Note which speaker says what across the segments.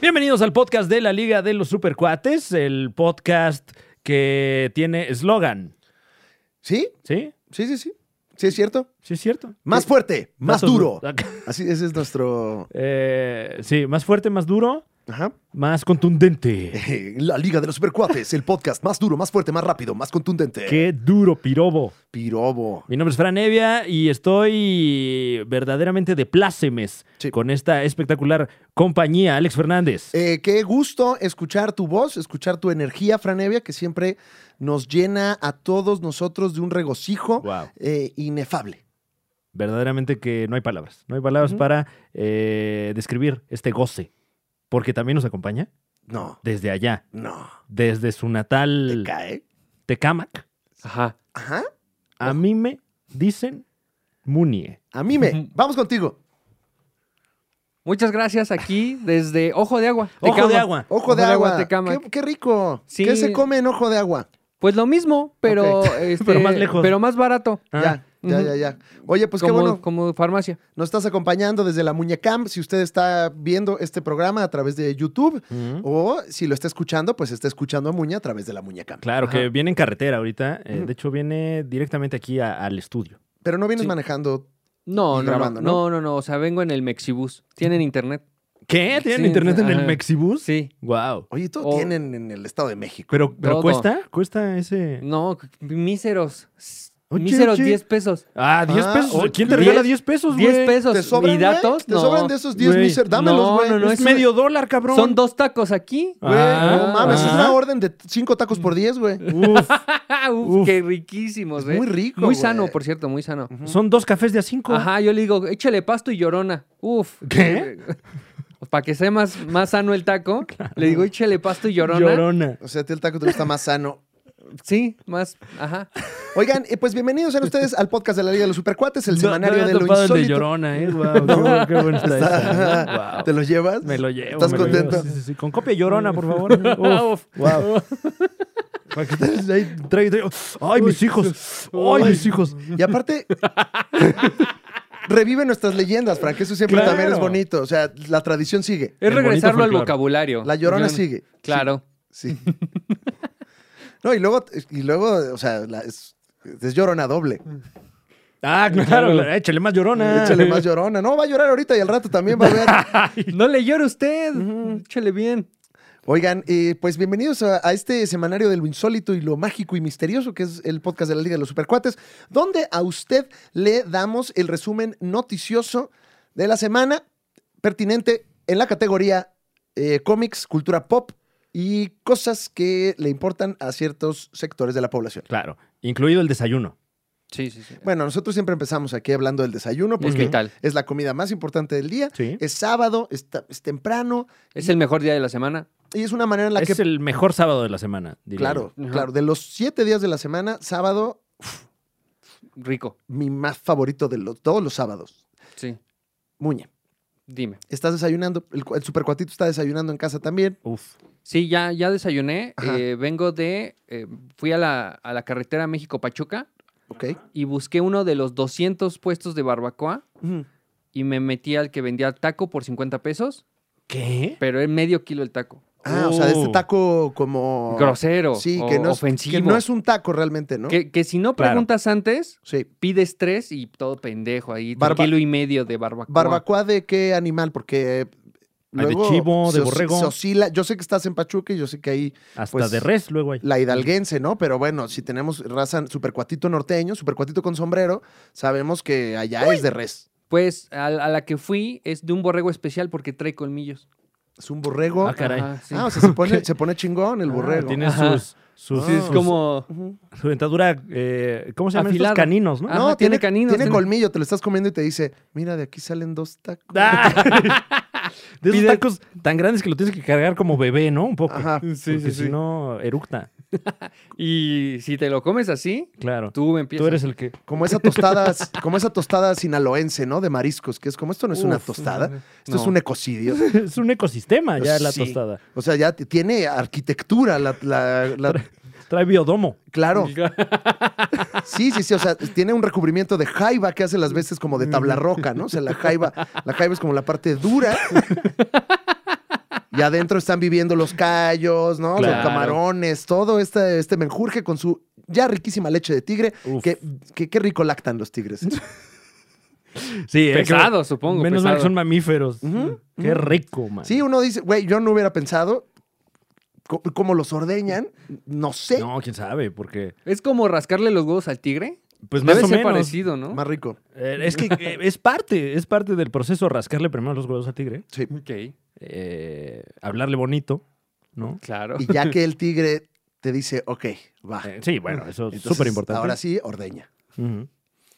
Speaker 1: Bienvenidos al podcast de la Liga de los Supercuates, el podcast que tiene eslogan.
Speaker 2: ¿Sí?
Speaker 1: ¿Sí?
Speaker 2: Sí, sí, sí. Sí, es cierto.
Speaker 1: Sí, es cierto.
Speaker 2: Más fuerte, más
Speaker 1: Datos-
Speaker 2: duro. Así, ese es nuestro.
Speaker 1: Eh, sí, más fuerte, más duro,
Speaker 2: Ajá.
Speaker 1: más contundente.
Speaker 2: Eh, La Liga de los Supercuates, el podcast más duro, más fuerte, más rápido, más contundente.
Speaker 1: Qué duro, pirobo.
Speaker 2: Pirobo.
Speaker 1: Mi nombre es Fran Evia y estoy verdaderamente de plácemes
Speaker 2: Sí.
Speaker 1: con esta espectacular compañía. Alex Fernández.
Speaker 2: Eh, qué gusto escuchar tu voz, escuchar tu energía, Franevia, que siempre nos llena a todos nosotros de un regocijo
Speaker 1: Wow.
Speaker 2: eh, inefable.
Speaker 1: Verdaderamente que no hay palabras. No hay palabras
Speaker 2: Ujú.
Speaker 1: para eh, describir este goce. Porque también nos acompaña
Speaker 2: No,
Speaker 1: desde allá,
Speaker 2: no.
Speaker 1: desde su
Speaker 2: Te
Speaker 1: natal
Speaker 2: cae.
Speaker 1: Tecámac.
Speaker 3: Ajá.
Speaker 2: Ajá.
Speaker 1: A mí me dicen Munie.
Speaker 2: A mí me.
Speaker 3: Ujú.
Speaker 2: Vamos contigo.
Speaker 3: Muchas gracias aquí desde Ojo de Agua.
Speaker 1: Ojo de
Speaker 3: Tecama.
Speaker 1: agua.
Speaker 2: Ojo de agua.
Speaker 3: Tecama.
Speaker 2: qué, qué rico.
Speaker 3: Sí.
Speaker 2: ¿Qué se come en ojo de agua?
Speaker 3: Pues lo mismo, pero, este,
Speaker 1: Pero más lejos.
Speaker 3: pero más barato.
Speaker 1: Ah,
Speaker 2: Ya, ya,
Speaker 3: Ujú.
Speaker 2: ya, ya. Oye, pues qué
Speaker 3: como,
Speaker 2: bueno.
Speaker 3: como farmacia.
Speaker 2: Nos estás acompañando desde la Muñecam. Si usted está viendo este programa a través de YouTube
Speaker 1: ujú.
Speaker 2: o si lo está escuchando, pues está escuchando a Muña a través de la Muñecam.
Speaker 1: Claro,
Speaker 3: Ajá.
Speaker 1: que viene en carretera ahorita. eh,
Speaker 2: Ujú.
Speaker 1: de hecho, viene directamente aquí a- al estudio.
Speaker 2: Pero no vienes
Speaker 3: Sí.
Speaker 2: manejando.
Speaker 3: No,
Speaker 2: Y
Speaker 3: no,
Speaker 2: grabando,
Speaker 3: no,
Speaker 2: ¿no?
Speaker 3: no, no, no. O sea, vengo en el Mexibus. Tienen internet.
Speaker 1: ¿Qué? ¿Tienen
Speaker 3: Sí,
Speaker 1: internet en el
Speaker 3: ajá.
Speaker 1: Mexibus?
Speaker 3: Sí.
Speaker 1: Wow.
Speaker 2: Oye, todo
Speaker 3: O-
Speaker 2: tienen en el Estado de México.
Speaker 1: Pero, pero
Speaker 3: Todo.
Speaker 1: cuesta, cuesta ese.
Speaker 3: No, míseros. S-
Speaker 1: Oye,
Speaker 3: míseros
Speaker 1: oye.
Speaker 3: 10 pesos.
Speaker 1: Ah, 10
Speaker 2: Ah,
Speaker 1: pesos.
Speaker 2: oye,
Speaker 1: ¿Quién te
Speaker 3: diez-
Speaker 1: regala 10 pesos, güey?
Speaker 3: 10 pesos.
Speaker 2: ¿Te sobran,
Speaker 3: ¿Y
Speaker 2: güey?
Speaker 3: datos?
Speaker 2: ¿Te
Speaker 3: no.
Speaker 2: sobran de esos 10
Speaker 1: Güey.
Speaker 2: miser? Dámelos,
Speaker 3: No,
Speaker 2: güey.
Speaker 3: no, no,
Speaker 1: Es
Speaker 3: eso-
Speaker 1: medio dólar, cabrón.
Speaker 3: Son dos tacos aquí.
Speaker 2: Güey,
Speaker 1: Ah,
Speaker 2: no mames, es
Speaker 1: ah.
Speaker 2: una orden de 5 tacos por 10, güey.
Speaker 1: Uf,
Speaker 3: Uf,
Speaker 1: Uf.
Speaker 3: qué riquísimos,
Speaker 2: Es
Speaker 3: ¿eh?
Speaker 2: muy rico,
Speaker 3: Muy
Speaker 2: güey.
Speaker 3: sano, por cierto, muy sano.
Speaker 1: son dos cafés de a 5.
Speaker 3: Ajá, yo le digo, échale pasto y llorona. Uf. eh,
Speaker 1: ¿Qué?
Speaker 3: Para que sea más, más sano el taco, le digo, échale pasto y llorona.
Speaker 1: Llorona.
Speaker 2: O sea, a ti el taco te gusta más sano.
Speaker 3: Sí, más. Ajá.
Speaker 2: Oigan, eh, pues bienvenidos sean ustedes al podcast de la Liga de los Supercuates, el
Speaker 1: No-
Speaker 2: semanario
Speaker 1: no había
Speaker 2: de lo
Speaker 1: topado el de
Speaker 2: insólito.
Speaker 1: Llorona, ¿eh? Guau, qué, bueno- qué bueno está eso, ¿eh? Guau.
Speaker 2: ¿Te lo llevas?
Speaker 1: Me lo llevo.
Speaker 2: ¿Estás
Speaker 1: me lo llevo.
Speaker 2: contento?
Speaker 1: Sí, sí, sí. Con copia llorona, por favor. Uf. Wow. Para que estés ahí, trae, trae. Ay, mis hijos. Ay, mis hijos.
Speaker 2: Y aparte, revive nuestras leyendas, Frank. Eso siempre
Speaker 1: Claro.
Speaker 2: también es bonito. O sea, la tradición sigue.
Speaker 3: Es
Speaker 1: El
Speaker 3: regresarlo
Speaker 1: bonito
Speaker 3: al
Speaker 1: folclore.
Speaker 3: vocabulario.
Speaker 2: La llorona
Speaker 3: Yo-
Speaker 2: sigue.
Speaker 3: Claro.
Speaker 2: Sí. No, y luego, y luego o sea, la- es, es llorona doble.
Speaker 1: Ah, claro. claro. Échale más llorona.
Speaker 2: Échale más llorona. No, va a llorar ahorita y al rato también va a ver.
Speaker 3: No le llore usted. Échale bien.
Speaker 2: Oigan, eh, pues bienvenidos a, a este semanario de lo insólito y lo mágico y misterioso que es el podcast de la Liga de los Supercuates, donde a usted le damos el resumen noticioso de la semana pertinente en la categoría eh, cómics, cultura pop y cosas que le importan a ciertos sectores de la población.
Speaker 1: Claro. Incluido el desayuno.
Speaker 3: Sí, sí, sí.
Speaker 2: Bueno, pues nosotros siempre empezamos aquí hablando del desayuno
Speaker 3: Es
Speaker 2: porque
Speaker 3: vital.
Speaker 2: es la comida más importante del día.
Speaker 1: Sí.
Speaker 2: Es sábado, está- es temprano
Speaker 3: Es el mejor día de la semana.
Speaker 2: y es una manera en la que
Speaker 1: es el mejor sábado de la semana. diría
Speaker 2: Claro,
Speaker 3: Ajá.
Speaker 2: claro. De los siete días de la semana, sábado,
Speaker 3: Rico.
Speaker 2: mi más favorito de los- todos los sábados.
Speaker 3: Sí.
Speaker 2: Muñe,
Speaker 3: Dime.
Speaker 2: estás desayunando, el, cu- el supercuatito está desayunando en casa también.
Speaker 1: yo. Uf.
Speaker 3: Sí, ya, ya desayuné.
Speaker 2: Ajá.
Speaker 3: Eh, vengo de. eh, fui a la, a la carretera México-Pachuca
Speaker 2: Ok.
Speaker 3: y busqué uno de los 200 puestos de barbacoa y me metí al que vendía taco por 50 pesos,
Speaker 1: ¿Qué?
Speaker 3: pero es medio kilo el taco.
Speaker 2: Ah, o sea, de este
Speaker 1: Oh.
Speaker 2: taco como...
Speaker 3: Grosero.
Speaker 2: Oh. Sí,
Speaker 3: o
Speaker 2: que no, es,
Speaker 3: ofensivo.
Speaker 2: que no es un taco realmente, ¿no?
Speaker 3: Que, que si no
Speaker 1: Claro.
Speaker 3: preguntas antes,
Speaker 2: Sí.
Speaker 3: pides tres y todo pendejo ahí.
Speaker 2: Barba-
Speaker 3: kilo y medio de barbacoa.
Speaker 2: ¿Barbacoa de qué animal? Porque...
Speaker 1: Hay Ah, de
Speaker 2: luego
Speaker 1: chivo, de
Speaker 2: se os-
Speaker 1: borrego.
Speaker 2: Se oscila. Yo sé que estás en Pachuca y yo sé que ahí
Speaker 1: Hasta
Speaker 2: Pues,
Speaker 1: de res luego hay.
Speaker 2: la hidalguense, ¿no? Pero bueno, si tenemos raza supercuatito norteño, supercuatito con sombrero, sabemos que allá es de res.
Speaker 3: Pues a, la- a la que fui es de un borrego especial porque trae colmillos.
Speaker 2: Es un borrego.
Speaker 1: Ah, Caray.
Speaker 3: Ajá, sí.
Speaker 2: Ah, o sea, se pone, se pone chingón el
Speaker 1: Ah,
Speaker 2: borrego.
Speaker 1: tiene
Speaker 3: Ajá.
Speaker 1: sus... sus-
Speaker 3: Sí, es
Speaker 2: Ah.
Speaker 1: sus-
Speaker 3: como.
Speaker 2: Ujú.
Speaker 1: Su dentadura... eh, ¿Cómo se llaman estos
Speaker 3: Afilada.
Speaker 1: caninos, no?
Speaker 3: Ah. Ajá, tiene caninos,
Speaker 2: Tiene
Speaker 3: tiene-
Speaker 2: colmillo, te lo estás comiendo y te dice, mira, de aquí salen dos tacos.
Speaker 1: Ah. De esos
Speaker 3: Pide-
Speaker 1: tacos tan grandes que lo tienes que cargar como bebé, ¿no? Un poco.
Speaker 2: Ajá.
Speaker 3: Sí,
Speaker 1: Porque
Speaker 3: sí,
Speaker 1: si
Speaker 3: sí.
Speaker 1: no, eructa.
Speaker 3: Y si te lo comes así,
Speaker 1: Claro. Tú,
Speaker 3: tú empiezas.
Speaker 1: eres el que.
Speaker 2: Como esa tostada, como esa tostada sinaloense, ¿no? De mariscos, que es como esto no es una
Speaker 1: Uf,
Speaker 2: tostada, esto es
Speaker 3: no.
Speaker 2: un ecocidio.
Speaker 1: Es un ecosistema ya la
Speaker 2: Sí.
Speaker 1: tostada.
Speaker 2: O sea, ya t- tiene arquitectura, la, la- la-
Speaker 1: Trae biodomo.
Speaker 2: claro. Sí, sí, sí. O sea, tiene un recubrimiento de jaiba que hace las veces como de tabla roca, ¿no? O sea, la jaiba, la jaiba es como la parte dura. Y adentro están viviendo los callos, ¿no? Los
Speaker 3: Claro.
Speaker 2: camarones, todo este, este menjurje con su ya riquísima leche de tigre.
Speaker 1: Uf.
Speaker 2: Que, que- qué rico lactan los tigres.
Speaker 1: Sí, eh, que-
Speaker 3: Pesado, supongo.
Speaker 1: Menos mal
Speaker 3: pesado.
Speaker 1: que son mamíferos. Qué rico, man.
Speaker 2: Sí, uno dice, güey, yo no hubiera pensado co- cómo los ordeñan. No sé.
Speaker 1: No, quién sabe, porque.
Speaker 3: Es como rascarle los huevos al tigre.
Speaker 1: Pues más
Speaker 3: Debe
Speaker 1: o
Speaker 3: ser
Speaker 1: menos.
Speaker 3: parecido, ¿no?
Speaker 2: Más rico.
Speaker 1: Eh, es que eh, es parte, es parte del proceso rascarle primero los huevos al tigre,
Speaker 2: Sí.
Speaker 3: Ok,
Speaker 1: eh, hablarle bonito, ¿no?
Speaker 3: claro.
Speaker 2: Y ya que el tigre te dice, ok, va.
Speaker 1: Eh, sí, bueno, eso es
Speaker 2: Ah. Entonces,
Speaker 1: súper importante.
Speaker 2: Ahora sí, ordeña.
Speaker 1: Ujú.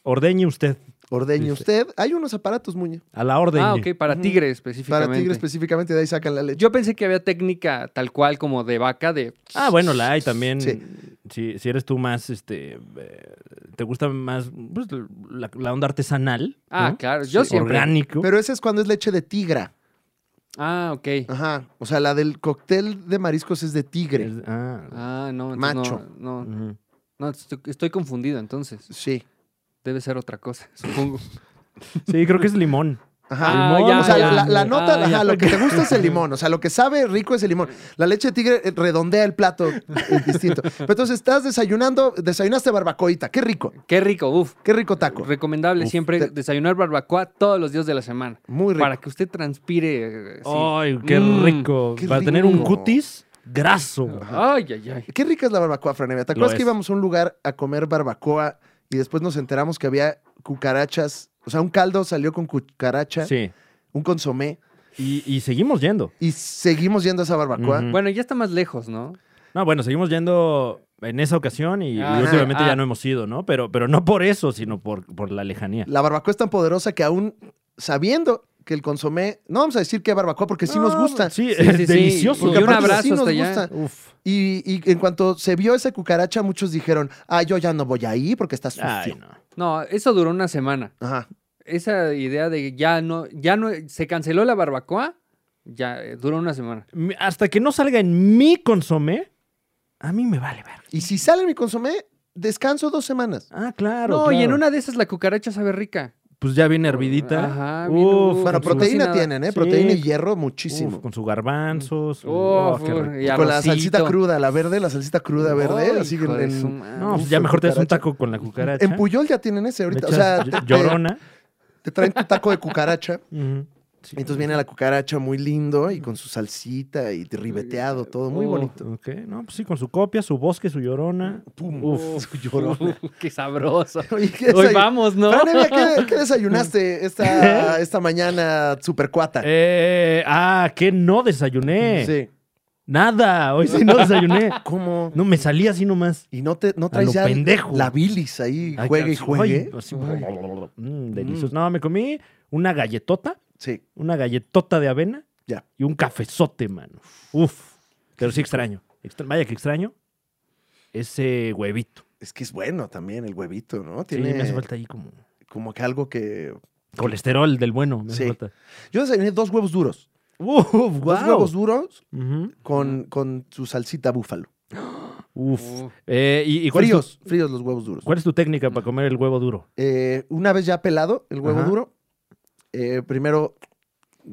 Speaker 1: Ordeñe usted,
Speaker 2: Ordeñe
Speaker 1: Sí, sí.
Speaker 2: usted. Hay unos aparatos, Muñe.
Speaker 1: a la orden.
Speaker 3: Ah, ok, para
Speaker 2: Ujú.
Speaker 3: tigre
Speaker 2: Para
Speaker 3: específicamente.
Speaker 2: tigre específicamente, de ahí sacan la leche.
Speaker 3: Yo pensé que había técnica tal cual como de vaca de...
Speaker 1: Ah, bueno, la hay también.
Speaker 2: Sí.
Speaker 1: Si, si eres tú más, este, eh, te gusta más pues, la, la onda artesanal.
Speaker 3: Ah,
Speaker 1: ¿no?
Speaker 3: claro, yo siempre.
Speaker 1: Orgánico.
Speaker 2: Pero ese es cuando es leche de tigra.
Speaker 3: Ah, ok.
Speaker 2: Ajá. O sea, la del cóctel de mariscos es de tigre.
Speaker 1: Es- ah,
Speaker 3: Ah, no, entonces
Speaker 2: Macho.
Speaker 3: no, no,
Speaker 1: ujú.
Speaker 3: no, estoy, estoy confundido entonces.
Speaker 2: Sí.
Speaker 3: Debe ser otra cosa, supongo.
Speaker 1: Sí, creo que es limón.
Speaker 2: Ajá.
Speaker 1: Ah, Limón,
Speaker 2: o sea,
Speaker 1: ya,
Speaker 2: la, la
Speaker 1: ah,
Speaker 2: nota,
Speaker 1: ya.
Speaker 2: ajá, lo que te gusta es el limón. O sea, lo que sabe rico es el limón. La leche de tigre eh, redondea el plato eh, distinto. Pero entonces estás desayunando, desayunaste barbacoita. Qué rico.
Speaker 3: Qué rico, uf.
Speaker 2: Qué rico taco.
Speaker 3: Recomendable
Speaker 1: Uf,
Speaker 3: siempre
Speaker 2: te-
Speaker 3: desayunar barbacoa todos los días de la semana.
Speaker 2: Muy rico. Oh.
Speaker 3: Para que usted transpire. eh, así.
Speaker 1: Ay, qué
Speaker 3: Mm,
Speaker 1: rico.
Speaker 2: qué
Speaker 1: Para tener un
Speaker 2: rico.
Speaker 1: cutis graso.
Speaker 3: Ay, ay, ay.
Speaker 2: Qué rica es la barbacoa, Franevia. ¿Te
Speaker 1: Lo
Speaker 2: acuerdas que
Speaker 1: es.
Speaker 2: íbamos a un lugar a comer barbacoa y después nos enteramos que había cucarachas? O sea, un caldo salió con cucaracha,
Speaker 1: Sí.
Speaker 2: un consomé,
Speaker 1: Y, y seguimos yendo.
Speaker 2: y seguimos yendo a esa barbacoa.
Speaker 1: Ujú.
Speaker 3: Bueno, ya está más lejos, ¿no?
Speaker 1: No, bueno, seguimos yendo en esa ocasión y, y
Speaker 3: Ah,
Speaker 1: últimamente
Speaker 3: ah.
Speaker 1: ya no hemos ido, ¿no? Pero, pero no por eso, sino por, por la lejanía.
Speaker 2: La barbacoa es tan poderosa que aún sabiendo que el consomé, no vamos a decir que barbacoa porque sí nos
Speaker 1: No,
Speaker 2: gusta.
Speaker 1: Sí,
Speaker 3: Ah, Sí,
Speaker 1: es
Speaker 3: sí, sí.
Speaker 1: delicioso.
Speaker 3: Y un
Speaker 2: aparte
Speaker 3: abrazo
Speaker 2: sí nos
Speaker 3: hasta allá.
Speaker 2: gusta.
Speaker 1: Uf.
Speaker 2: Y, y en cuanto se vio esa cucaracha, muchos dijeron, ah, yo ya no voy ahí porque está sucio.
Speaker 1: Ay, no.
Speaker 3: No, eso duró una semana.
Speaker 2: Ajá.
Speaker 3: Esa idea de que ya no, ya no, eh, se canceló la barbacoa, ya eh, duró una semana.
Speaker 1: Mi- Hasta que no salga en mi consomé, a mí me vale ver.
Speaker 2: Y si sale mi consomé, descanso dos semanas.
Speaker 1: Ah, claro.
Speaker 3: no, y en
Speaker 1: claro.
Speaker 3: una de esas la cucaracha sabe rica.
Speaker 1: Pues ya viene hervidita.
Speaker 3: Ajá, bien,
Speaker 1: Uf,
Speaker 3: uf,
Speaker 2: Bueno,
Speaker 1: con su-
Speaker 2: proteína
Speaker 3: cocinada.
Speaker 2: tienen, ¿eh?
Speaker 1: Sí.
Speaker 2: Proteína y hierro
Speaker 1: uf,
Speaker 2: muchísimo. Mm.
Speaker 1: con sus garbanzos.
Speaker 3: Uf,
Speaker 1: oh, qué rico.
Speaker 3: y
Speaker 2: con la salsita
Speaker 3: arrocito.
Speaker 2: cruda, la verde, la salsita cruda verde,
Speaker 3: Ay,
Speaker 2: así
Speaker 3: hijo
Speaker 2: en,
Speaker 3: de su
Speaker 2: en,
Speaker 3: madre.
Speaker 1: No,
Speaker 2: Uf,
Speaker 1: pues ya
Speaker 2: con
Speaker 1: mejor te das un
Speaker 2: cucaracha.
Speaker 1: taco con la cucaracha.
Speaker 2: en Puyol ya tienen ese
Speaker 1: Le
Speaker 2: ahorita. O
Speaker 1: echas
Speaker 2: sea, te,
Speaker 1: ll-
Speaker 2: te-
Speaker 1: llorona.
Speaker 2: te traen tu taco de cucaracha.
Speaker 1: Ujú. Sí.
Speaker 2: Entonces viene la cucaracha muy lindo y con su salsita y ribeteado, todo muy
Speaker 3: Uf.
Speaker 2: bonito.
Speaker 1: Ok, no, pues sí, con su copia, su bosque, su llorona.
Speaker 2: Pum.
Speaker 1: Uf.
Speaker 2: Su llorona.
Speaker 3: Uf, qué sabroso.
Speaker 2: Oye, ¿qué
Speaker 3: Hoy
Speaker 2: desay-
Speaker 3: vamos, ¿no?
Speaker 2: Fran Evia, ¿qué, qué desayunaste esta, esta mañana super cuata?
Speaker 1: Eh, ah, que no desayuné.
Speaker 2: Sí.
Speaker 1: Nada, hoy sí no desayuné.
Speaker 2: ¿Cómo?
Speaker 1: No, me salí así nomás.
Speaker 2: Y no te no
Speaker 1: A lo
Speaker 2: traes ya el-
Speaker 1: pendejo.
Speaker 2: la bilis ahí,
Speaker 1: Ay,
Speaker 2: juegue y
Speaker 1: así,
Speaker 2: juegue.
Speaker 1: ay, así, mm, delicioso. No, me comí una galletota,
Speaker 2: Sí,
Speaker 1: una galletota de avena
Speaker 2: Ya.
Speaker 1: y un cafezote, mano. Uf, pero sí extraño. Extra- vaya que extraño ese huevito.
Speaker 2: es que es bueno también el huevito, ¿no?
Speaker 1: Sí,
Speaker 2: Tiene
Speaker 1: me hace falta ahí como
Speaker 2: como que algo que
Speaker 1: colesterol del bueno. Me hace
Speaker 2: Sí.
Speaker 1: falta.
Speaker 2: Yo desayuné dos huevos duros.
Speaker 1: Uf,
Speaker 2: Dos
Speaker 1: guau.
Speaker 2: huevos duros
Speaker 1: Ujú.
Speaker 2: con, con su salsita búfalo.
Speaker 1: Uf.
Speaker 3: Uf.
Speaker 1: Eh, y, y cuál es tu-
Speaker 2: Fríos, fríos los huevos duros.
Speaker 1: ¿Cuál es tu técnica para comer el huevo duro?
Speaker 2: Eh, una vez ya pelado el huevo
Speaker 1: Ajá.
Speaker 2: duro, eh, primero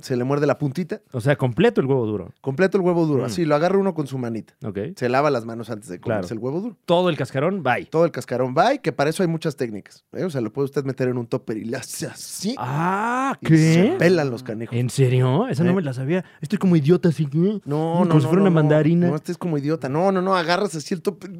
Speaker 2: se le muerde la puntita,
Speaker 1: O sea, completo el huevo duro.
Speaker 2: completo el huevo duro.
Speaker 1: Mm.
Speaker 2: Así lo agarra uno con su manita.
Speaker 1: Ok.
Speaker 2: Se lava las manos antes de comerse
Speaker 1: Claro.
Speaker 2: el huevo duro.
Speaker 1: Todo el cascarón, bye.
Speaker 2: Todo el cascarón va y que para eso hay muchas técnicas. ¿eh? O sea, lo puede usted meter en un topper y le hace así.
Speaker 1: Ah,
Speaker 2: y se pelan los canejos.
Speaker 1: ¿En serio? Esa
Speaker 2: Eh.
Speaker 1: no me la sabía. Estoy como idiota, así que.
Speaker 2: No,
Speaker 1: Como
Speaker 2: no,
Speaker 1: si
Speaker 2: no,
Speaker 1: fuera
Speaker 2: no,
Speaker 1: una
Speaker 2: no.
Speaker 1: mandarina.
Speaker 2: No, estés como idiota. No, no, no. Agarras así el topper,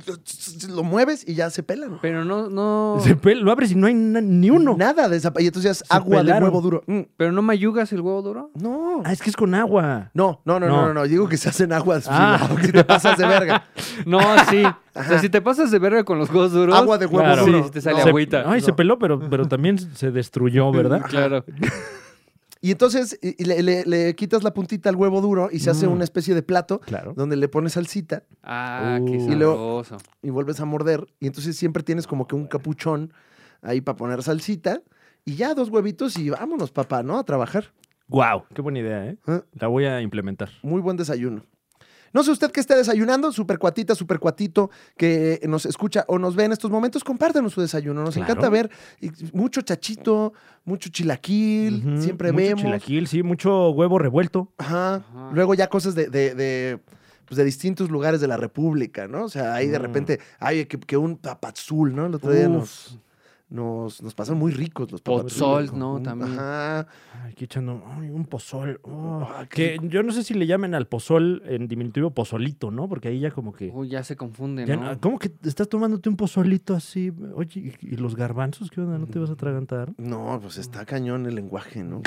Speaker 2: lo mueves y ya se pelan.
Speaker 3: Pero no, no,
Speaker 1: Se pel- lo abres y no hay na- ni uno.
Speaker 2: Nada de esa. Y entonces ya es agua de
Speaker 1: pelaron.
Speaker 2: huevo duro. Mm,
Speaker 3: pero no mayugas el huevo duro.
Speaker 2: No.
Speaker 1: Ah, es que es con agua.
Speaker 2: No, no, no, no,
Speaker 1: No.
Speaker 2: no, no. Digo que se hacen aguas.
Speaker 1: Ah.
Speaker 2: Si, si te pasas de verga.
Speaker 3: No, sí. O sea, si te pasas de verga con los huevos duros.
Speaker 2: Agua de huevo
Speaker 1: Claro.
Speaker 3: Sí,
Speaker 2: duro.
Speaker 3: sí te sale
Speaker 2: No.
Speaker 1: Se-
Speaker 3: agüita.
Speaker 1: Ay, se
Speaker 2: No.
Speaker 1: peló, pero, pero también se destruyó, ¿verdad?
Speaker 3: Claro.
Speaker 2: Y entonces y- y le, le- le quitas la puntita al huevo duro y se hace
Speaker 1: Mm.
Speaker 2: una especie de plato
Speaker 1: Claro.
Speaker 2: donde le pones salsita
Speaker 3: Ah, qué
Speaker 1: Uh.
Speaker 2: Y luego-
Speaker 3: sabroso.
Speaker 2: y vuelves a morder. Y entonces siempre tienes como que un capuchón ahí para poner salsita. Y ya dos huevitos y vámonos, papá, ¿no? A trabajar.
Speaker 1: Guau, qué buena idea, ¿eh?
Speaker 2: Ah.
Speaker 1: La voy a implementar.
Speaker 2: Muy buen desayuno. No sé usted qué esté desayunando, supercuatita, supercuatito, que nos escucha o nos ve en estos momentos, compártanos su desayuno. Nos
Speaker 1: Claro.
Speaker 2: encanta ver y- mucho chachito, mucho chilaquil,
Speaker 1: Ujú,
Speaker 2: siempre
Speaker 1: mucho
Speaker 2: vemos.
Speaker 1: chilaquil, sí, mucho huevo revuelto.
Speaker 2: Ajá.
Speaker 3: Ajá.
Speaker 2: Luego ya cosas de, de- de, pues, de distintos lugares de la República, ¿no? O sea, ahí de
Speaker 1: Mm.
Speaker 2: repente, ay, que, que un papazul, ¿no? El otro día nos, nos, nos pasaron muy ricos los papazules.
Speaker 3: Pozol,
Speaker 1: rico.
Speaker 3: ¿no?
Speaker 1: Un-
Speaker 3: También.
Speaker 2: Ajá.
Speaker 1: Ay, Aquí echando ay, un pozol. oh,
Speaker 2: Ah, qué
Speaker 1: que yo no sé si le llamen al pozol en diminutivo pozolito, ¿no? Porque ahí ya como que...
Speaker 3: Uy, ya se confunde,
Speaker 1: ya
Speaker 3: ¿no?
Speaker 1: no- ¿Cómo que estás tomándote un pozolito así? Oye, ¿y y los garbanzos qué onda? ¿No te vas a atragantar?
Speaker 2: No, pues
Speaker 1: Mm.
Speaker 2: está cañón el lenguaje, ¿no?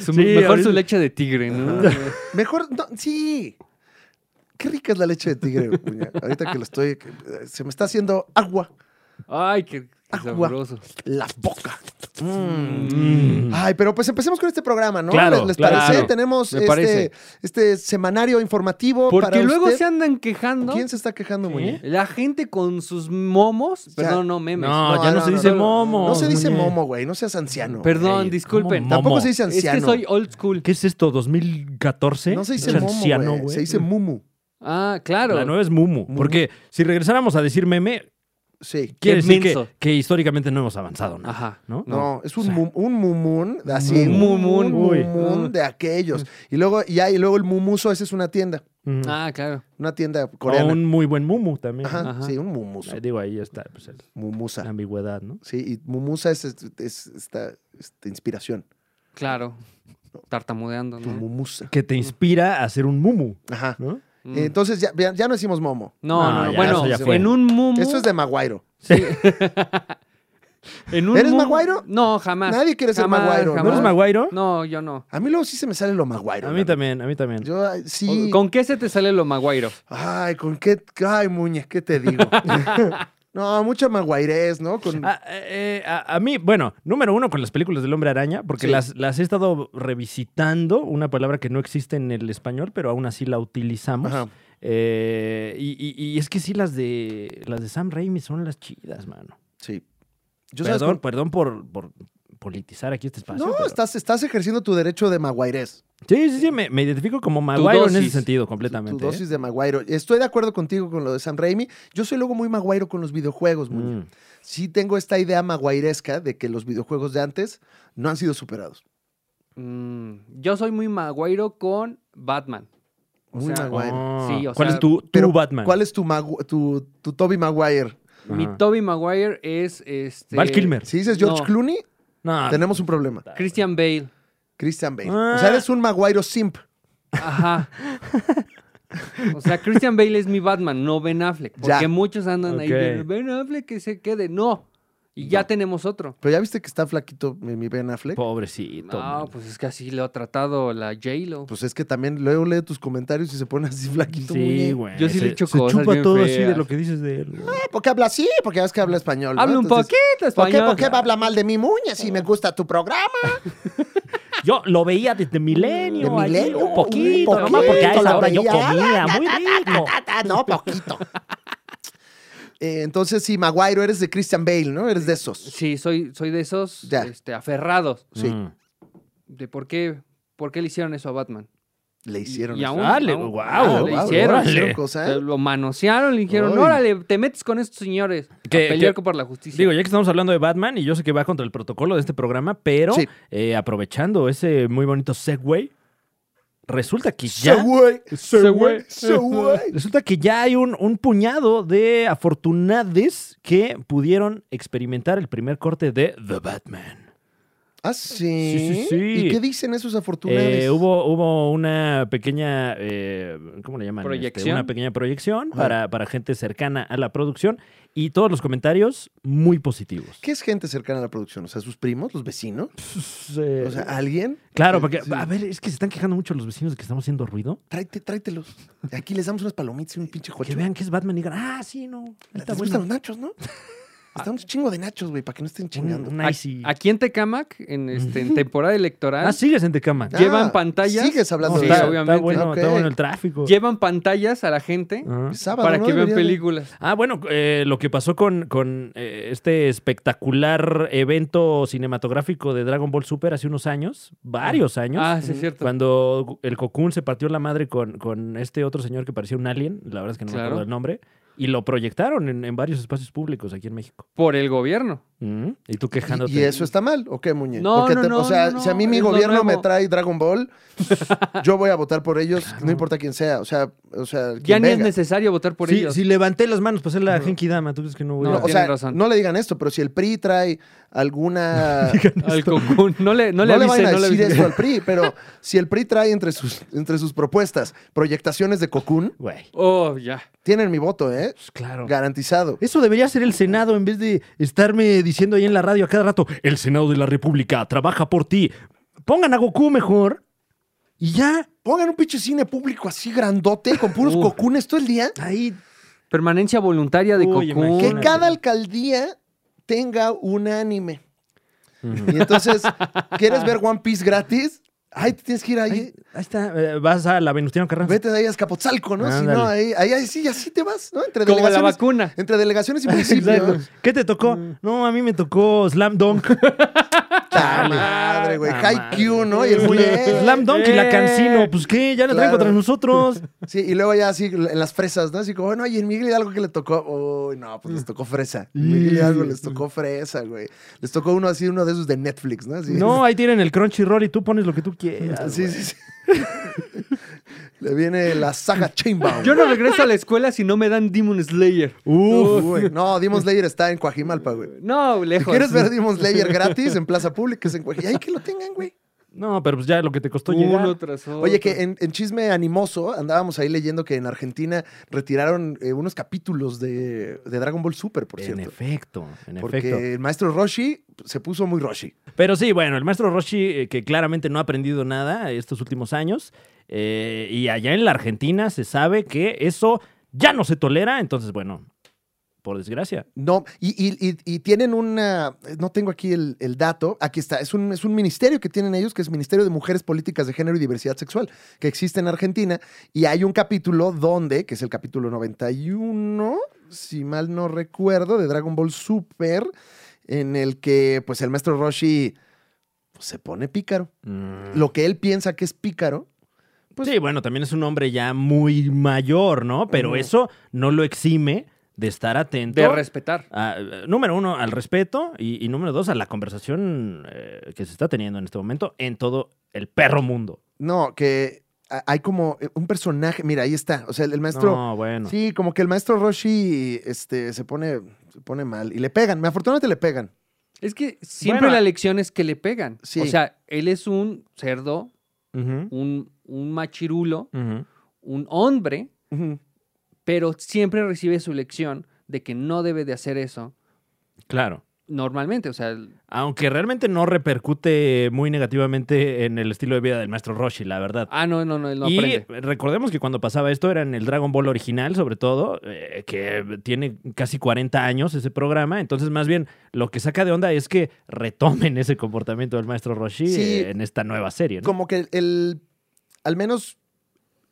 Speaker 3: Su-
Speaker 1: Sí,
Speaker 3: mejor
Speaker 1: ahorita-
Speaker 3: su leche de tigre, ¿no?
Speaker 2: Mejor, no, sí. Qué rica es la leche de tigre, puña. Ahorita que lo estoy, que, eh, se me está haciendo agua
Speaker 3: Ay, qué, qué
Speaker 2: Agua.
Speaker 3: sabroso.
Speaker 2: la boca. Mm.
Speaker 1: Mm.
Speaker 2: Ay, pero pues empecemos con este programa, ¿no?
Speaker 1: Claro,
Speaker 2: ¿Les, les
Speaker 1: claro.
Speaker 2: parece? Tenemos
Speaker 3: Me
Speaker 2: este,
Speaker 3: parece.
Speaker 2: este semanario informativo
Speaker 3: Porque
Speaker 2: para
Speaker 3: luego
Speaker 2: usted.
Speaker 3: se andan quejando.
Speaker 2: ¿Quién se está quejando,
Speaker 1: ¿Sí?
Speaker 2: Muñe?
Speaker 3: La gente con sus momos.
Speaker 2: Ya.
Speaker 3: Perdón, no memes.
Speaker 1: No, ya no,
Speaker 2: no,
Speaker 1: se
Speaker 2: no,
Speaker 1: dice
Speaker 3: no, no.
Speaker 1: momo.
Speaker 2: No se dice
Speaker 1: Muñe.
Speaker 2: momo, güey. No seas anciano.
Speaker 3: Perdón,
Speaker 1: Ey,
Speaker 3: disculpen.
Speaker 1: ¿cómo
Speaker 2: Tampoco
Speaker 1: momo?
Speaker 2: se dice
Speaker 3: Es
Speaker 2: anciano.
Speaker 3: que soy old school.
Speaker 1: ¿Qué es esto? ¿2014?
Speaker 2: No se dice
Speaker 1: Es
Speaker 2: momo, güey. Se dice mumu.
Speaker 3: Ah, claro.
Speaker 1: La nueva es Mumu.
Speaker 2: Mumu.
Speaker 1: Porque si regresáramos a decir meme,
Speaker 2: Sí.
Speaker 1: quiere decir que,
Speaker 3: menso.
Speaker 1: que históricamente no hemos avanzado nada.
Speaker 3: Ajá.
Speaker 1: ¿No?
Speaker 2: No, es un,
Speaker 1: o sea.
Speaker 2: mum- un mumun, así,
Speaker 1: Mumu.
Speaker 2: un mumun,
Speaker 1: Uy.
Speaker 2: mumun de aquellos. Y luego, y hay- y luego el mumuso, esa es una tienda,
Speaker 1: Mm.
Speaker 3: Ah, claro.
Speaker 2: una tienda
Speaker 1: O
Speaker 2: coreana.
Speaker 1: Oh, un muy buen Mumu también.
Speaker 2: Ajá, Ah.
Speaker 3: Ajá.
Speaker 2: sí, un mumuso,
Speaker 1: Ahí digo, ahí está pues, el- la
Speaker 2: mumusa.
Speaker 1: ambigüedad, ¿no?
Speaker 2: Sí, y mumusa es, es- es esta, esta inspiración,
Speaker 3: Claro. Tartamudeando,
Speaker 2: tu
Speaker 3: ¿no?
Speaker 2: mumusa.
Speaker 1: Que te inspira a ser un Mumu,
Speaker 2: Ajá.
Speaker 1: ¿no?
Speaker 3: Mm.
Speaker 2: Entonces ya, ya- ya no decimos momo. Ah,
Speaker 3: No, no,
Speaker 1: No,
Speaker 3: no.
Speaker 1: ya,
Speaker 3: bueno,
Speaker 1: eso ya fue.
Speaker 3: en un mumu.
Speaker 2: Eso es de Maguairo.
Speaker 3: en un
Speaker 2: ¿Eres
Speaker 3: mumu-
Speaker 2: maguairo?
Speaker 3: No, jamás.
Speaker 2: Nadie quiere ser
Speaker 3: Jamás,
Speaker 2: maguairo, ¿no?
Speaker 1: ¿No eres
Speaker 3: jamás.
Speaker 1: Maguairo?
Speaker 3: No, yo no.
Speaker 2: A mí luego sí se me sale lo Maguairo.
Speaker 1: A mí
Speaker 2: la
Speaker 1: también, a mí también.
Speaker 2: verdad. Yo, ay, sí.
Speaker 3: ¿Con qué se te sale lo maguairo?
Speaker 2: Ay, ¿con qué? Ay, Muñe, ¿qué te digo? no, mucha maguairés, ¿no? Con...
Speaker 1: Ah, eh, eh, a, a mí, bueno, número uno con las películas del hombre araña, porque
Speaker 2: Sí.
Speaker 1: las, las he estado revisitando, una palabra que no existe en el español, pero aún así la utilizamos.
Speaker 2: Ajá.
Speaker 1: Eh, y, y- y es que sí, las de las de Sam Raimi son las chidas, mano.
Speaker 2: Sí. Yo sabes
Speaker 1: perdón,
Speaker 2: con-
Speaker 1: perdón por, por politizar aquí este espacio.
Speaker 2: No,
Speaker 1: pero-
Speaker 2: estás, estás ejerciendo tu derecho de maguairés.
Speaker 1: Sí, sí, sí, me, me identifico como Maguire en ese
Speaker 3: dosis.
Speaker 1: sentido,
Speaker 2: Tu
Speaker 1: completamente. ¿eh?
Speaker 2: dosis de Maguairo. Estoy de acuerdo contigo con lo de Sam Raimi. Yo soy luego muy Maguairo con los videojuegos, Muñe.
Speaker 1: Mm.
Speaker 2: Sí tengo esta idea maguairesca de que los videojuegos de antes no han sido superados.
Speaker 3: Mm, yo soy muy maguairo con Batman. O
Speaker 2: Muy
Speaker 3: sea,
Speaker 2: Maguire.
Speaker 1: Ah,
Speaker 3: Sí, o
Speaker 1: ¿Cuál
Speaker 3: sea,
Speaker 1: es tu, tu
Speaker 2: Pero,
Speaker 1: Batman?
Speaker 2: ¿Cuál es tu, Magu- tu, tu Toby Maguire?
Speaker 3: Mi
Speaker 1: Ajá.
Speaker 3: Toby Maguire es este.
Speaker 1: Val Kilmer.
Speaker 2: Si dices George
Speaker 3: No.
Speaker 2: Clooney,
Speaker 1: No,
Speaker 2: tenemos un problema.
Speaker 3: Christian Bale.
Speaker 2: Christian Bale.
Speaker 1: Ah.
Speaker 2: O sea, eres un Maguire simp.
Speaker 3: Ajá. O sea, Christian Bale es mi Batman, no Ben Affleck. Porque
Speaker 2: Ya.
Speaker 3: muchos andan ahí
Speaker 1: Ok.
Speaker 3: de Ben Affleck que se quede. No. Y ya tenemos otro.
Speaker 2: Pero ya viste que está flaquito mi, mi Ben Affleck.
Speaker 1: Pobrecito.
Speaker 3: No,
Speaker 1: man.
Speaker 3: pues es que así lo ha tratado la J-Lo.
Speaker 2: Pues es que también luego lee tus comentarios y se pone así
Speaker 3: pues,
Speaker 2: flaquito.
Speaker 1: Sí,
Speaker 2: muñe.
Speaker 1: güey.
Speaker 3: Yo sí
Speaker 1: se-
Speaker 3: le echo
Speaker 1: se
Speaker 3: cosas
Speaker 1: chupa
Speaker 3: bien
Speaker 1: todo así de
Speaker 3: feas.
Speaker 1: lo que dices de él. güey.
Speaker 2: Eh, ¿Por qué habla así? Porque ya ves que habla español. ¿no?
Speaker 3: Habla un
Speaker 2: Pues, Entonces,
Speaker 3: poquito
Speaker 2: ¿Por qué,
Speaker 3: español.
Speaker 2: ¿Por qué habla mal de mi muñe si me gusta tu programa?
Speaker 1: Yo lo veía desde milenio.
Speaker 2: De
Speaker 1: aquí,
Speaker 2: milenio,
Speaker 1: Un poquito,
Speaker 2: un
Speaker 1: nomás porque a
Speaker 2: poquito,
Speaker 1: esa
Speaker 2: la
Speaker 1: hora yo
Speaker 2: veía.
Speaker 1: comía. Muy rico.
Speaker 2: Ah, ah, no, poquito. Eh, entonces, sí, Maguire, eres de Christian Bale, ¿no? Eres de esos.
Speaker 3: Sí, soy, soy de esos
Speaker 2: Ya.
Speaker 3: este, aferrados.
Speaker 2: Sí,
Speaker 1: Mm.
Speaker 3: De por qué, por qué le hicieron eso a Batman.
Speaker 2: le hicieron
Speaker 3: Y
Speaker 2: eso.
Speaker 3: aún-
Speaker 1: Dale,
Speaker 3: aún-
Speaker 1: guau,
Speaker 3: ah,
Speaker 2: guau,
Speaker 3: le
Speaker 2: guau,
Speaker 3: hicieron.
Speaker 2: órale.
Speaker 1: hicieron
Speaker 2: cosa, ¿eh?
Speaker 3: Lo manosearon, le dijeron,
Speaker 2: Ay.
Speaker 3: órale, te metes con estos señores a
Speaker 1: Que-
Speaker 3: pelear
Speaker 1: que-
Speaker 3: por la justicia.
Speaker 1: Eh, Digo, ya que estamos hablando de Batman, y yo sé que va contra el protocolo de este programa, pero
Speaker 2: Sí.
Speaker 1: eh, aprovechando ese muy bonito segue, resulta que ya.
Speaker 2: Segway,
Speaker 1: Segway.
Speaker 2: Segway.
Speaker 1: Resulta que ya hay un, un puñado de afortunades que pudieron experimentar el primer corte de The Batman.
Speaker 2: Ah, sí.
Speaker 1: Sí, sí, sí.
Speaker 2: ¿Y qué dicen esos afortunados?
Speaker 1: Eh, hubo, hubo una pequeña, eh, ¿cómo le llaman? Este,
Speaker 3: Proyección.
Speaker 1: una pequeña proyección
Speaker 2: Ajá.
Speaker 1: para, para gente cercana a la producción y todos los comentarios muy positivos.
Speaker 2: ¿Qué es gente cercana a la producción? O sea, sus primos, los vecinos,
Speaker 1: Pues, eh,
Speaker 2: o sea, alguien.
Speaker 1: claro, porque,
Speaker 2: Sí.
Speaker 1: a ver, es que se están quejando mucho los vecinos de que estamos haciendo ruido.
Speaker 2: Tráete, tráetelos. Aquí les damos unas palomitas y un pinche
Speaker 1: Que
Speaker 2: coche.
Speaker 1: vean que es Batman y digan, ah, sí, no,
Speaker 2: Les
Speaker 1: está
Speaker 2: gustan
Speaker 1: bueno.
Speaker 2: los nachos, ¿no? Está un chingo de nachos, güey, para que no estén chingando.
Speaker 1: Un- un
Speaker 3: A-
Speaker 1: icy.
Speaker 3: Aquí en Tecamac, en, este, en temporada electoral,
Speaker 1: Ah, sigues en Tecama.
Speaker 2: Ah,
Speaker 3: llevan pantallas.
Speaker 2: Sigues hablando
Speaker 1: No,
Speaker 3: sí,
Speaker 2: de
Speaker 1: está,
Speaker 2: eso.
Speaker 1: está
Speaker 3: obviamente.
Speaker 1: bueno, está
Speaker 2: Ok.
Speaker 1: bueno el tráfico.
Speaker 3: llevan pantallas a la gente
Speaker 1: Ajá.
Speaker 2: Sábado,
Speaker 3: para
Speaker 2: Ah, ¿no?
Speaker 3: que vean
Speaker 2: Debería de-
Speaker 3: películas.
Speaker 1: Ah, bueno, eh, lo que pasó con, con, eh, este espectacular evento cinematográfico de Dragon Ball Super hace unos años, varios años,
Speaker 3: Ah, sí, es cierto.
Speaker 1: cuando el Cocoon se partió la madre con, con este otro señor que parecía un alien, la verdad es que no me
Speaker 3: Claro.
Speaker 1: acuerdo el nombre, y lo proyectaron en, en varios espacios públicos aquí en México.
Speaker 3: Por el gobierno.
Speaker 1: Mm, Y tú
Speaker 2: ¿Y-
Speaker 1: quejándote.
Speaker 2: ¿Y eso está mal o qué, Muñe?
Speaker 3: No,
Speaker 2: Porque
Speaker 3: no, no,
Speaker 2: O sea,
Speaker 3: no, no,
Speaker 2: si a mí mi
Speaker 3: es lo
Speaker 2: gobierno me
Speaker 3: nuevo.
Speaker 2: trae Dragon Ball, yo voy a votar por ellos, no importa quién sea. O sea, o sea
Speaker 3: Ya
Speaker 2: quien
Speaker 3: ni es
Speaker 2: venga.
Speaker 3: necesario votar por
Speaker 1: Sí,
Speaker 3: ellos.
Speaker 1: Si levanté las manos para hacer la Genki Dama, ¿tú crees que no voy
Speaker 3: No,
Speaker 1: a...?
Speaker 2: No, o
Speaker 3: tienes
Speaker 2: sea,
Speaker 3: razón.
Speaker 2: no le digan esto, pero si el PRI trae alguna...
Speaker 3: Al Cocoon. No le, no
Speaker 2: No
Speaker 3: le
Speaker 2: le,
Speaker 3: avisen,
Speaker 2: vayan a
Speaker 3: no le
Speaker 2: decir esto
Speaker 3: avisen.
Speaker 2: al PRI, pero si el PRI trae entre sus, entre sus propuestas proyectaciones de Cocoon,
Speaker 1: Güey,
Speaker 3: Oh, ya.
Speaker 2: tienen mi voto, ¿eh?
Speaker 1: pues claro.
Speaker 2: Garantizado.
Speaker 1: Eso debería ser el Senado en vez de estarme diciendo ahí en la radio a cada rato, el Senado de la República trabaja por ti. Pongan a Goku mejor y ya.
Speaker 2: Pongan un pinche cine público así grandote con puros
Speaker 3: Uh.
Speaker 2: Cocoons todo el día.
Speaker 1: Ahí.
Speaker 3: Permanencia voluntaria de
Speaker 1: Uy,
Speaker 3: Cocoon.
Speaker 2: Que
Speaker 1: Una
Speaker 2: cada
Speaker 1: peli-
Speaker 2: alcaldía tenga un anime. Y entonces, ¿quieres ver One Piece gratis? Ay, te tienes que ir ahí.
Speaker 1: ahí, ahí está. eh, vas a la Venustiano Carranza.
Speaker 2: Vete de ahí a Escapotzalco, ¿no? Si
Speaker 1: Ándale.
Speaker 2: no, ahí, ahí, ahí sí, así te vas, ¿no? Entre
Speaker 3: Como la
Speaker 2: delegaciones,
Speaker 3: vacuna.
Speaker 2: entre delegaciones y
Speaker 1: Exacto.
Speaker 2: municipios.
Speaker 1: ¿Qué te tocó? No, a mí me tocó Slam Dunk.
Speaker 2: ¡Ta madre, güey!
Speaker 1: Ta
Speaker 2: Haikyuu, ¿no? Y el
Speaker 1: Ah, Güey,
Speaker 2: muñe-
Speaker 1: Slam Dunk y
Speaker 3: Eh.
Speaker 1: la Cancino. Pues qué, ya la traen
Speaker 2: Claro.
Speaker 1: contra nosotros.
Speaker 2: Sí, y luego ya así en las fresas, ¿no? Así como, bueno, y en Miguel Hidalgo que le tocó, uy, no, pues les tocó fresa. En Miguel Hidalgo les
Speaker 1: Mm.
Speaker 2: tocó fresa, güey. Les tocó uno así, uno de esos de Netflix, ¿no? Así.
Speaker 1: No, ahí tienen el Crunchyroll y tú pones lo que tú quieras.
Speaker 2: Sí, sí, sí. le viene la saga Chainbound.
Speaker 3: Yo no regreso a la escuela si no me dan Demon Slayer.
Speaker 1: Uf.
Speaker 2: Uy, no, Demon Slayer está en Coajimalpa, güey.
Speaker 3: No,
Speaker 2: Si
Speaker 3: lejos.
Speaker 2: quieres ver Demon Slayer gratis en Plaza Pública, es en Coajimalpa. Ay, que lo tengan, güey.
Speaker 1: No, pero pues ya lo que te costó llegar.
Speaker 3: Uno tras otro.
Speaker 2: Oye, que en, en chisme animoso andábamos ahí leyendo que en Argentina retiraron eh, unos capítulos de, de Dragon Ball Super, por
Speaker 1: en
Speaker 2: cierto.
Speaker 1: efecto, en
Speaker 2: Porque
Speaker 1: efecto.
Speaker 2: el maestro Roshi se puso muy Roshi.
Speaker 1: Pero sí, bueno, el maestro Roshi, eh, que claramente no ha aprendido nada estos últimos años, eh, y allá en la Argentina se sabe que eso ya no se tolera, entonces, bueno, por desgracia.
Speaker 2: No, y, y- y- y tienen una. No tengo aquí el, el dato. Aquí está. Es un, es un ministerio que tienen ellos, que es Ministerio de Mujeres Políticas de Género y Diversidad Sexual, que existe en Argentina. Y hay un capítulo donde, que es el capítulo 91, si mal no recuerdo, de Dragon Ball Super, en el que, pues, el maestro Roshi pues, se pone pícaro. Lo que él piensa que es pícaro. pues-
Speaker 1: sí, bueno, también es un hombre ya muy mayor, ¿no? Pero
Speaker 2: Ujú.
Speaker 1: eso no lo exime de estar atento.
Speaker 3: De respetar.
Speaker 1: a- eh, número uno, al respeto y, y número dos, a la conversación eh, que se está teniendo en este momento en todo el perro mundo.
Speaker 2: No, que a- hay como un personaje. Mira, ahí está. O sea, el, el maestro.
Speaker 1: no, bueno.
Speaker 2: Sí, como que el maestro Roshi este, se, pone, se pone mal y le pegan. Me Afortunadamente le pegan.
Speaker 3: Es que siempre
Speaker 1: Bueno.
Speaker 3: la lección es que le pegan.
Speaker 2: Sí.
Speaker 3: O sea, él es un cerdo,
Speaker 1: Ujú,
Speaker 3: un, un machirulo,
Speaker 1: ujú.
Speaker 3: un hombre, pero siempre recibe su lección de que no debe de hacer eso
Speaker 1: Claro.
Speaker 3: normalmente. O sea, el-
Speaker 1: Aunque realmente no repercute muy negativamente en el estilo de vida del maestro Roshi, la verdad.
Speaker 3: ah, no, no, no, él no
Speaker 1: y
Speaker 3: aprende.
Speaker 1: recordemos que cuando pasaba esto era en el Dragon Ball original, sobre todo, eh, que tiene casi 40 años ese programa. Entonces, más bien, lo que saca de onda es que retomen ese comportamiento del maestro Roshi
Speaker 2: Sí.
Speaker 1: eh, en esta nueva serie. ¿no?
Speaker 2: Como que el, al menos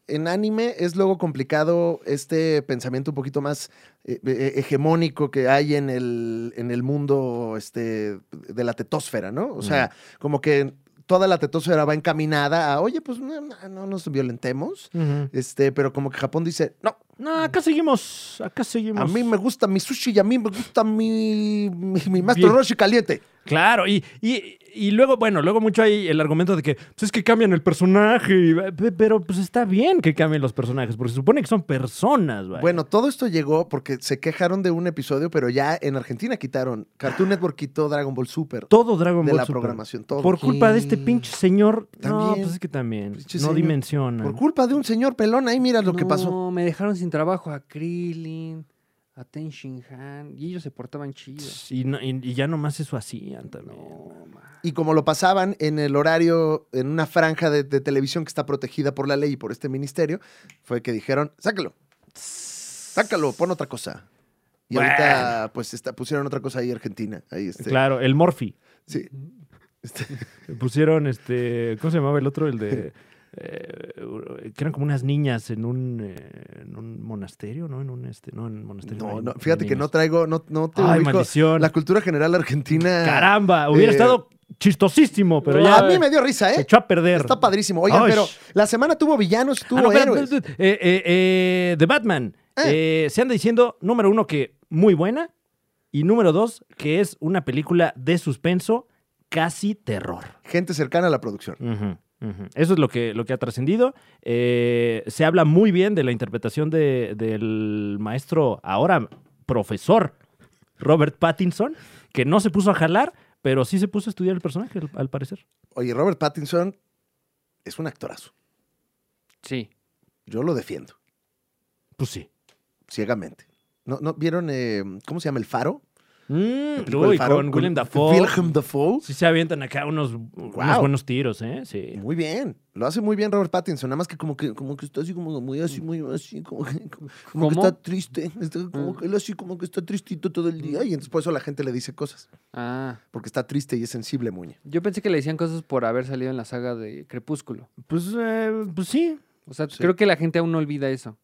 Speaker 2: en anime es luego complicado este pensamiento un poquito más eh, eh, hegemónico que hay en el, en el mundo este, de la tetósfera, ¿no? O sea, como que toda la tetósfera va encaminada a, oye, pues no, no- no nos violentemos.
Speaker 1: Ujú.
Speaker 2: Este, pero como que Japón dice, no,
Speaker 1: No, acá seguimos. Acá seguimos.
Speaker 2: A mí me gusta mi sushi y a mí me gusta mi, mi, mi Master
Speaker 1: Bien.
Speaker 2: Roshi caliente.
Speaker 1: Claro, y, y, y luego, bueno, luego mucho hay el argumento de que pues es que cambian el personaje, y- pe- pero pues está bien que cambien los personajes, porque se supone que son personas, vaya.
Speaker 2: Bueno, todo esto llegó porque se quejaron de un episodio, pero ya en Argentina quitaron. Cartoon Network quitó Dragon Ball Super
Speaker 1: todo Dragon
Speaker 2: de
Speaker 1: Ball
Speaker 2: la
Speaker 1: Super.
Speaker 2: programación. Todo.
Speaker 1: Por culpa de este pinche señor. No,
Speaker 2: También.
Speaker 1: pues es que también.
Speaker 2: Pinche
Speaker 1: no
Speaker 2: señor.
Speaker 1: dimensiona.
Speaker 2: Por culpa de un señor pelón, ahí mira lo que pasó.
Speaker 3: No, me dejaron sin trabajo a Krillin, a Ten Shin Han, y ellos se portaban chidos.
Speaker 1: Y, no- y- y ya nomás eso hacían también.
Speaker 3: No, ma.
Speaker 2: Y como lo pasaban en el horario, en una franja de, de televisión que está protegida por la ley y por este ministerio, fue que dijeron, sácalo, sácalo, pon otra cosa. Y ahorita, pues, está, pusieron otra cosa ahí Argentina. Ahí este,
Speaker 1: Claro, el Morphy.
Speaker 2: Sí. Este,
Speaker 1: Pusieron este. ¿Cómo se llamaba el otro? El de. eh, que eran como unas niñas en un, eh, en un monasterio, ¿no? En un este. No, en un monasterio.
Speaker 2: no,
Speaker 1: hay-
Speaker 2: no,
Speaker 1: hay
Speaker 2: fíjate que no
Speaker 1: niños.
Speaker 2: traigo, no, no te
Speaker 1: Ay,
Speaker 2: ubico.
Speaker 1: maldición.
Speaker 2: La cultura general argentina.
Speaker 1: Caramba, hubiera
Speaker 2: Eh,
Speaker 1: estado chistosísimo, pero
Speaker 3: no,
Speaker 1: ya.
Speaker 2: a mí me dio risa,
Speaker 1: Se
Speaker 2: ¿eh?
Speaker 1: echó a perder.
Speaker 2: Está padrísimo. Oigan,
Speaker 1: Ay.
Speaker 2: pero la semana tuvo villanos, tuvo
Speaker 1: Ah, no, espera,
Speaker 2: héroes.
Speaker 1: espera, espera. Eh, eh, eh, The Batman. Eh, se anda diciendo, número uno, que muy buena. Y número dos, que es una película de suspenso, casi terror.
Speaker 2: Gente cercana a la producción.
Speaker 1: Ujú, ujú. Eso es lo que, lo que ha trascendido. Eh, se habla muy bien de la interpretación de- del maestro, ahora profesor, Robert Pattinson, que no se puso a jalar, pero sí se puso a estudiar el personaje, al, al parecer.
Speaker 2: Oye, Robert Pattinson es un actorazo.
Speaker 3: Sí.
Speaker 2: Yo lo defiendo,
Speaker 1: Pues sí.
Speaker 2: ciegamente. ¿No, no vieron, eh, cómo se llama, El Faro?
Speaker 1: Mm,
Speaker 2: película
Speaker 1: uy,
Speaker 2: El Faro,
Speaker 1: con Willem Dafoe.
Speaker 2: Willem Dafoe.
Speaker 1: Sí se avientan acá unos, unos buenos tiros, ¿eh? Sí.
Speaker 2: Muy bien, lo hace muy bien Robert Pattinson, nada más que como que, como que está así, como muy así, muy así, como que, como- como que
Speaker 3: ¿Cómo?
Speaker 2: está triste, está
Speaker 1: Mm.
Speaker 2: como que él así, como que está tristito todo el día, y entonces por eso la gente le dice cosas,
Speaker 3: Ah.
Speaker 2: porque está triste y es sensible, Muñe.
Speaker 3: Yo pensé que le decían cosas por haber salido en la saga de Crepúsculo.
Speaker 1: Pues, eh, pues sí.
Speaker 3: O sea,
Speaker 2: Sí.
Speaker 3: creo que la gente aún no olvida eso.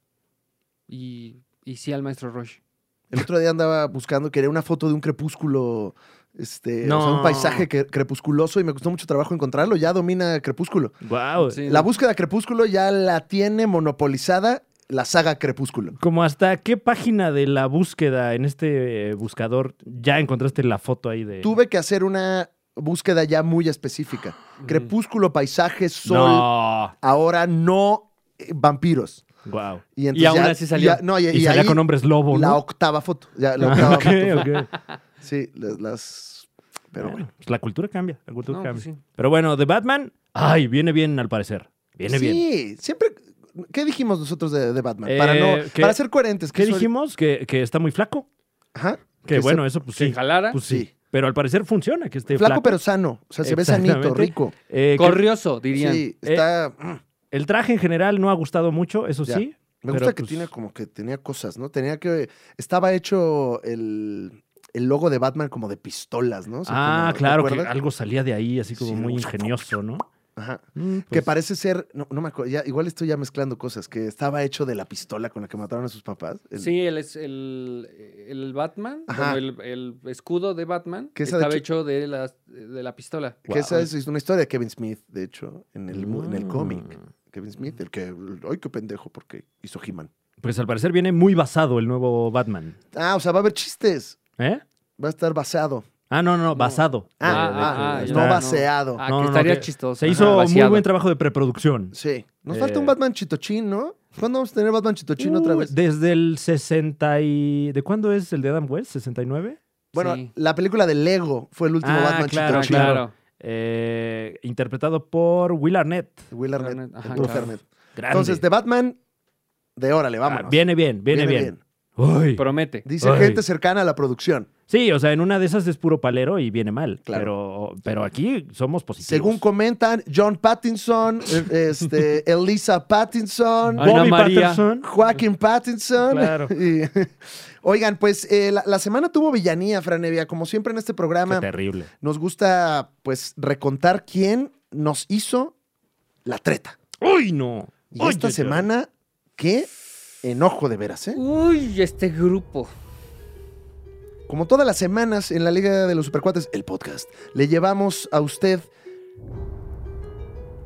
Speaker 3: Y, y sí al maestro Roche.
Speaker 2: El otro día andaba buscando, quería una foto de un crepúsculo, este, o sea, un
Speaker 1: No.
Speaker 2: paisaje que- crepusculoso, y me costó mucho trabajo encontrarlo, ya domina crepúsculo.
Speaker 1: Wow.
Speaker 3: Sí.
Speaker 2: La búsqueda crepúsculo ya la tiene monopolizada la saga crepúsculo.
Speaker 1: Como hasta qué página de la búsqueda en este eh, buscador ya encontraste la foto ahí de.
Speaker 2: Tuve que hacer una búsqueda ya muy específica.
Speaker 3: Mm.
Speaker 2: Crepúsculo, paisaje, sol,
Speaker 1: No.
Speaker 2: ahora no eh, vampiros.
Speaker 1: Wow.
Speaker 2: Y,
Speaker 3: Y
Speaker 2: entonces
Speaker 3: aún
Speaker 2: ya-
Speaker 3: así salió.
Speaker 2: ya- no, y,
Speaker 1: Y,
Speaker 2: y
Speaker 1: salía
Speaker 2: ahí
Speaker 1: con hombres lobo.
Speaker 2: la
Speaker 1: ¿no? Ah,
Speaker 2: octava foto. ya, la octava
Speaker 1: ok,
Speaker 2: foto.
Speaker 1: ok.
Speaker 2: Sí, las... las- pero bueno.
Speaker 1: Bueno, pues la cultura cambia. La cultura
Speaker 3: No,
Speaker 1: cambia.
Speaker 3: pues sí.
Speaker 1: Pero bueno, The Batman. Ay, viene bien al parecer. Viene bien.
Speaker 2: sí, siempre... ¿Qué dijimos nosotros de, de Batman?
Speaker 1: Eh,
Speaker 2: para, no,
Speaker 1: ¿qué-
Speaker 2: para ser coherentes. que
Speaker 1: ¿Qué
Speaker 2: soy-
Speaker 1: dijimos? Que, que está muy flaco.
Speaker 2: Ajá.
Speaker 1: Que,
Speaker 2: Que
Speaker 1: bueno, eso pues
Speaker 3: Que
Speaker 1: sí.
Speaker 3: jalara.
Speaker 1: Pues sí.
Speaker 2: Sí.
Speaker 1: Pero al parecer funciona que esté
Speaker 2: Flaco,
Speaker 1: flaco.
Speaker 2: pero sano. O sea, se ve sanito,
Speaker 1: Exactamente.
Speaker 2: rico.
Speaker 1: Eh, que-
Speaker 3: Corrioso, dirían.
Speaker 2: Sí, está... mm.
Speaker 1: El traje en general no ha gustado mucho, eso
Speaker 2: Ya.
Speaker 1: sí.
Speaker 2: Me
Speaker 1: pero,
Speaker 2: gusta que
Speaker 1: pues,
Speaker 2: tiene como que tenía cosas, ¿no? Tenía que... Estaba hecho el, el logo de Batman como de pistolas, ¿no? O sea,
Speaker 1: ah,
Speaker 2: como- ¿te
Speaker 1: claro, que
Speaker 2: acuerdas?
Speaker 1: algo salía de ahí, así como
Speaker 2: Sí,
Speaker 1: muy
Speaker 2: ¿no?
Speaker 1: ingenioso, ¿no?
Speaker 2: Ajá.
Speaker 1: Mm,
Speaker 2: Que
Speaker 1: pues,
Speaker 2: parece ser, no, no me acuerdo, ya, igual estoy ya mezclando cosas, que estaba hecho de la pistola con la que mataron a sus papás. El-
Speaker 3: Sí, él es el, el Batman,
Speaker 2: Ajá.
Speaker 3: bueno, el, el escudo de Batman
Speaker 2: Que esa de
Speaker 3: estaba
Speaker 2: hecho-
Speaker 3: hecho de la, de la pistola.
Speaker 2: Que
Speaker 1: Wow.
Speaker 2: esa es, es una historia de Kevin Smith, de hecho, en el, mu- en el
Speaker 1: Mm.
Speaker 2: cómic. Kevin Smith, el que, ay, qué pendejo, porque hizo He-Man.
Speaker 1: Pues al parecer viene muy basado el nuevo Batman.
Speaker 2: Ah, o sea, va a haber chistes,
Speaker 1: ¿eh?
Speaker 2: va a estar basado.
Speaker 1: Ah, no, no, basado.
Speaker 2: Ah,
Speaker 1: De- de-
Speaker 2: ah,
Speaker 1: de-
Speaker 2: ah,
Speaker 1: está-
Speaker 2: no baseado.
Speaker 3: Ah,
Speaker 1: No, no,
Speaker 3: que
Speaker 1: no,
Speaker 3: estaría
Speaker 1: que
Speaker 3: chistoso.
Speaker 1: Se
Speaker 3: Ajá.
Speaker 1: hizo muy
Speaker 3: Vaciado.
Speaker 1: buen trabajo de preproducción.
Speaker 2: Sí. Nos
Speaker 1: Eh.
Speaker 2: falta un Batman chitochín, ¿no? ¿Cuándo vamos a tener Batman chitochín otra
Speaker 1: Uh,
Speaker 2: vez?
Speaker 1: Desde el 60 y... ¿De cuándo es el de Adam West? ¿69?
Speaker 2: Bueno,
Speaker 3: sí.
Speaker 2: la película de Lego fue el último
Speaker 1: Ah,
Speaker 2: Batman
Speaker 1: claro,
Speaker 3: Ah,
Speaker 2: chitochín.
Speaker 3: claro.
Speaker 1: Eh, interpretado por Will Arnett.
Speaker 2: Will Arnett,
Speaker 3: Arnett,
Speaker 2: el
Speaker 3: ajá,
Speaker 2: profe
Speaker 3: claro.
Speaker 2: Arnett.
Speaker 1: Grande.
Speaker 2: Entonces, de Batman, de órale,
Speaker 1: Ah,
Speaker 2: vámonos.
Speaker 1: viene bien, viene,
Speaker 2: Viene
Speaker 1: bien. Uy.
Speaker 3: Promete.
Speaker 2: Dice
Speaker 1: Ay.
Speaker 2: gente cercana a la producción.
Speaker 1: Sí, o sea, en una de esas es puro palero y viene mal.
Speaker 2: Claro.
Speaker 1: Pero, pero aquí somos positivos.
Speaker 2: Según comentan, John Pattinson, este, Elisa
Speaker 1: Ah.
Speaker 2: Pattinson,
Speaker 3: Ana María.
Speaker 2: Joaquin Pattinson.
Speaker 1: Claro.
Speaker 2: Y- oigan, pues eh, la, la semana tuvo villanía, Franevia. Como siempre en este
Speaker 1: Qué
Speaker 2: programa,
Speaker 1: terrible.
Speaker 2: nos gusta pues recontar quién nos hizo la treta.
Speaker 1: ¡Uy, no!
Speaker 2: Y
Speaker 1: Ay,
Speaker 2: esta
Speaker 1: ay, ay.
Speaker 2: semana, qué enojo de veras, ¿eh?
Speaker 3: Uy, este grupo.
Speaker 2: Como todas las semanas en la Liga de los Supercuates, el podcast, le llevamos a usted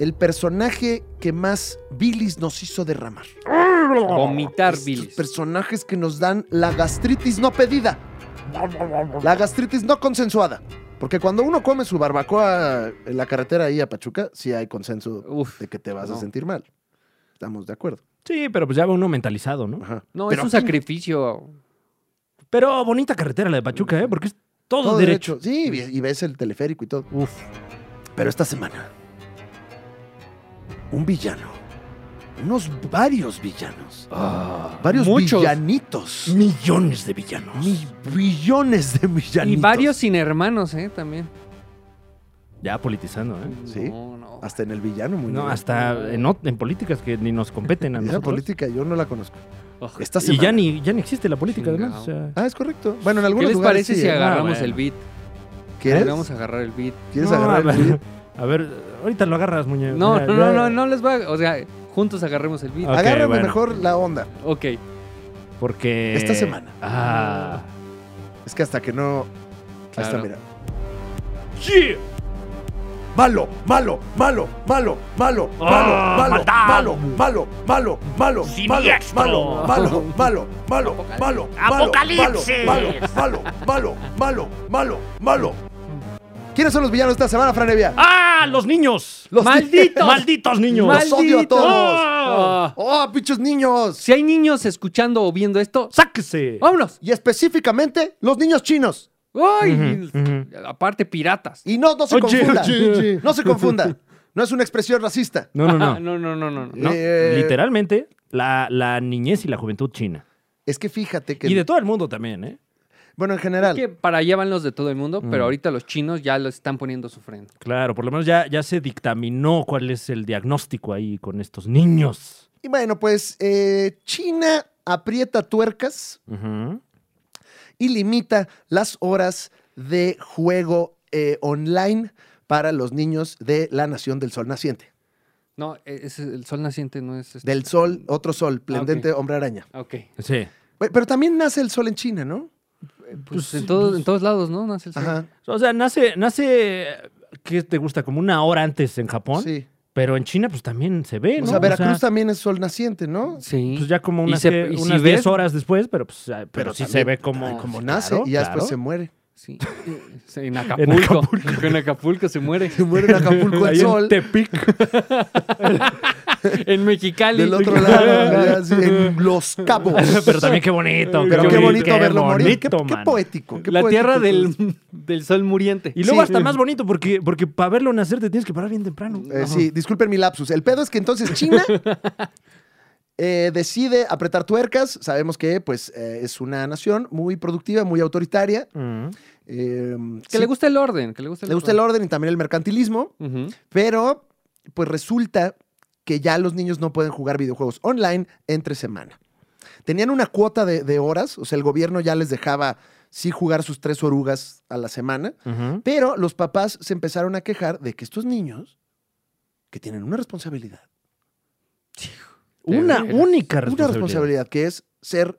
Speaker 2: el personaje que más bilis nos hizo derramar. Oh,
Speaker 3: Vomitar
Speaker 2: Estos
Speaker 3: bilis.
Speaker 2: personajes que nos dan la gastritis no pedida. La gastritis no consensuada. Porque cuando uno come su barbacoa en la carretera ahí a Pachuca, sí hay consenso
Speaker 3: Uf.
Speaker 2: de que te vas a
Speaker 3: no.
Speaker 2: sentir mal. Estamos de acuerdo.
Speaker 1: Sí, pero pues ya va uno mentalizado, ¿no?
Speaker 2: Ajá.
Speaker 3: No,
Speaker 2: Pero
Speaker 3: es un sacrificio.
Speaker 1: Pero bonita carretera la de Pachuca, ¿eh? Porque es todo,
Speaker 2: todo
Speaker 1: derecho.
Speaker 2: derecho. Sí, y y ves el teleférico y todo.
Speaker 1: Uf.
Speaker 2: Pero esta semana, un villano, unos varios villanos, varios
Speaker 3: Ah, Muchos.
Speaker 2: villanitos,
Speaker 1: Millones de villanos.
Speaker 2: mi- billones de villanitos.
Speaker 3: Y varios sin hermanos, ¿eh? También.
Speaker 1: Ya politizando, ¿eh?
Speaker 2: Sí.
Speaker 3: No, no.
Speaker 2: Hasta en el villano, muy
Speaker 1: No,
Speaker 2: bien.
Speaker 1: hasta en, ot- en políticas que ni nos competen a
Speaker 2: Esa
Speaker 1: nosotros.
Speaker 2: política yo no la conozco. Esta
Speaker 1: Y
Speaker 2: semana.
Speaker 1: ya ni, ya ni existe la política, además.
Speaker 3: Chingao.
Speaker 1: o sea.
Speaker 2: Ah, es correcto. Bueno, en
Speaker 3: ¿Qué
Speaker 2: algunos
Speaker 3: les
Speaker 2: lugares
Speaker 3: parece
Speaker 2: sí,
Speaker 3: si
Speaker 2: ¿eh?
Speaker 3: agarramos
Speaker 1: bueno.
Speaker 3: el beat?
Speaker 2: ¿Quieres?
Speaker 3: Vamos a agarrar el beat.
Speaker 2: ¿Quieres
Speaker 1: No,
Speaker 2: agarrar?
Speaker 1: a
Speaker 2: el
Speaker 1: ver,
Speaker 2: beat?
Speaker 1: a ver, ahorita lo agarras, muñeco.
Speaker 3: No,
Speaker 1: Mira,
Speaker 3: no,
Speaker 1: ya-
Speaker 3: no, no, no les va a- O sea, juntos agarremos el beat.
Speaker 1: Ok,
Speaker 2: Agárrame
Speaker 1: bueno.
Speaker 2: mejor la onda.
Speaker 3: Ok.
Speaker 1: Porque.
Speaker 2: Esta semana.
Speaker 1: Ah.
Speaker 2: Es que hasta que no. Ahí está,
Speaker 3: Claro.
Speaker 2: mira. Malo, malo, malo, malo, malo, malo,
Speaker 1: Ah,
Speaker 2: malo,
Speaker 1: maldad.
Speaker 2: malo, malo, malo, malo, malo,
Speaker 1: Siniestro.
Speaker 2: malo, malo, malo, malo, malo, malo,
Speaker 4: Apocalipsis.
Speaker 2: malo, malo, malo, malo, malo, malo. ¿Quiénes son los villanos esta semana, Fran Evia?
Speaker 1: ¡Ah! ¡Los niños!
Speaker 2: Los
Speaker 3: ¡Malditos!
Speaker 1: ¡Malditos niños!
Speaker 2: Los odio a todos.
Speaker 1: ¡Ah!
Speaker 2: ¡Oh, pinches niños!
Speaker 3: Si hay niños escuchando o viendo esto,
Speaker 1: ¡Sáquese!
Speaker 3: ¡vámonos!
Speaker 2: Y específicamente, los niños chinos.
Speaker 3: ¡Ay!
Speaker 1: Ujú, ujú.
Speaker 3: Aparte, piratas.
Speaker 2: Y no, no se
Speaker 1: Oye,
Speaker 2: confunda.
Speaker 1: oye, oye.
Speaker 2: No se confunda. No es una expresión racista.
Speaker 1: No, no,
Speaker 3: Ah,
Speaker 1: no.
Speaker 3: no, no, no, no. no.
Speaker 1: No,
Speaker 2: Eh,
Speaker 1: Literalmente, la, la niñez y la juventud china.
Speaker 2: Es que fíjate que.
Speaker 1: Y de todo el mundo también, ¿eh?
Speaker 2: Bueno, en
Speaker 3: Es
Speaker 2: general.
Speaker 3: que para allá van los de todo el mundo,
Speaker 1: Mm.
Speaker 3: pero ahorita los chinos ya los están poniendo sufriendo.
Speaker 1: Claro, por lo menos ya, ya se dictaminó cuál es el diagnóstico ahí con estos niños.
Speaker 2: Y bueno, pues eh, China aprieta tuercas
Speaker 1: Ujú.
Speaker 2: y limita las horas de juego eh, online para los niños de la Nación del Sol Naciente.
Speaker 3: No, es, el sol naciente no es. este-
Speaker 2: Del Sol, otro
Speaker 1: Ah,
Speaker 2: Sol, plendente
Speaker 3: ok.
Speaker 2: hombre araña.
Speaker 3: Ok.
Speaker 1: Sí.
Speaker 2: Pe- Pero también nace el Sol en China, ¿no?
Speaker 3: Pues,
Speaker 1: Pues,
Speaker 3: en, todos,
Speaker 1: pues-
Speaker 3: en todos lados, ¿no? Nace el sol.
Speaker 2: Ajá.
Speaker 1: O sea, nace, nace, ¿qué te gusta? Como una hora antes en Japón.
Speaker 2: Sí.
Speaker 1: Pero en China, pues también se ve, ¿no?
Speaker 2: O sea, Veracruz
Speaker 1: O sea,
Speaker 2: también es Sol Naciente, ¿no?
Speaker 3: Sí.
Speaker 1: pues ya como unas,
Speaker 3: se-
Speaker 1: que-
Speaker 3: y si
Speaker 1: unas
Speaker 3: ves-
Speaker 1: 10 horas después, pero pues ah, pero, sí se
Speaker 2: también-
Speaker 1: ve como,
Speaker 2: ay, como
Speaker 1: Ah, sí,
Speaker 2: nace
Speaker 1: claro,
Speaker 2: y ya
Speaker 1: claro.
Speaker 2: después se muere.
Speaker 3: Sí. Sí, En Acapulco. En Acapulco, se muere.
Speaker 2: Se muere en Acapulco el
Speaker 1: Ahí en
Speaker 2: Sol.
Speaker 1: Tepic.
Speaker 3: En Mexicali.
Speaker 2: Del otro lado, ya así, en Los Cabos.
Speaker 1: pero también qué bonito.
Speaker 2: Pero qué bonito verlo morir. Qué,
Speaker 1: bonito,
Speaker 2: qué
Speaker 1: man.
Speaker 2: poético. qué
Speaker 3: La tierra
Speaker 2: poético todo
Speaker 3: del, del sol muriente.
Speaker 1: Y luego
Speaker 2: Sí.
Speaker 1: hasta más bonito, porque, porque para verlo nacer te tienes que parar bien temprano.
Speaker 2: Eh, sí, disculpen mi lapsus. El pedo es que entonces China eh, decide apretar tuercas. Sabemos que pues, eh, es una nación muy productiva, muy autoritaria.
Speaker 1: Mm.
Speaker 2: Eh,
Speaker 3: Que
Speaker 2: sí,
Speaker 3: le gusta el orden. Que le gusta el
Speaker 2: le gusta el orden y también el mercantilismo.
Speaker 3: Ujú.
Speaker 2: Pero pues resulta que ya los niños no pueden jugar videojuegos online entre semana. Tenían una cuota de, de horas, o sea, el gobierno ya les dejaba sí jugar sus tres orugas a la semana,
Speaker 1: Ujú.
Speaker 2: pero los papás se empezaron a quejar de que estos niños, que tienen una responsabilidad,
Speaker 3: De
Speaker 1: Una
Speaker 3: veras.
Speaker 1: única
Speaker 2: una
Speaker 1: responsabilidad.
Speaker 2: responsabilidad que es ser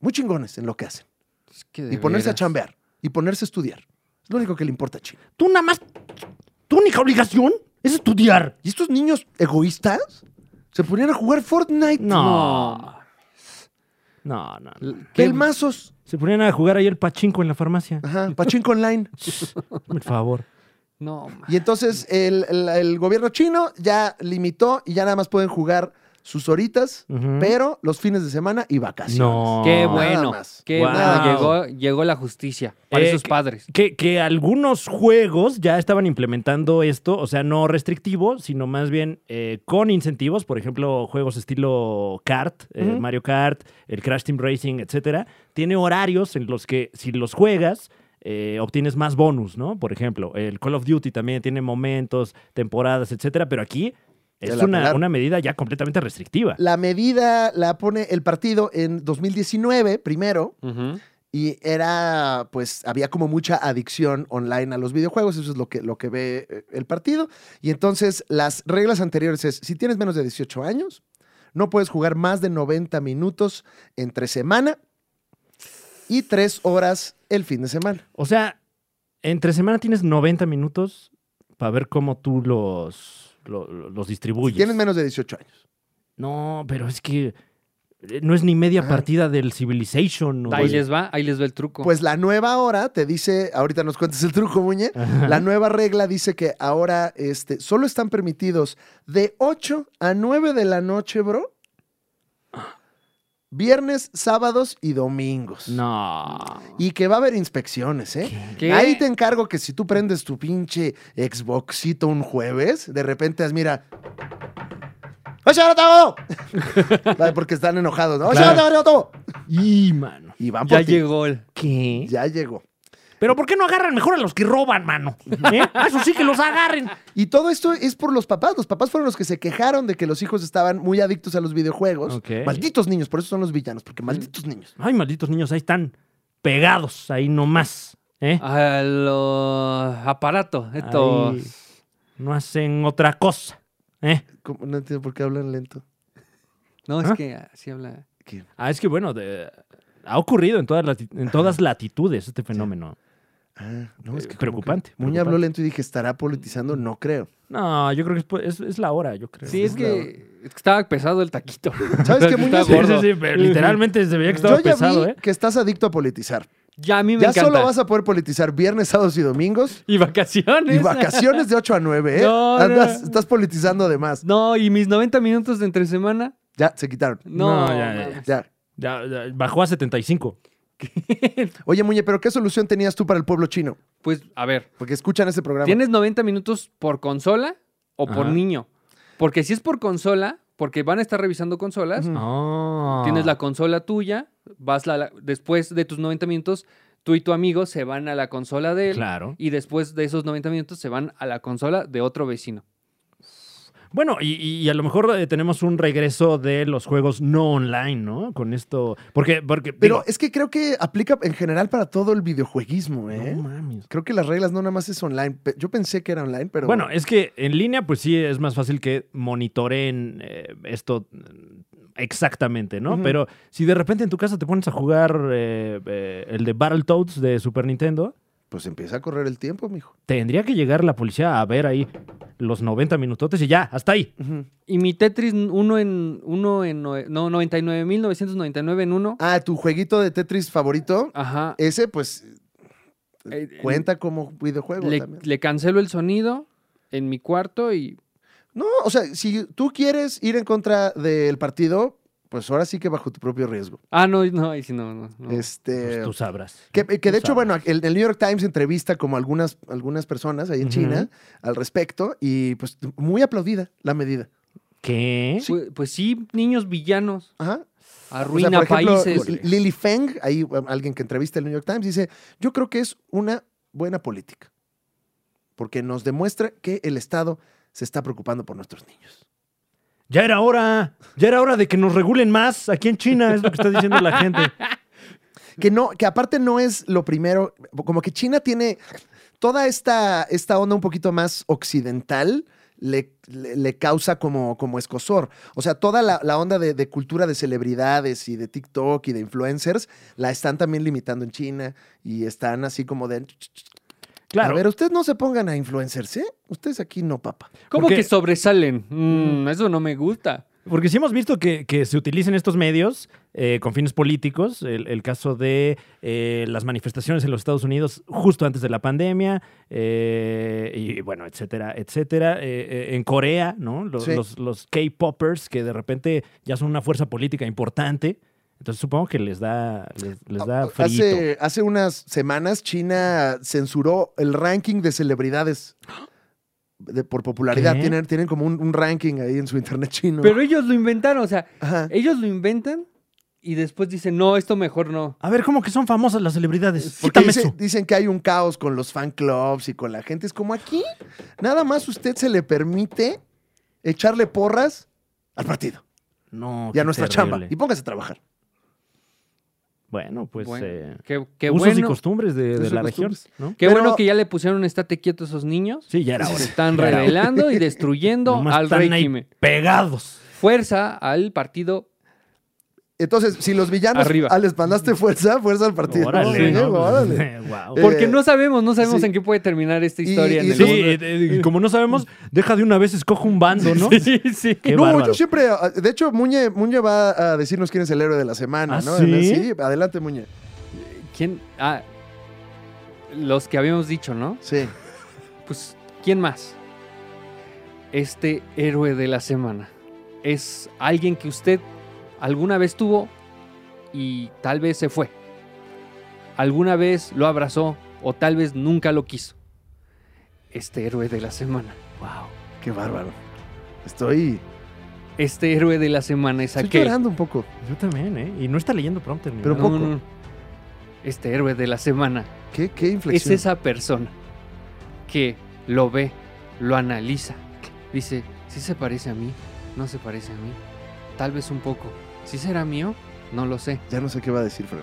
Speaker 2: muy chingones en lo que hacen
Speaker 3: Es que Pues, de
Speaker 2: y ponerse a
Speaker 3: veras.
Speaker 2: chambear y ponerse a estudiar. Es lo único que le importa a China.
Speaker 1: Tú nada más, tu única obligación es estudiar.
Speaker 2: ¿Y estos niños egoístas se ponían a jugar Fortnite?
Speaker 1: No.
Speaker 3: No.
Speaker 1: No, no. no.
Speaker 3: Qué-
Speaker 2: Pelmazos.
Speaker 1: Se ponían a jugar ahí el pachinko en la farmacia.
Speaker 2: Ajá, pachinko online.
Speaker 1: Por favor.
Speaker 3: No, ma.
Speaker 2: Y entonces el, el- el gobierno chino ya limitó y ya nada más pueden jugar sus horitas,
Speaker 1: Ujú.
Speaker 2: pero los fines de semana y vacaciones.
Speaker 1: No.
Speaker 3: Qué
Speaker 2: Nada
Speaker 3: bueno.
Speaker 2: más.
Speaker 3: Qué
Speaker 1: Wow.
Speaker 3: bueno. Llegó, llegó la justicia para
Speaker 1: Eh,
Speaker 3: esos
Speaker 1: que-
Speaker 3: padres.
Speaker 1: Que, que algunos juegos ya estaban implementando esto, o sea, no restrictivo, sino más bien eh, con incentivos, por ejemplo, juegos estilo kart, eh,
Speaker 2: Ujú.
Speaker 1: Mario Kart, el Crash Team Racing, etcétera, tiene horarios en los que si los juegas eh, obtienes más bonus, ¿no? Por ejemplo, el Call of Duty también tiene momentos, temporadas, etcétera, pero aquí
Speaker 2: Te
Speaker 1: es
Speaker 2: la
Speaker 1: una,
Speaker 2: pelaron.
Speaker 1: una medida ya completamente restrictiva.
Speaker 2: La medida la pone el partido en 2019, primero,
Speaker 3: Ujú.
Speaker 2: Y era, pues, había como mucha adicción online a los videojuegos, eso es lo que, lo que ve eh, el partido. Y entonces las reglas anteriores es, si tienes menos de 18 años, no puedes jugar más de 90 minutos entre semana y tres horas el fin de semana.
Speaker 1: O sea, entre semana tienes 90 minutos para ver cómo tú los, lo- lo- los distribuyes.
Speaker 2: Tienes menos de 18 años.
Speaker 1: No, pero es que eh, no es ni media
Speaker 2: Ajá.
Speaker 1: partida del Civilization. ¿no? pues,
Speaker 3: Ahí les va, ahí les va el truco.
Speaker 2: Pues la nueva hora te dice, ahorita nos cuentas el truco, Muñe,
Speaker 1: Ajá.
Speaker 2: la nueva regla dice que ahora este, solo están permitidos de 8 a 9 de la noche, bro. Viernes, sábados y domingos.
Speaker 1: No.
Speaker 2: Y que va a haber inspecciones, ¿eh?
Speaker 3: ¿Qué?
Speaker 2: Ahí te encargo que si tú prendes tu pinche Xboxito un jueves, de repente haz, mira. ¡Oye, ahora te hago! Vale, Porque están enojados. ¿no? ¡Oye, ahora te hago, ahora te hago!
Speaker 1: Y, mano.
Speaker 2: Y van por
Speaker 3: Ya
Speaker 2: ti.
Speaker 3: llegó el.
Speaker 1: ¿Qué?
Speaker 2: Ya llegó.
Speaker 1: Pero ¿por qué no agarran mejor a los que roban, mano? ¿Eh? A Eso sí que los agarren.
Speaker 2: Y todo esto es por los papás. Los papás fueron los que se quejaron de que los hijos estaban muy adictos a los videojuegos.
Speaker 1: Ok.
Speaker 2: Malditos niños, por eso son los villanos, porque malditos niños.
Speaker 1: Ay, malditos niños, ahí están pegados, ahí nomás. ¿eh?
Speaker 3: A los aparatos, estos.
Speaker 1: Ahí no hacen otra cosa. ¿eh?
Speaker 2: ¿Cómo? No entiendo por qué hablan lento.
Speaker 3: No, es
Speaker 1: ¿Ah?
Speaker 3: que así habla.
Speaker 1: Ah, es que bueno, de- ha ocurrido en todas, lati- en todas latitudes este fenómeno.
Speaker 2: Ah, no, es que
Speaker 1: Eh,
Speaker 2: como
Speaker 1: preocupante,
Speaker 2: que Muña habló
Speaker 1: preocupante.
Speaker 2: lento y dije, ¿estará politizando? No creo.
Speaker 1: No, yo creo que es po- es, es la hora, yo creo.
Speaker 3: Sí, es
Speaker 2: la-
Speaker 3: que, es que estaba pesado el taquito.
Speaker 2: ¿Sabes qué,
Speaker 3: Estaba
Speaker 2: Muñoz?
Speaker 1: Sí, sí,
Speaker 3: gordo.
Speaker 1: sí, pero literalmente se veía que estaba
Speaker 2: Yo ya
Speaker 1: pesado,
Speaker 2: vi
Speaker 1: ¿eh?
Speaker 2: que estás adicto a politizar.
Speaker 3: Ya a mí me
Speaker 2: Ya
Speaker 3: encanta.
Speaker 2: solo vas a poder politizar viernes, sábados y domingos.
Speaker 3: Y vacaciones.
Speaker 2: Y vacaciones de 8 a 9, ¿eh?
Speaker 3: No, no,
Speaker 2: Andas-
Speaker 3: no.
Speaker 2: Estás politizando además.
Speaker 3: No, y mis 90 minutos de entre semana.
Speaker 2: Ya, se quitaron.
Speaker 3: No,
Speaker 1: No, ya, ya, ya.
Speaker 2: Ya.
Speaker 1: Ya- ya bajó a 75.
Speaker 2: Oye, Muñe, ¿pero qué solución tenías tú para el pueblo chino?
Speaker 3: Pues, a ver,
Speaker 2: Porque escuchan ese programa.
Speaker 3: ¿tienes 90 minutos por consola o por
Speaker 1: Ajá.
Speaker 3: niño? Porque si es por consola, porque van a estar revisando consolas,
Speaker 2: Ujú.
Speaker 1: Ah.
Speaker 3: tienes la consola tuya, vas la- la- después de tus 90 minutos, tú y tu amigo se van a la consola de él.
Speaker 1: Claro.
Speaker 3: Y después de esos 90 minutos se van a la consola de otro vecino.
Speaker 1: Bueno, y, y- y a lo mejor eh, tenemos un regreso de los juegos no online, ¿no? Con esto. Porque, porque.
Speaker 2: Pero
Speaker 1: digo,
Speaker 2: es que creo que aplica en general para todo el videojueguismo, ¿eh?
Speaker 1: no mames.
Speaker 2: Creo que las reglas no nada más es online. Pe- Yo pensé que era online, pero...
Speaker 1: Bueno, eh es que en línea, pues sí, es más fácil que monitoreen eh, esto mm, exactamente, ¿no?
Speaker 2: Ujú.
Speaker 1: Pero si de repente en tu casa te pones a jugar eh, eh, el de Battletoads de Super Nintendo,
Speaker 2: Pues empieza a correr el tiempo, mijo.
Speaker 1: tendría que llegar la policía a ver ahí los 90 minutotes y ya, hasta ahí.
Speaker 3: Y mi Tetris uno en uno en nove- no 99.999 en uno.
Speaker 2: Ah, tu jueguito de Tetris favorito,
Speaker 3: Ajá.
Speaker 2: ese pues
Speaker 3: Eh, eh,
Speaker 2: cuenta como videojuego
Speaker 3: le,
Speaker 2: también.
Speaker 3: le cancelo el sonido en mi cuarto y
Speaker 2: No, o sea, si tú quieres ir en contra del partido, pues ahora sí que bajo tu propio riesgo.
Speaker 3: ah no no ahí sí no no, no.
Speaker 1: Pues
Speaker 2: Este
Speaker 1: tú sabrás.
Speaker 2: que, que
Speaker 1: tú
Speaker 2: de hecho, bueno, el, el New York Times entrevista como algunas, algunas personas ahí en
Speaker 1: Ujú.
Speaker 2: China al respecto y pues muy aplaudida la medida.
Speaker 1: ¿Qué?
Speaker 3: Pues, pues sí niños villanos
Speaker 2: Ajá. O sea,
Speaker 3: arruina
Speaker 2: por ejemplo,
Speaker 3: países.
Speaker 2: Li- Lily Feng, ahí um, alguien que entrevista al New York Times, dice, yo creo que es una buena política, porque nos demuestra que el Estado se está preocupando por nuestros niños.
Speaker 1: Ya era hora, ya era hora de que nos regulen más aquí en China, es lo que está diciendo la gente.
Speaker 2: Que, no, que aparte no es lo primero, como que China tiene toda esta, esta onda un poquito más occidental. Le, le- le causa como, como escosor. O sea, toda la, la onda de, de cultura de celebridades y de TikTok y de influencers la están también limitando en China y están así como de...
Speaker 1: Claro.
Speaker 2: A ver, ustedes no se pongan a influencers, ¿eh? Ustedes aquí no, papá.
Speaker 3: ¿Cómo
Speaker 1: porque-
Speaker 3: que sobresalen? Mm, eso no me gusta.
Speaker 1: Porque sí hemos visto que, que se utilizan estos medios eh, con fines políticos. El, el caso de eh, las manifestaciones en los Estados Unidos justo antes de la pandemia, eh, y bueno, etcétera, etcétera. Eh, eh, en Corea, ¿no? Los,
Speaker 2: Sí.
Speaker 1: los- los K-poppers que de repente ya son una fuerza política importante. Entonces supongo que les da, les, les da Ah, frito.
Speaker 2: Ah, Hace, hace unas semanas China censuró el ranking de celebridades de- por popularidad.
Speaker 1: ¿Qué?
Speaker 2: Tienen, tienen como un, un ranking ahí en su internet chino.
Speaker 3: Pero ellos lo inventaron, o sea,
Speaker 1: eh,
Speaker 2: Ajá.
Speaker 3: ellos lo inventan y después dicen, no, esto mejor no.
Speaker 1: A ver, ¿cómo que son famosas las celebridades?
Speaker 2: Eh, Porque
Speaker 1: Quítame
Speaker 2: dice-
Speaker 1: eso.
Speaker 2: dicen que hay un caos con los fan clubs y con la gente. Es como aquí, nada más usted se le permite echarle porras al partido
Speaker 1: No,
Speaker 2: y a
Speaker 1: Oh, qué
Speaker 2: nuestra
Speaker 1: terrible.
Speaker 2: chamba. Y póngase a trabajar.
Speaker 1: Bueno, pues
Speaker 3: Bueno,
Speaker 1: eh,
Speaker 3: Qué, qué
Speaker 1: usos y
Speaker 3: bueno.
Speaker 1: costumbres de, de
Speaker 2: Usos y
Speaker 1: la región,
Speaker 2: costumbres.
Speaker 1: ¿no?
Speaker 3: Qué
Speaker 2: Pero-
Speaker 3: bueno que ya le pusieron un estate quieto a esos niños.
Speaker 1: Sí, ya era
Speaker 3: Se
Speaker 1: hora.
Speaker 3: están
Speaker 1: Ya era hora.
Speaker 3: rebelando y destruyendo
Speaker 1: Nomás
Speaker 3: al
Speaker 1: están ahí
Speaker 3: régimen.
Speaker 1: pegados.
Speaker 3: Fuerza al partido.
Speaker 2: Entonces, si los villanos
Speaker 3: Arriba.
Speaker 2: ah, les mandaste fuerza, fuerza al partido.
Speaker 1: Órale,
Speaker 2: Sí,
Speaker 1: ¿no?
Speaker 2: órale.
Speaker 1: Guau.
Speaker 2: Eh,
Speaker 3: Porque no sabemos, no sabemos
Speaker 2: sí.
Speaker 3: en qué puede terminar esta
Speaker 2: Y-
Speaker 3: historia. en
Speaker 2: y-
Speaker 3: el
Speaker 1: Sí,
Speaker 2: Como-
Speaker 3: mundo.
Speaker 1: eh, eh, y como no sabemos, deja de una vez escojo un bando, ¿no?
Speaker 3: sí, sí.
Speaker 1: Qué
Speaker 2: no,
Speaker 1: bárbaro.
Speaker 2: yo siempre. ah, De hecho, Muñe, Muñe va a decirnos quién es el héroe de la semana,
Speaker 1: ¿Ah,
Speaker 2: ¿no?
Speaker 1: sí?
Speaker 2: En el- adelante, Muñe.
Speaker 3: ¿Quién? Ah, los que habíamos dicho, ¿no?
Speaker 2: Sí.
Speaker 3: Pues, ¿quién más? Este héroe de la semana es alguien que usted alguna vez tuvo y tal vez se fue. Alguna vez lo abrazó o tal vez nunca lo quiso. Este héroe de la semana. Wow.
Speaker 2: Qué bárbaro. Estoy,
Speaker 3: Este héroe de la semana es
Speaker 2: estoy
Speaker 3: aquel.
Speaker 2: llorando un poco.
Speaker 1: Yo también, ¿eh? Y no está leyendo prompter. ni
Speaker 2: Pero
Speaker 1: nada.
Speaker 2: poco.
Speaker 3: este héroe de la semana
Speaker 2: ¿Qué, qué inflexión?
Speaker 3: es esa persona que lo ve, lo analiza, dice, si se parece a mí, no se parece a mí, tal vez un poco, si será mío, no lo sé.
Speaker 2: Ya no sé qué va a decir, Fran.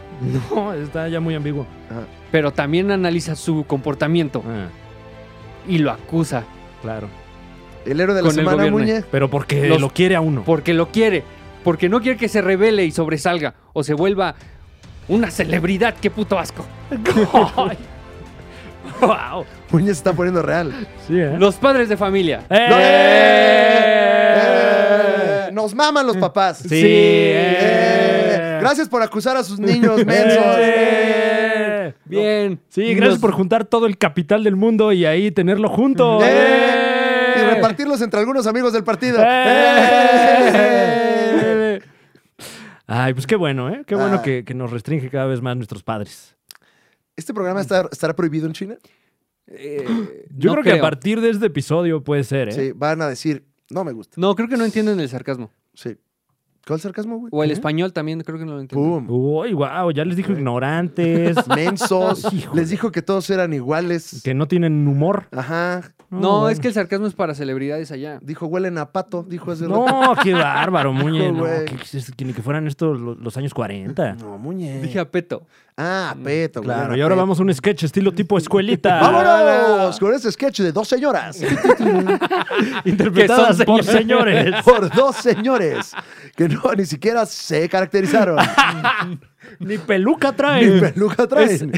Speaker 1: No, está ya muy ambiguo.
Speaker 2: Ajá.
Speaker 3: Pero también analiza su comportamiento
Speaker 1: Ah,
Speaker 3: y lo acusa
Speaker 1: claro.
Speaker 2: El héroe de la
Speaker 3: Con el
Speaker 2: semana,
Speaker 3: gobierno.
Speaker 2: Muñe.
Speaker 1: Pero porque
Speaker 3: Los-
Speaker 1: lo quiere a uno.
Speaker 3: porque lo quiere, porque no quiere que se revele y sobresalga o se vuelva una celebridad, qué puto asco.
Speaker 1: Ay. wow.
Speaker 2: Muñe se está poniendo real.
Speaker 1: Sí, ¿eh?
Speaker 3: Los padres de familia.
Speaker 1: ¡Eh!
Speaker 2: No, ¡Eh! Nos maman los papás.
Speaker 1: Sí.
Speaker 2: ¡Eh!
Speaker 1: ¡Eh!
Speaker 2: Gracias por acusar a sus niños mensos.
Speaker 1: ¡Eh!
Speaker 3: Bien.
Speaker 1: Sí, gracias
Speaker 3: Nos-
Speaker 1: por juntar todo el capital del mundo y ahí tenerlo junto.
Speaker 2: ¡Eh!
Speaker 1: ¡Eh!
Speaker 2: Y repartirlos entre algunos amigos del partido. ¡Eh!
Speaker 1: ¡Eh! Ay, pues qué bueno, ¿eh? Qué bueno
Speaker 2: Ah.
Speaker 1: que, que nos restringe cada vez más nuestros padres.
Speaker 2: ¿Este programa está- estará prohibido en China?
Speaker 3: Eh,
Speaker 1: Yo
Speaker 3: no
Speaker 1: creo, que a partir de este episodio puede ser, ¿eh?
Speaker 2: Sí, van a decir, no me gusta.
Speaker 3: No, creo que no entienden el sarcasmo.
Speaker 2: Sí. ¿Cuál sarcasmo, güey?
Speaker 3: O
Speaker 1: ¿Eh?
Speaker 3: el español también, creo que no lo entienden.
Speaker 1: Uh.
Speaker 2: ¡Pum!
Speaker 1: Uy, wow, ya les dijo ignorantes,
Speaker 2: Mensos.
Speaker 1: Híjole.
Speaker 2: Les dijo que todos eran iguales.
Speaker 1: que no tienen humor.
Speaker 2: Ajá.
Speaker 3: No,
Speaker 1: bueno.
Speaker 3: es que el sarcasmo es para celebridades allá.
Speaker 2: Dijo, huelen a pato. Dijo hace rato.
Speaker 1: No, qué bárbaro, Muñe. no,
Speaker 2: güey.
Speaker 1: que, que- que ni que fueran estos lo- los años 40.
Speaker 2: No, Muñe.
Speaker 3: Dije a Peto. Mm.
Speaker 2: Ah, peto. güey,
Speaker 1: Claro,
Speaker 2: era
Speaker 1: y ahora
Speaker 2: peto.
Speaker 1: vamos a un sketch estilo tipo escuelita.
Speaker 2: ¡Vámonos! Con este sketch de dos señoras.
Speaker 1: Interpretadas
Speaker 3: Que son
Speaker 1: por señores.
Speaker 2: Por dos señores que no ni siquiera se caracterizaron.
Speaker 1: Ni peluca
Speaker 2: ni
Speaker 1: traen.
Speaker 2: peluca traen.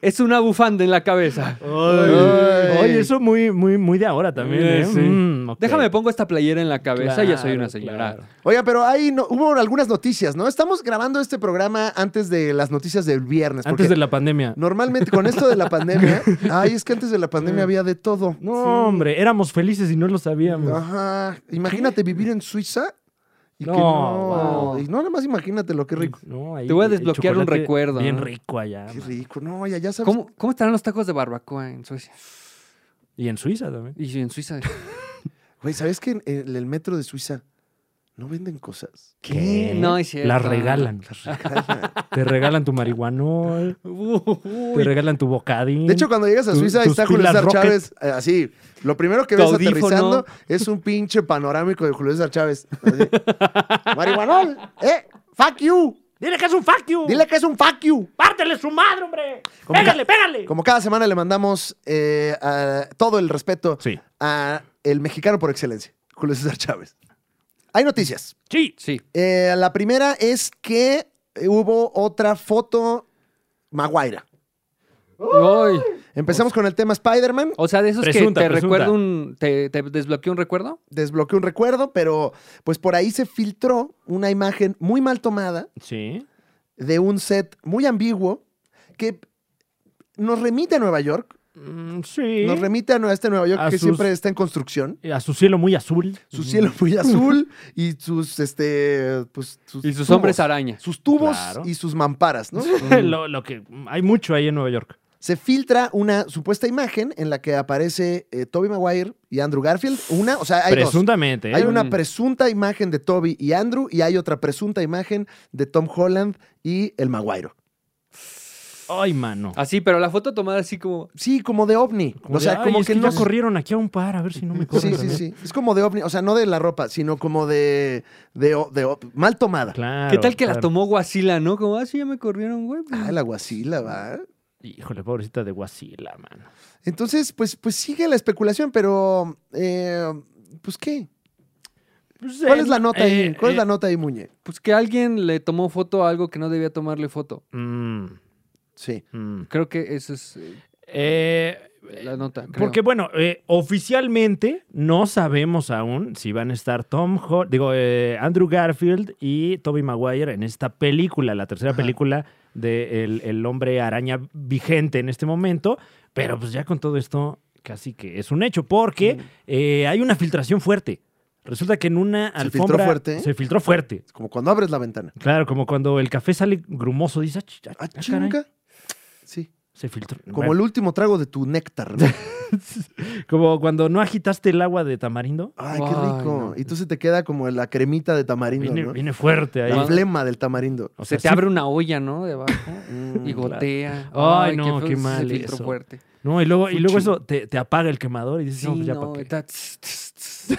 Speaker 3: Es una bufanda en la cabeza.
Speaker 2: Ay.
Speaker 1: Oye, eso muy, muy, muy de ahora también.
Speaker 3: Eh,
Speaker 1: ¿eh?
Speaker 3: sí.
Speaker 1: Mm, ok.
Speaker 3: Déjame pongo esta playera en la cabeza y ya soy
Speaker 1: Claro,
Speaker 3: una señora.
Speaker 1: claro.
Speaker 2: Oiga, pero ahí no- hubo algunas noticias, ¿no? Estamos grabando este programa antes de las noticias del viernes. Porque
Speaker 1: Antes de la pandemia.
Speaker 2: Normalmente con esto de la pandemia. Ay, es que antes de la pandemia había de todo.
Speaker 1: No, pues. hombre, éramos felices y no lo sabíamos.
Speaker 2: Ah, Ajá. Imagínate vivir en Suiza y
Speaker 1: No,
Speaker 2: que no.
Speaker 1: wow.
Speaker 2: Y no, nada más imagínate lo que rico.
Speaker 1: No, ahí
Speaker 3: Te voy a
Speaker 1: el
Speaker 3: desbloquear un
Speaker 1: chocolate
Speaker 3: recuerdo,
Speaker 1: Bien
Speaker 3: ¿no?
Speaker 1: rico allá.
Speaker 2: Qué
Speaker 1: man.
Speaker 2: rico. No, ya, ya sabes.
Speaker 3: ¿Cómo, ¿Cómo estarán los tacos de barbacoa en Suecia?
Speaker 1: Y en Suiza también.
Speaker 3: Y en Suiza.
Speaker 2: Güey, ¿sabes que en el, el metro de Suiza no venden cosas?
Speaker 1: ¿Qué?
Speaker 3: No, es cierto.
Speaker 1: Las regalan.
Speaker 2: Las regalan.
Speaker 1: Te regalan tu marihuanol, te
Speaker 3: Uy,
Speaker 1: regalan tu bocadín.
Speaker 2: De hecho, cuando llegas a
Speaker 1: Tu-
Speaker 2: Suiza, ahí
Speaker 1: tus
Speaker 2: está Julio
Speaker 1: pilas
Speaker 2: César
Speaker 1: Rocket.
Speaker 2: Chávez. eh, así, lo primero que
Speaker 3: Tu
Speaker 2: ves
Speaker 3: audífono.
Speaker 2: aterrizando es un pinche panorámico de Julio César Chávez. Así. Marihuanol, ¿eh? Fuck you.
Speaker 1: Dile que es un fuck you.
Speaker 2: Dile que es un fuck you.
Speaker 1: Pártele su madre, hombre.
Speaker 2: Como
Speaker 1: Pégale, pégale.
Speaker 2: Como cada semana le mandamos eh, a- todo el respeto
Speaker 1: Sí.
Speaker 2: a el mexicano por excelencia, Julio César Chávez. Hay noticias.
Speaker 1: Sí.
Speaker 3: Sí.
Speaker 2: Eh, la primera es que hubo otra foto maguaira.
Speaker 3: Uy.
Speaker 2: Empezamos con el tema Spider-Man.
Speaker 3: O sea, de esos
Speaker 1: Presunta,
Speaker 3: que te
Speaker 1: presunta.
Speaker 3: recuerda un. Te, te desbloqueó un recuerdo.
Speaker 2: Desbloqueé un recuerdo, pero pues por ahí se filtró una imagen muy mal tomada
Speaker 1: Sí.
Speaker 2: de un set muy ambiguo que nos remite a Nueva York,
Speaker 1: Mm, sí.
Speaker 2: nos remite a nue- este Nueva York
Speaker 1: A
Speaker 2: que
Speaker 1: sus-
Speaker 2: siempre está en construcción.
Speaker 1: A su cielo muy azul.
Speaker 2: Su cielo muy azul y sus, este, pues, sus
Speaker 3: Y sus
Speaker 2: tubos.
Speaker 3: hombres araña.
Speaker 2: Sus tubos
Speaker 1: Claro.
Speaker 2: y sus mamparas, ¿no?
Speaker 1: lo, lo que hay mucho ahí en Nueva York.
Speaker 2: se filtra una supuesta imagen en la que aparece eh, Toby Maguire y Andrew Garfield. Una, o sea, hay dos.
Speaker 1: Presuntamente, ¿eh?
Speaker 2: Hay una
Speaker 3: Mm.
Speaker 2: presunta imagen de Toby y Andrew y hay otra presunta imagen de Tom Holland y el Maguire.
Speaker 1: Ay, mano.
Speaker 3: Así, pero la foto tomada así como.
Speaker 2: Sí, como de ovni. o
Speaker 1: de,
Speaker 2: sea,
Speaker 1: "Ay,
Speaker 2: como
Speaker 1: es
Speaker 2: que,
Speaker 1: ya
Speaker 2: no
Speaker 1: corrieron aquí a un par, a ver si no me corren.
Speaker 2: Sí, sí,
Speaker 1: también".
Speaker 2: sí. Es como de ovni, o sea, no de la ropa, sino como de, de, o- de o- mal tomada.
Speaker 1: Claro.
Speaker 3: ¿Qué tal que la
Speaker 1: claro.
Speaker 3: tomó Guasila, no? Como, ah, sí, ya me corrieron, güey.
Speaker 2: Ah, la guasila, va.
Speaker 1: Híjole, pobrecita de Guasila, mano.
Speaker 2: Entonces, pues, pues sigue la especulación, pero eh, pues qué.
Speaker 1: Pues,
Speaker 2: ¿Cuál
Speaker 1: eh,
Speaker 2: es la nota
Speaker 1: eh,
Speaker 2: ahí? ¿Cuál es
Speaker 1: eh,
Speaker 2: la nota ahí, Muñe?
Speaker 3: Pues que alguien le tomó foto a algo que no debía tomarle foto.
Speaker 1: mm,
Speaker 2: Sí.
Speaker 1: mm.
Speaker 3: Creo que esa es eh,
Speaker 1: Eh,
Speaker 3: la nota. creo.
Speaker 1: Porque, bueno, eh, oficialmente no sabemos aún si van a estar Tom Ho- digo, eh, Andrew Garfield y Toby Maguire en esta película, la tercera película de el, El hombre araña vigente en este momento. Pero pues ya con todo esto casi que es un hecho, porque eh, hay una filtración fuerte. Resulta que en una
Speaker 2: ¿Se filtró
Speaker 1: alfombra
Speaker 2: fuerte?
Speaker 1: se filtró fuerte.
Speaker 2: Es como cuando abres la ventana.
Speaker 1: Claro, como cuando el café sale grumoso, dice, "Ah, ch- ah,
Speaker 2: Ah,
Speaker 1: caray".
Speaker 2: chinga. Sí.
Speaker 1: Se filtró.
Speaker 2: Como
Speaker 1: Bueno,
Speaker 2: el último trago de tu néctar. ¿no?
Speaker 1: como cuando no agitaste el agua de tamarindo.
Speaker 2: Ay,
Speaker 3: Ay,
Speaker 2: qué rico.
Speaker 3: no. pues.
Speaker 2: Y tú se te queda como la cremita de tamarindo,
Speaker 1: Viene,
Speaker 2: ¿no?
Speaker 1: viene fuerte ahí.
Speaker 2: La flema del tamarindo.
Speaker 1: O
Speaker 3: se
Speaker 1: sea,
Speaker 3: te
Speaker 1: sí-
Speaker 3: abre una olla, ¿no? Debajo.
Speaker 2: Mm,
Speaker 3: Y gotea.
Speaker 1: claro. Ay, no, qué
Speaker 3: se
Speaker 1: mal
Speaker 3: filtró
Speaker 1: eso.
Speaker 3: fuerte.
Speaker 1: No, y luego, y luego
Speaker 2: Fuchi.
Speaker 1: eso te, te apaga el quemador y dices,
Speaker 3: Sí,
Speaker 1: no, pues ya
Speaker 3: no,
Speaker 1: para qué.
Speaker 3: está- tss, tss, tss.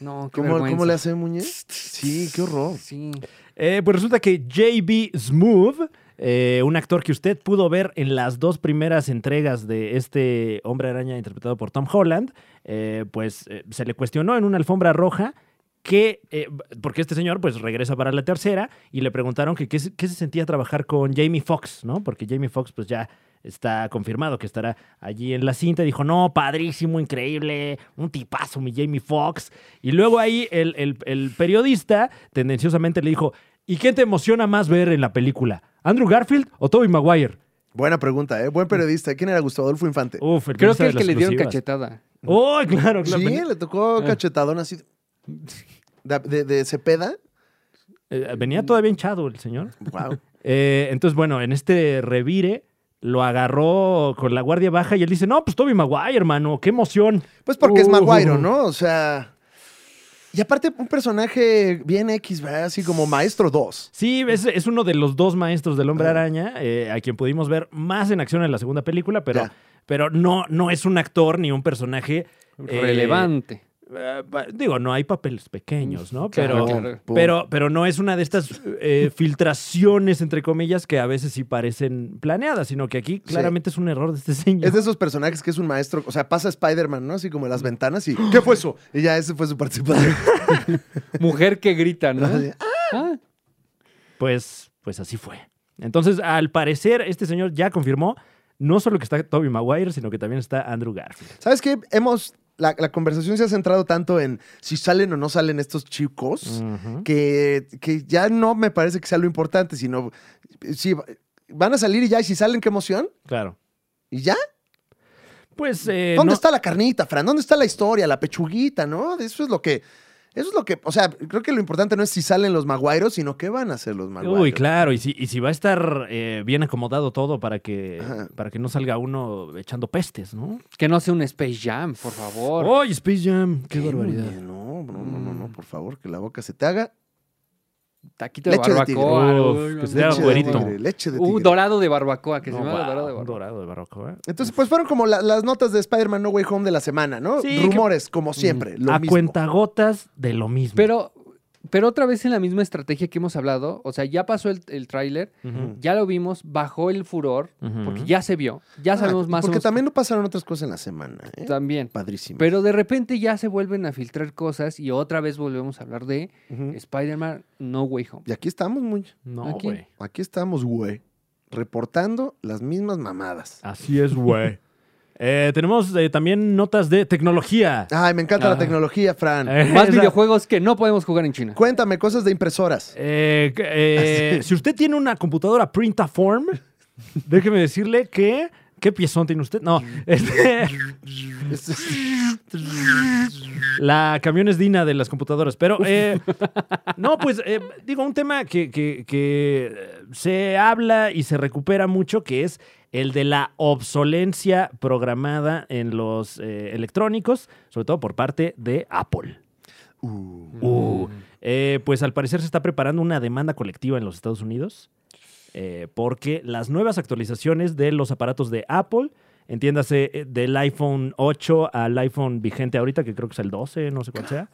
Speaker 3: No, qué
Speaker 2: ¿Cómo, ¿Cómo le
Speaker 3: vergüenza.
Speaker 2: hace Muñez? Sí, qué horror.
Speaker 3: Sí.
Speaker 1: Eh, pues resulta que JB Smooth, eh, un actor que usted pudo ver en las dos primeras entregas de este hombre araña interpretado por Tom Holland, eh, pues eh, se le cuestionó en una alfombra roja que, eh, porque este señor pues regresa para la tercera y le preguntaron que qué, se- qué se sentía trabajar con Jamie Foxx, ¿no? Porque Jamie Foxx pues ya está confirmado que estará allí en la cinta. Dijo, no, padrísimo, increíble, un tipazo, mi Jamie Foxx. Y luego ahí el, el- el periodista tendenciosamente le dijo, ¿y qué te emociona más ver en la película? ¿Andrew Garfield o Tobey Maguire?
Speaker 2: Buena pregunta, ¿eh? Buen
Speaker 1: Mm.
Speaker 2: periodista. ¿Quién era Gustavo Adolfo Infante?
Speaker 1: Uf, el
Speaker 3: Creo
Speaker 1: periodista
Speaker 3: que
Speaker 1: de
Speaker 3: el que
Speaker 1: las
Speaker 3: le dieron
Speaker 1: exclusivas.
Speaker 3: cachetada.
Speaker 1: ¡Oh, claro! claro.
Speaker 2: sí,
Speaker 1: Venía-
Speaker 2: le
Speaker 1: Ah.
Speaker 2: tocó cachetadón así. De, de- de Cepeda.
Speaker 1: eh, venía todavía hinchado el señor.
Speaker 2: Wow.
Speaker 1: Eh, entonces, bueno, en este revire lo agarró con la guardia baja y él dice, no, pues Toby Maguire, hermano, qué emoción.
Speaker 2: Pues porque es
Speaker 1: Uh.
Speaker 2: Maguire, ¿no? O sea. Y aparte, un personaje bien X, ¿verdad? Así como maestro 2.
Speaker 1: Sí, es, es uno de los dos maestros del hombre
Speaker 2: Ah.
Speaker 1: araña, eh, a quien pudimos ver más en acción en la segunda película, pero,
Speaker 2: Ya.
Speaker 1: pero no, no es un actor ni un personaje eh,
Speaker 3: Relevante.
Speaker 1: eh, pa- digo, no hay papeles pequeños, ¿no?
Speaker 3: Claro,
Speaker 1: Pero,
Speaker 3: claro.
Speaker 1: pero, pero no es una de estas eh, filtraciones, entre comillas, que a veces sí parecen planeadas, sino que aquí claramente es un error de este señor.
Speaker 2: Es de esos personajes que es un maestro. O sea, pasa Spider-Man, ¿no? Así como en las ventanas y. ¿Qué fue eso? Y ya ese fue su participación.
Speaker 3: Mujer que grita, ¿no? Ah,
Speaker 1: Pues, pues así fue. Entonces, al parecer, este señor ya confirmó no solo que está Toby Maguire, sino que también está Andrew Garfield.
Speaker 2: ¿Sabes qué? Hemos. La, la conversación se ha centrado tanto en si salen o no salen estos chicos.
Speaker 1: Ujú.
Speaker 2: que, que ya no me parece que sea lo importante, sino si van a salir y ya, y si salen, qué emoción.
Speaker 1: Claro.
Speaker 2: ¿Y ya?
Speaker 1: Pues, eh,
Speaker 2: ¿Dónde
Speaker 1: no-
Speaker 2: está la carnita, Fran? ¿Dónde está la historia, la pechuguita, no? Eso es lo que... Eso es lo que... O sea, creo que lo importante no es si salen los maguairos, sino qué van a hacer los maguairos.
Speaker 1: Uy, claro, y si, y si va a estar eh, bien acomodado todo para que,
Speaker 2: Ajá.
Speaker 1: para que no salga uno echando pestes, ¿no?
Speaker 3: que no sea un Space Jam, por favor.
Speaker 1: ¡Ay, Space Jam! ¡Qué
Speaker 2: Sí,
Speaker 1: barbaridad!
Speaker 2: muñe, No, no, no, no, no, por favor, que la boca se te haga.
Speaker 3: Taquito de
Speaker 2: Leche de
Speaker 3: barbacoa.
Speaker 1: tigre.
Speaker 3: uy,
Speaker 1: Uf, que se
Speaker 3: uy,
Speaker 1: te haga
Speaker 3: uy,
Speaker 2: de
Speaker 1: güerito.
Speaker 2: tigre, leche de
Speaker 3: uy. Uh,
Speaker 2: tigre.
Speaker 3: dorado de barbacoa, que
Speaker 1: No,
Speaker 3: se llama
Speaker 1: wow,
Speaker 3: dorado de
Speaker 1: un
Speaker 3: barbacoa.
Speaker 1: dorado de barroco, ¿eh?
Speaker 2: Entonces, pues fueron como la- las notas de Spider-Man No Way Home de la semana, ¿no?
Speaker 1: Sí,
Speaker 2: Rumores, como siempre, lo
Speaker 1: a
Speaker 2: mismo.
Speaker 1: cuentagotas de lo mismo.
Speaker 3: Pero, pero otra vez en la misma estrategia que hemos hablado. O sea, ya pasó el, el tráiler,
Speaker 1: Ujú,
Speaker 3: ya lo vimos, bajó el furor,
Speaker 1: ujú.
Speaker 3: porque ya se vio, ya sabemos
Speaker 2: Ah,
Speaker 3: más o
Speaker 2: Porque
Speaker 3: menos-
Speaker 2: también no pasaron otras cosas en la semana, ¿eh?
Speaker 3: también.
Speaker 2: Padrísimo.
Speaker 3: Pero de repente ya se vuelven a filtrar cosas y otra vez volvemos a hablar de
Speaker 2: Ujú.
Speaker 3: Spider-Man No Way Home.
Speaker 2: Y aquí estamos, muy.
Speaker 1: No,
Speaker 3: Aquí.
Speaker 1: güey.
Speaker 2: Aquí estamos, güey. Reportando las mismas mamadas.
Speaker 1: Así es, güey. Eh, tenemos eh, también notas de tecnología.
Speaker 2: Ay, me encanta la
Speaker 1: Ah.
Speaker 2: tecnología, Fran.
Speaker 1: Eh,
Speaker 3: Más
Speaker 1: esa-
Speaker 3: videojuegos que no podemos jugar en China.
Speaker 2: Cuéntame cosas de impresoras.
Speaker 1: Eh, que- eh, si usted tiene una computadora Printaform, déjeme decirle que. ¿Qué piezón tiene usted? No. este,
Speaker 2: Este
Speaker 1: la camiones Dina de las computadoras. Pero, eh, no, pues, eh, digo, un tema que, que- que, eh, se habla y se recupera mucho, que es el de la obsolencia programada en los eh, electrónicos, sobre todo por parte de Apple.
Speaker 2: Uh.
Speaker 1: Uh, eh, pues al parecer se está preparando una demanda colectiva en los Estados Unidos eh, porque las nuevas actualizaciones de los aparatos de Apple, entiéndase eh, del iPhone 8 al iPhone vigente ahorita, que creo que es el 12, no sé cuál sea,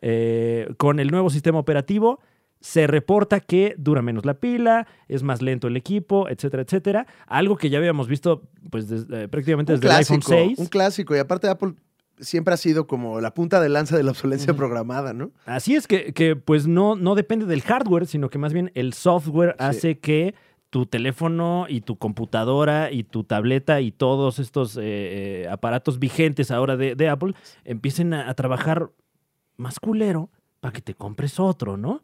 Speaker 1: eh, con el nuevo sistema operativo se reporta que dura menos la pila, es más lento el equipo, etcétera, etcétera. Algo que ya habíamos visto pues desde- eh, prácticamente
Speaker 2: Un
Speaker 1: desde el
Speaker 2: clásico,
Speaker 1: iPhone 6.
Speaker 2: un clásico. Y aparte Apple siempre ha sido como la punta de lanza de la obsolencia programada, ¿no?
Speaker 1: Así es que, que, pues no, no depende del hardware, sino que más bien el software hace que tu teléfono y tu computadora y tu tableta y todos estos eh, eh, aparatos vigentes ahora de, de Apple empiecen a, a trabajar más culero para que te compres otro, ¿no?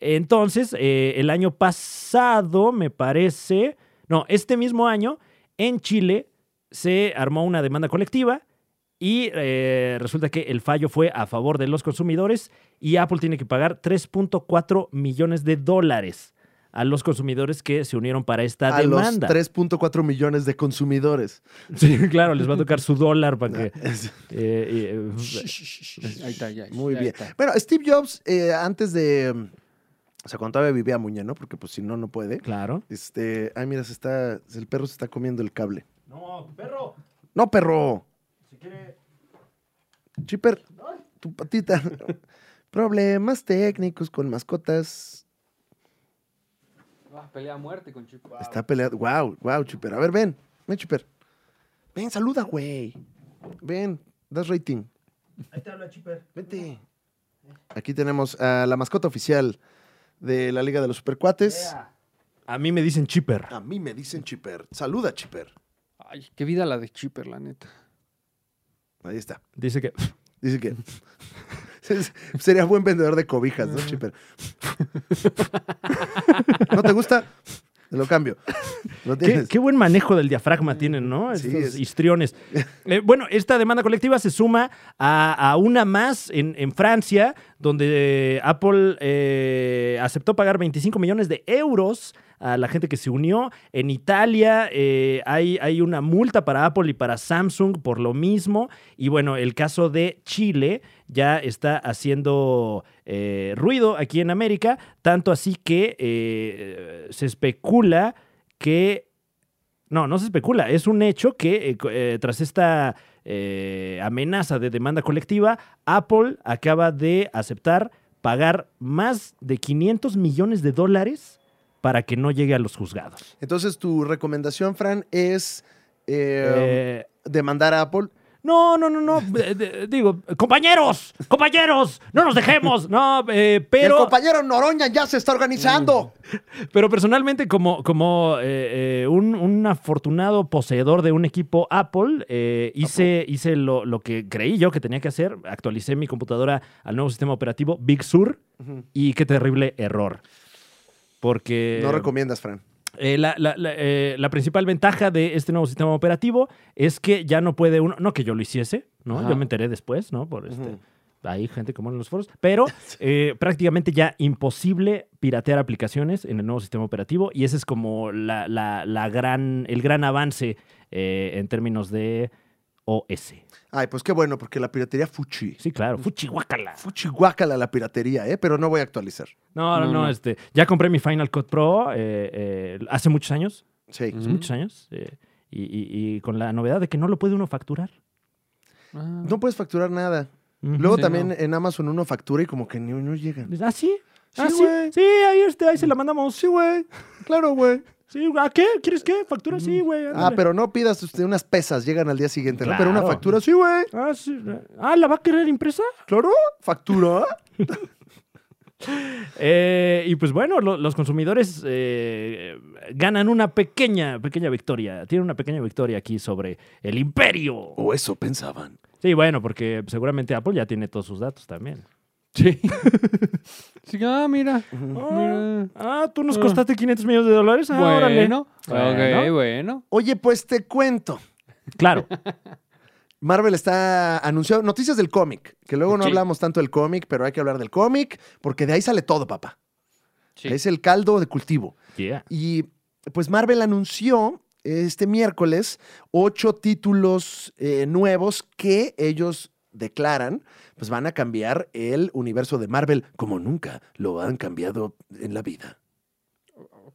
Speaker 1: Entonces, eh, el año pasado, me parece, no, este mismo año, en Chile se armó una demanda colectiva y eh, resulta que el fallo fue a favor de los consumidores y Apple tiene que pagar 3.4 millones de dólares a los consumidores que se unieron para esta
Speaker 2: a los
Speaker 1: demanda.
Speaker 2: 3.4 millones de consumidores.
Speaker 1: Sí, claro, les va a tocar su dólar para que. eh, eh,
Speaker 3: Ahí está, ya.
Speaker 2: Muy
Speaker 3: ya
Speaker 2: bien.
Speaker 3: está.
Speaker 2: Bueno, Steve Jobs, eh, antes de. O sea, cuando todavía vivía Muñe, ¿no? Porque pues si no, no puede.
Speaker 1: claro.
Speaker 2: Este. Ay, mira, se está. El perro se está comiendo el cable.
Speaker 1: No, perro,
Speaker 2: ¡No, perro!
Speaker 1: si quiere.
Speaker 2: Chipper, tu patita. Problemas técnicos con mascotas.
Speaker 3: Ah, pelea a muerte con Chico.
Speaker 2: Está peleado. Wow, wow, Chipper. A ver, ven. Ven, Chipper. Ven, saluda, güey. Ven, das rating.
Speaker 1: Ahí te habla Chipper.
Speaker 2: Vente. Aquí tenemos a la mascota oficial de la Liga de los Supercuates.
Speaker 1: A mí me dicen Chipper.
Speaker 2: A mí me dicen Chipper. Saluda, Chipper.
Speaker 3: Ay, qué vida la de Chipper, la neta.
Speaker 2: Ahí está.
Speaker 1: Dice que.
Speaker 2: Dice que Es- sería buen vendedor de cobijas, ¿no, Chipper? ¿No te gusta? Te lo cambio. Lo
Speaker 1: Qué,
Speaker 2: tienes.
Speaker 1: qué buen manejo del diafragma tienen, ¿no?
Speaker 2: Sí,
Speaker 1: Estos
Speaker 2: es-
Speaker 1: histriones. Eh, bueno, esta demanda colectiva se suma a, a una más en, en Francia, donde Apple eh, aceptó pagar 25 millones de euros a la gente que se unió. En Italia eh, hay, hay una multa para Apple y para Samsung por lo mismo. Y bueno, el caso de Chile ya está haciendo eh, ruido aquí en América, tanto así que eh, se especula que no, no se especula. Es un hecho que eh, co- eh, tras esta eh, amenaza de demanda colectiva, Apple acaba de aceptar pagar más de 500 millones de dólares para que no llegue a los juzgados.
Speaker 2: Entonces, tu recomendación, Fran, es eh,
Speaker 1: Eh,
Speaker 2: demandar a Apple.
Speaker 1: no, no, no, no. de- de- digo, compañeros, compañeros, no nos dejemos. No, eh, pero...
Speaker 2: El compañero Noroña ya se está organizando.
Speaker 1: Pero personalmente, como, como eh, eh, un, un afortunado poseedor de un equipo Apple, eh, hice, hice lo, lo que creí yo que tenía que hacer. Actualicé mi computadora al nuevo sistema operativo Big Sur
Speaker 2: Ujú.
Speaker 1: y qué terrible error. Porque
Speaker 2: no recomiendas, Fran.
Speaker 1: eh, la, la- la, eh, la principal ventaja de este nuevo sistema operativo es que ya no puede uno, no que yo lo hiciese, ¿no?
Speaker 3: Ajá.
Speaker 1: Yo me enteré después, ¿no? Por este.
Speaker 2: Ujú.
Speaker 1: Hay gente como en los foros, pero eh, prácticamente ya imposible piratear aplicaciones en el nuevo sistema operativo y ese es como la, la- la gran, el gran avance eh, en términos de OS.
Speaker 2: Ay, pues qué bueno, porque la piratería fuchi.
Speaker 1: Sí, claro, fuchihuacala.
Speaker 2: Fuchi guácala la piratería, ¿eh? Pero no voy a actualizar.
Speaker 1: No, no,
Speaker 3: No,
Speaker 1: no,
Speaker 3: no.
Speaker 1: este, ya compré mi Final Cut Pro eh, eh, hace muchos años,
Speaker 2: Sí.
Speaker 1: hace muchos años, eh, y, y- y con la novedad de que no lo puede uno facturar.
Speaker 3: Ah.
Speaker 2: No puedes facturar nada.
Speaker 1: Ujú.
Speaker 2: Luego
Speaker 3: Sí,
Speaker 2: también
Speaker 3: no.
Speaker 2: en Amazon uno factura y como que ni uno llega.
Speaker 1: Ah, sí.
Speaker 2: Sí,
Speaker 1: ah, sí.
Speaker 2: güey.
Speaker 1: Sí, ahí, este, ahí se la mandamos. Sí, güey.
Speaker 2: Claro, güey.
Speaker 1: Sí, ¿a qué? ¿Quieres qué? Factura, sí, güey.
Speaker 2: Ah,
Speaker 1: ándale.
Speaker 2: pero no pidas usted unas pesas, llegan al día siguiente, ¿no? Pero una
Speaker 1: Claro.
Speaker 2: factura, sí, güey.
Speaker 1: Ah, sí. Ah, ¿la va a querer impresa?
Speaker 2: Claro, factura.
Speaker 1: Eh, y pues bueno, lo- los consumidores eh, ganan una pequeña, pequeña victoria. Tienen una pequeña victoria aquí sobre el imperio.
Speaker 2: O eso pensaban.
Speaker 1: Sí, bueno, porque seguramente Apple ya tiene todos sus datos también.
Speaker 3: Sí. Sí, ah, mira.
Speaker 1: Ah,
Speaker 3: Mira.
Speaker 1: ah, tú nos
Speaker 3: Ah.
Speaker 1: costaste 500 millones de dólares. Ah, órale.
Speaker 3: Bueno. Ok,
Speaker 1: Bueno.
Speaker 3: bueno.
Speaker 2: Oye, pues te cuento.
Speaker 1: Claro.
Speaker 2: Marvel está anunciado noticias del cómic, que luego no
Speaker 3: Sí.
Speaker 2: hablamos tanto del cómic, pero hay que hablar del cómic, porque de ahí sale todo, papá.
Speaker 3: Sí.
Speaker 2: Es el caldo de cultivo.
Speaker 1: Yeah.
Speaker 2: Y pues Marvel anunció este miércoles ocho títulos eh, nuevos que ellos declaran, pues van a cambiar el universo de Marvel como nunca lo han cambiado en la vida.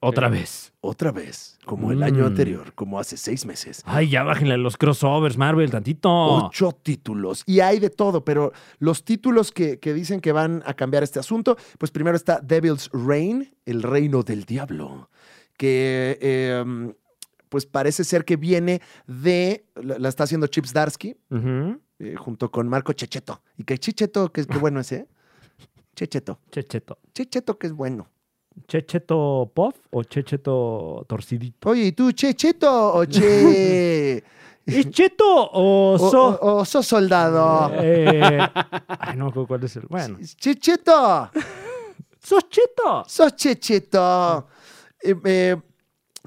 Speaker 1: Otra vez.
Speaker 2: Otra vez, como el año
Speaker 1: Mm.
Speaker 2: anterior, como hace seis meses.
Speaker 1: Ay, ya bájenle a los crossovers, Marvel, tantito.
Speaker 2: Ocho títulos. Y hay de todo, pero los títulos que, que dicen que van a cambiar este asunto, pues primero está Devil's Reign, el reino del diablo, que eh, pues parece ser que viene de, la, la está haciendo Chips Darsky,
Speaker 1: Ujú.
Speaker 2: eh, junto con Marco Checheto. Y que Checheto, que es que bueno ese, ¿eh? Checheto,
Speaker 1: Checheto.
Speaker 2: Checheto que es bueno.
Speaker 1: ¿Checheto puff o checheto torcidito?
Speaker 2: Oye, ¿y tú Checheto o Che...
Speaker 1: ¿Es cheto o
Speaker 2: o,
Speaker 1: so?
Speaker 2: o- o sos soldado?
Speaker 1: Eh, ay, no me acuerdo cuál es el. Bueno.
Speaker 2: Checheto.
Speaker 1: ¡Sos cheto!
Speaker 2: ¡Sos chichito! Eh, eh,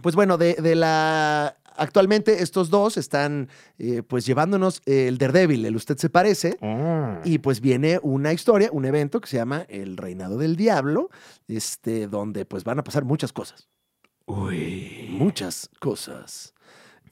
Speaker 2: pues bueno, de, de la Actualmente estos dos están eh, pues llevándonos eh, el Daredevil, el Usted se parece.
Speaker 1: Ah.
Speaker 2: Y pues viene una historia, un evento que se llama El Reinado del Diablo, este, donde pues van a pasar muchas cosas,
Speaker 1: Uy.
Speaker 2: muchas cosas.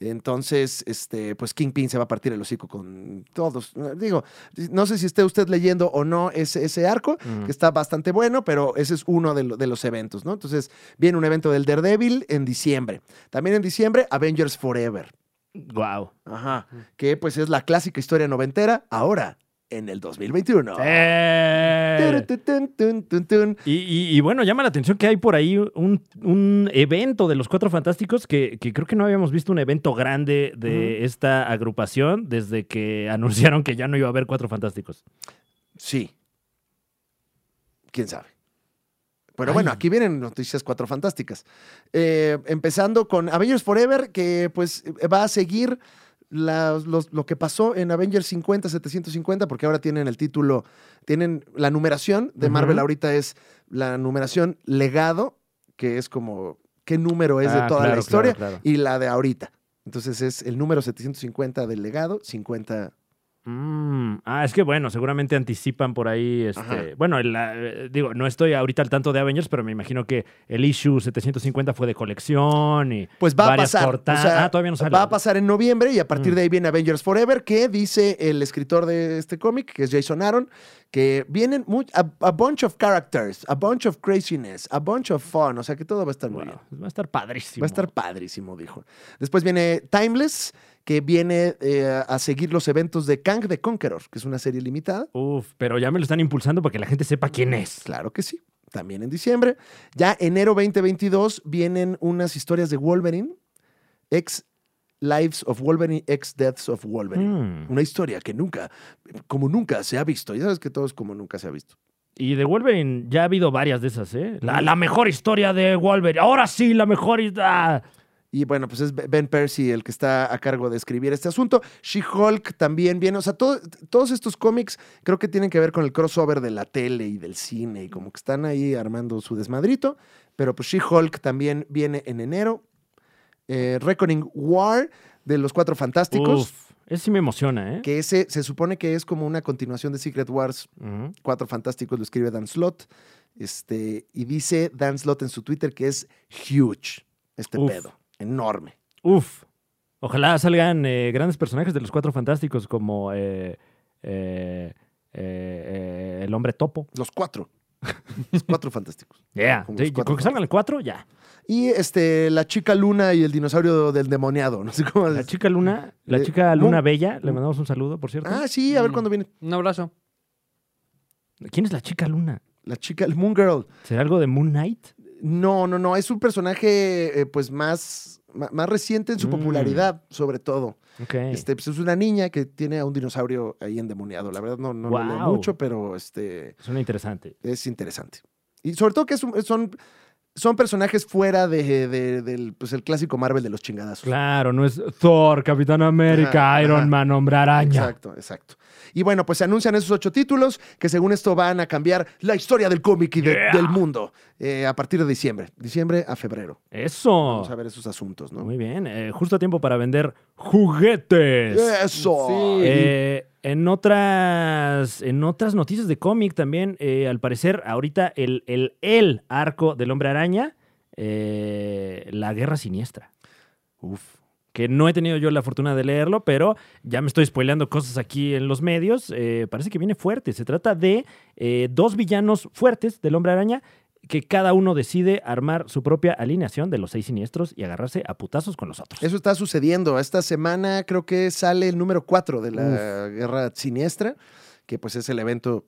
Speaker 2: Entonces, este, pues Kingpin se va a partir el hocico con todos. Digo, no sé si esté usted leyendo o no ese, ese arco,
Speaker 1: Mm.
Speaker 2: que está bastante bueno, pero ese es uno de, lo- de los eventos, ¿no? Entonces, viene un evento del Daredevil en diciembre. También en diciembre, Avengers Forever.
Speaker 1: Guau.
Speaker 2: Ajá.
Speaker 3: Ujú.
Speaker 2: Que pues es la clásica historia noventera, ahora, en el 2021.
Speaker 1: Eh.
Speaker 2: Turututun, tun, tun, tun.
Speaker 1: Y, y- y bueno, llama la atención que hay por ahí un, un evento de los Cuatro Fantásticos que, que creo que no habíamos visto un evento grande de esta agrupación desde que anunciaron que ya no iba a haber Cuatro Fantásticos.
Speaker 2: Sí. ¿Quién sabe? Pero
Speaker 1: Ay.
Speaker 2: bueno, aquí vienen noticias cuatro fantásticas. Eh, empezando con Avengers Forever, que pues eh, va a seguir las- los- lo que pasó en Avengers 50, 750, porque ahora tienen el título, tienen la numeración de Marvel
Speaker 1: Ujú.
Speaker 2: ahorita es la numeración legado, que es como qué número es
Speaker 1: Ah,
Speaker 2: de toda
Speaker 1: claro,
Speaker 2: la historia,
Speaker 1: claro, claro.
Speaker 2: y la de ahorita. Entonces es el número 750 del legado, 50
Speaker 1: Mm, ah, es que bueno, seguramente anticipan por ahí. Este,
Speaker 2: Ajá.
Speaker 1: Bueno, el, la, eh, digo, no estoy ahorita al tanto de Avengers, pero me imagino que el issue 750 fue de colección y
Speaker 2: Pues va a
Speaker 1: varias
Speaker 2: pasar.
Speaker 1: corta-
Speaker 2: o sea,
Speaker 1: ah, todavía no sale.
Speaker 2: Va a pasar en noviembre y a partir
Speaker 1: Mm.
Speaker 2: de ahí viene Avengers Forever, que dice el escritor de este cómic, que es Jason Aaron, que vienen mu- a, a bunch of characters, a bunch of craziness, a bunch of fun. O sea que todo va a estar muy
Speaker 1: Wow,
Speaker 2: bien.
Speaker 1: va a estar padrísimo.
Speaker 2: Va a estar padrísimo, dijo. Después viene Timeless, que viene eh, a seguir los eventos de Kang the Conqueror, que es una serie limitada.
Speaker 1: Uf, pero ya me lo están impulsando para que la gente sepa quién es.
Speaker 2: Claro que sí. También en diciembre. Ya enero 2022 vienen unas historias de Wolverine, ex Lives of Wolverine, ex Deaths of Wolverine.
Speaker 1: Mm.
Speaker 2: Una historia que nunca, como nunca se ha visto. Ya sabes que todo es como nunca se ha visto.
Speaker 1: Y de Wolverine ya ha habido varias de esas, ¿eh? La, la mejor historia de Wolverine. Ahora sí, la mejor. his- ah.
Speaker 2: Y bueno, pues es Ben Percy el que está a cargo de escribir este asunto. She-Hulk también viene. O sea, todo- todos estos cómics creo que tienen que ver con el crossover de la tele y del cine y como que están ahí armando su desmadrito. Pero pues She-Hulk también viene en enero. Eh, Reckoning War de los Cuatro Fantásticos,
Speaker 1: Uf, ese sí me emociona, ¿eh?
Speaker 2: que ese se supone que es como una continuación de Secret Wars
Speaker 1: Ujú.
Speaker 2: Cuatro Fantásticos, lo escribe Dan Slott. Este, y dice Dan Slott en su Twitter que es huge este
Speaker 1: Uf.
Speaker 2: pedo, enorme.
Speaker 1: Uf. Ojalá salgan eh, grandes personajes de los Cuatro Fantásticos como eh, eh, eh, eh, el hombre topo.
Speaker 2: Los cuatro. Los cuatro fantásticos.
Speaker 1: Yeah.
Speaker 2: Como
Speaker 1: Sí,
Speaker 2: los Cuatro
Speaker 1: con que salgan el cuatro, ya.
Speaker 2: Y este, la chica luna y el dinosaurio del demoniado. No sé cómo
Speaker 1: La
Speaker 2: es.
Speaker 1: chica Luna, la
Speaker 2: Le-
Speaker 1: chica Luna
Speaker 2: eh, Moon-
Speaker 1: Bella, le mandamos un saludo, por cierto.
Speaker 2: Ah, sí, a ver cuándo viene.
Speaker 3: Un abrazo.
Speaker 1: ¿Quién es la chica Luna?
Speaker 2: La chica, el Moon Girl.
Speaker 1: ¿Será algo de Moon Knight?
Speaker 2: No, no, no. Es un personaje, eh, pues, más, ma- más reciente en su
Speaker 1: Mm.
Speaker 2: popularidad, sobre todo.
Speaker 1: Ok.
Speaker 2: Este, pues, es una niña que tiene a un dinosaurio ahí endemoniado. La verdad, no, no lo leo
Speaker 1: Guau.
Speaker 2: mucho, pero este,
Speaker 1: Suena interesante.
Speaker 2: es interesante. Y sobre todo que es un- son, son personajes fuera de, de- del pues, el clásico Marvel de los chingadazos.
Speaker 1: Claro, no es Thor, Capitán América,
Speaker 2: Ajá,
Speaker 1: Iron
Speaker 2: ajá.
Speaker 1: Man, Hombre Araña.
Speaker 2: Exacto, exacto. Y bueno, pues se anuncian esos ocho títulos que según esto van a cambiar la historia del cómic y de-
Speaker 1: Yeah.
Speaker 2: del mundo eh, a partir de diciembre. Diciembre a febrero.
Speaker 1: Eso.
Speaker 2: Vamos a ver esos asuntos, ¿no?
Speaker 1: Muy bien, eh, justo a tiempo para vender juguetes.
Speaker 2: Eso.
Speaker 3: Sí.
Speaker 1: Eh, en, otras, en otras noticias de cómic también, eh, al parecer, ahorita el, el, el arco del hombre araña, eh, la guerra siniestra.
Speaker 2: Uf.
Speaker 1: Que no he tenido yo la fortuna de leerlo, pero ya me estoy spoileando cosas aquí en los medios. Eh, parece que viene fuerte. Se trata de eh, dos villanos fuertes del hombre araña que cada uno decide armar su propia alineación de los seis siniestros y agarrarse a putazos con los otros.
Speaker 2: Eso está sucediendo. Esta semana creo que sale el número 4 de la Guerra Siniestra, que pues es el evento,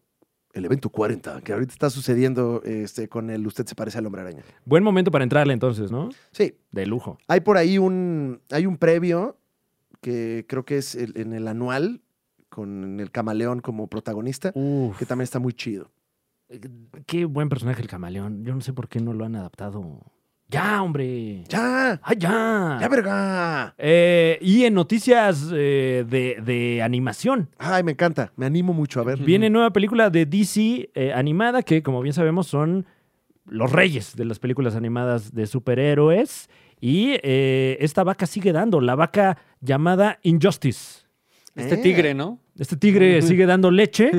Speaker 2: el evento 40, que ahorita está sucediendo este, con el Usted se parece al hombre araña.
Speaker 1: Buen momento para entrarle entonces, ¿no?
Speaker 2: Sí,
Speaker 1: De lujo.
Speaker 2: Hay por ahí un, hay un previo que creo que es el- en el anual con el camaleón como protagonista,
Speaker 1: Uf,
Speaker 2: que también está muy chido.
Speaker 1: qué buen personaje el camaleón. Yo no sé por qué no lo han adaptado. Ya, hombre.
Speaker 2: ¡Ya!
Speaker 1: ¡Ay, ya!
Speaker 2: ¡Ya, verga!
Speaker 1: Eh, y en noticias eh, de, de animación,
Speaker 2: Ay, me encanta. Me animo mucho a ver.
Speaker 3: Ujú.
Speaker 1: viene nueva película de DC eh, animada que, como bien sabemos, son los reyes de las películas animadas de superhéroes. Y eh, esta vaca sigue dando, la vaca llamada Injustice.
Speaker 3: Este
Speaker 2: Eh.
Speaker 3: tigre, ¿no?
Speaker 1: Este tigre sigue dando leche,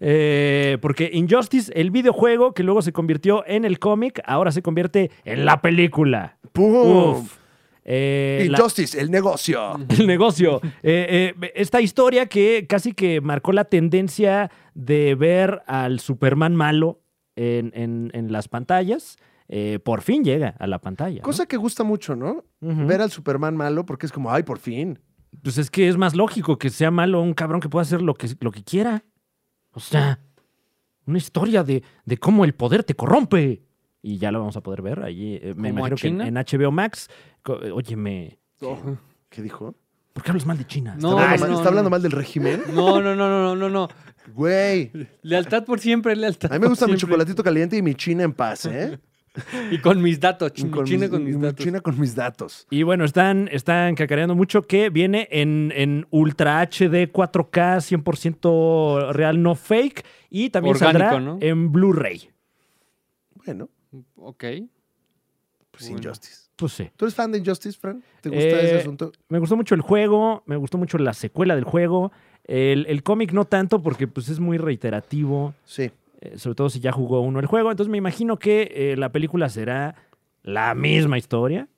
Speaker 1: eh, porque Injustice, el videojuego que luego se convirtió en el cómic, ahora se convierte en la película.
Speaker 2: ¡Pum!
Speaker 1: Uf. Eh, la-
Speaker 2: Injustice, el negocio.
Speaker 1: el negocio. Eh, eh, esta historia que casi que marcó la tendencia de ver al Superman malo en, en- en las pantallas, eh, por fin llega a la pantalla. ¿no?
Speaker 2: Cosa que gusta mucho, ¿no?
Speaker 1: Ujú.
Speaker 2: Ver al Superman malo porque es como, ay, por fin.
Speaker 1: Pues es que es más lógico que sea malo un cabrón que pueda hacer lo que, lo que quiera. O sea, una historia de, de cómo el poder te corrompe. Y ya lo vamos a poder ver allí. eh, me
Speaker 3: ¿Como a
Speaker 1: imagino que en,
Speaker 3: China?
Speaker 1: en HBO Max. Co- eh, Óyeme,
Speaker 2: ¿Qué dijo?
Speaker 1: ¿por qué hablas mal de China?
Speaker 3: No,
Speaker 2: ¿Está, hablando,
Speaker 1: Está-
Speaker 2: mal,
Speaker 3: no,
Speaker 2: está
Speaker 3: no.
Speaker 2: hablando mal del régimen?
Speaker 3: No, no, no, no, no, no, no.
Speaker 2: Güey,
Speaker 3: Lealtad por siempre, lealtad.
Speaker 2: a mí me gusta
Speaker 3: por
Speaker 2: mi
Speaker 3: siempre.
Speaker 2: chocolatito caliente y mi china en paz, ¿eh?
Speaker 3: Y con mis datos,
Speaker 2: Y
Speaker 3: chin- China
Speaker 2: mis-
Speaker 3: con mis
Speaker 2: mi
Speaker 3: datos.
Speaker 2: China con mis datos.
Speaker 1: Y bueno, están, están cacareando mucho que viene en, en Ultra HD 4K 100% real, no fake. Y también
Speaker 3: Orgánico,
Speaker 1: saldrá
Speaker 3: ¿no?
Speaker 1: en Blu-ray.
Speaker 2: Bueno,
Speaker 3: Ok.
Speaker 2: pues
Speaker 3: Bueno.
Speaker 2: Injustice.
Speaker 1: Pues sí.
Speaker 2: ¿Tú eres fan de Injustice, Fran? ¿Te gusta
Speaker 1: Eh,
Speaker 2: ese asunto?
Speaker 1: Me gustó mucho el juego, me gustó mucho la secuela del juego. El, el cómic no tanto porque pues, es muy reiterativo,
Speaker 2: Sí.
Speaker 1: eh, sobre todo si ya jugó uno el juego. Entonces me imagino que eh, la película será la misma historia,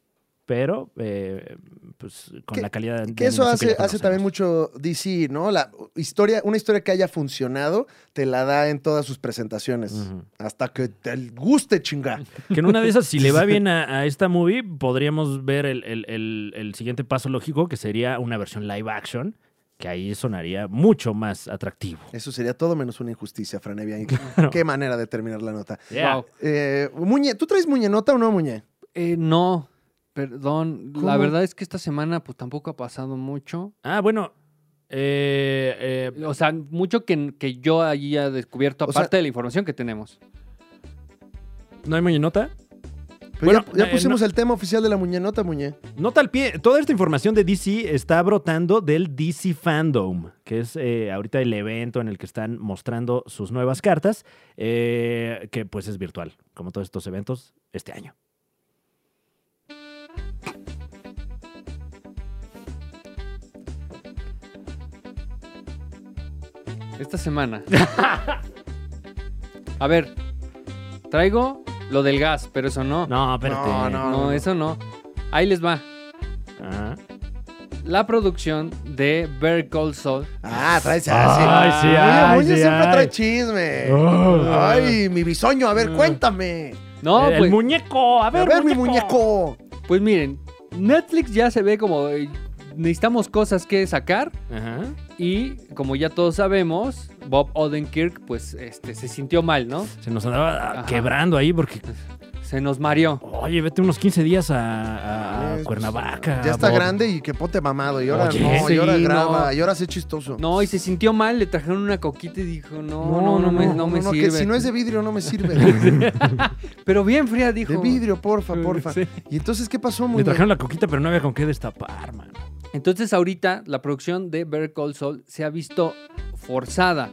Speaker 1: pero eh, pues, con
Speaker 2: Que-
Speaker 1: la calidad de
Speaker 2: Que eso
Speaker 1: animación
Speaker 2: hace,
Speaker 1: ya
Speaker 2: hace también
Speaker 1: conocemos.
Speaker 2: mucho DC, ¿no? La historia, una historia que haya funcionado, te la da en todas sus presentaciones.
Speaker 1: Ujú.
Speaker 2: Hasta que te guste, chinga.
Speaker 1: Que en una de esas, si le va bien a, a esta movie, podríamos ver el, el- el- el siguiente paso lógico, que sería una versión live action, que ahí sonaría mucho más atractivo.
Speaker 2: Eso sería todo menos una injusticia, Fran Evian. Qué manera de terminar la nota.
Speaker 1: Yeah.
Speaker 3: Wow.
Speaker 2: Eh, Muñe, ¿tú traes Muñe nota o no, Muñe?
Speaker 3: Eh, no, perdón. La
Speaker 2: ¿Cómo?
Speaker 3: verdad es que esta semana pues tampoco ha pasado mucho.
Speaker 1: Ah, bueno. eh, eh,
Speaker 3: O sea, mucho que, que yo allí haya descubierto,
Speaker 2: O sea-
Speaker 3: aparte de la información que tenemos.
Speaker 1: ¿No hay muñenota?
Speaker 2: Pero ya-
Speaker 1: Bueno,
Speaker 2: ya,
Speaker 1: eh,
Speaker 2: pusimos el tema oficial de la Muñe nota, Muñe.
Speaker 1: Nota al pie. Toda esta información de DC está brotando del DC Fandom, que es eh, ahorita el evento en el que están mostrando sus nuevas cartas, eh, que pues es virtual, como todos estos eventos este año.
Speaker 3: Esta semana. A ver, traigo lo del gas, pero eso no.
Speaker 1: No, espérate.
Speaker 2: No, no.
Speaker 3: no eso no. Ahí les va.
Speaker 1: Ah.
Speaker 3: La producción de Bear Call Saul.
Speaker 2: Ah, traes
Speaker 1: Ay,
Speaker 2: así.
Speaker 1: sí,
Speaker 2: Muñe,
Speaker 1: ay,
Speaker 2: Muñe
Speaker 1: sí,
Speaker 2: siempre
Speaker 1: ay.
Speaker 2: trae chisme.
Speaker 1: Oh.
Speaker 2: Eh, Ay, mi bisoño, a ver,
Speaker 3: Mm.
Speaker 2: cuéntame.
Speaker 3: No,
Speaker 1: el
Speaker 3: pues,
Speaker 1: muñeco. A
Speaker 2: A ver,
Speaker 1: ver,
Speaker 2: mi muñeco.
Speaker 3: pues miren, Netflix ya se ve como eh, necesitamos cosas que sacar.
Speaker 1: Ajá.
Speaker 3: Y como ya todos sabemos, Bob Odenkirk pues este, se sintió mal, ¿no?
Speaker 1: Se nos andaba
Speaker 3: Ajá.
Speaker 1: quebrando ahí porque,
Speaker 3: Se nos mareó.
Speaker 1: oye, vete unos 15 días a, a
Speaker 2: Eh,
Speaker 1: Cuernavaca.
Speaker 2: Ya está
Speaker 1: Bob.
Speaker 2: grande y que ponte mamado. Y ahora
Speaker 1: Ah, Oye,
Speaker 2: no, y ahora
Speaker 3: sí,
Speaker 2: graba,
Speaker 3: no.
Speaker 2: y ahora sé chistoso.
Speaker 3: No, y se sintió mal, le trajeron una coquita y dijo, no,
Speaker 1: No,
Speaker 3: no, no,
Speaker 1: no,
Speaker 3: me,
Speaker 1: no,
Speaker 3: no me
Speaker 2: que
Speaker 3: sirve.
Speaker 2: si no es de vidrio no me sirve. De
Speaker 3: Pero bien fría dijo.
Speaker 2: vidrio, porfa, porfa.
Speaker 3: Sí.
Speaker 2: Y entonces, ¿qué pasó,
Speaker 1: Me
Speaker 2: Muñe?
Speaker 1: trajeron la coquita, pero no había con qué destapar, man.
Speaker 3: Entonces ahorita la producción de Better Call Saul se ha visto forzada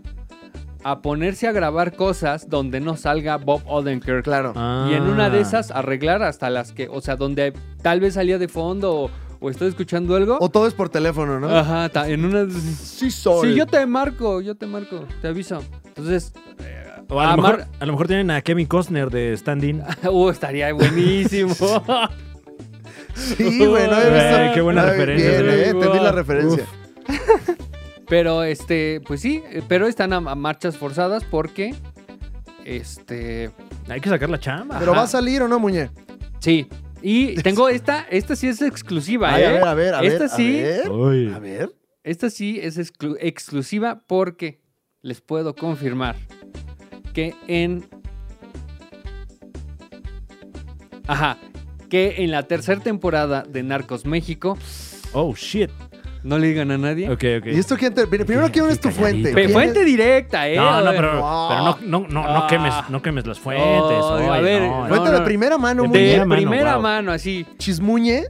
Speaker 3: a ponerse a grabar cosas donde no salga Bob Odenkirk.
Speaker 2: Claro.
Speaker 3: Y en una de esas arreglar hasta las que, o sea, donde tal vez salía de fondo o, o estoy escuchando algo.
Speaker 2: O todo es por teléfono, ¿no?
Speaker 1: Ah.
Speaker 3: Ajá, ta- en una...
Speaker 2: Sí, soy.
Speaker 3: Sí, yo te marco, yo te marco, te aviso. Entonces,
Speaker 1: O a,
Speaker 3: Ah,
Speaker 1: lo mejor,
Speaker 3: Mar-
Speaker 1: a lo mejor tienen a Kevin Costner de Standing.
Speaker 3: uh, estaría buenísimo.
Speaker 2: Sí, güey, no había
Speaker 1: Güey,
Speaker 2: visto-
Speaker 1: qué buena
Speaker 2: no,
Speaker 1: referencia,
Speaker 2: Bien,
Speaker 1: güey.
Speaker 2: eh, entendí la referencia.
Speaker 3: Pero este, pues sí, eh, pero están a, a marchas forzadas porque este,
Speaker 1: Hay que sacar la chamba.
Speaker 2: Pero
Speaker 3: Ajá.
Speaker 2: va a salir o no, Muñe?
Speaker 3: sí. Y tengo esta, esta sí es exclusiva,
Speaker 2: Ay,
Speaker 3: ¿eh?
Speaker 2: a ver, a ver, a ver.
Speaker 3: Esta
Speaker 2: a
Speaker 3: sí.
Speaker 2: ver.
Speaker 1: Uy.
Speaker 2: A ver.
Speaker 3: Esta sí es exclu- exclusiva porque les puedo confirmar que en Ajá, que en la tercera temporada de Narcos México,
Speaker 1: Oh, shit.
Speaker 3: no le digan a nadie.
Speaker 1: Ok, ok.
Speaker 3: este?
Speaker 2: ¿Y esto quién te.? Mira, Primero,
Speaker 1: Aquí,
Speaker 2: ¿quién
Speaker 1: aquí,
Speaker 2: es tu
Speaker 1: calladito.
Speaker 2: fuente?
Speaker 3: Pe-
Speaker 2: ¿Quién es-
Speaker 3: fuente directa, ¿eh?
Speaker 1: No, no,
Speaker 3: A ver.
Speaker 1: pero,
Speaker 2: No.
Speaker 1: pero no, no, no, no
Speaker 3: Ah.
Speaker 1: quemes, no quemes las fuentes.
Speaker 3: Ay,
Speaker 1: oye,
Speaker 3: a ver,
Speaker 1: no,
Speaker 3: no,
Speaker 2: Fuente de primera mano,
Speaker 1: De
Speaker 2: Muñe.
Speaker 3: De
Speaker 1: Primera mano,
Speaker 3: primera
Speaker 1: wow.
Speaker 3: mano, así.
Speaker 2: Chismuñe.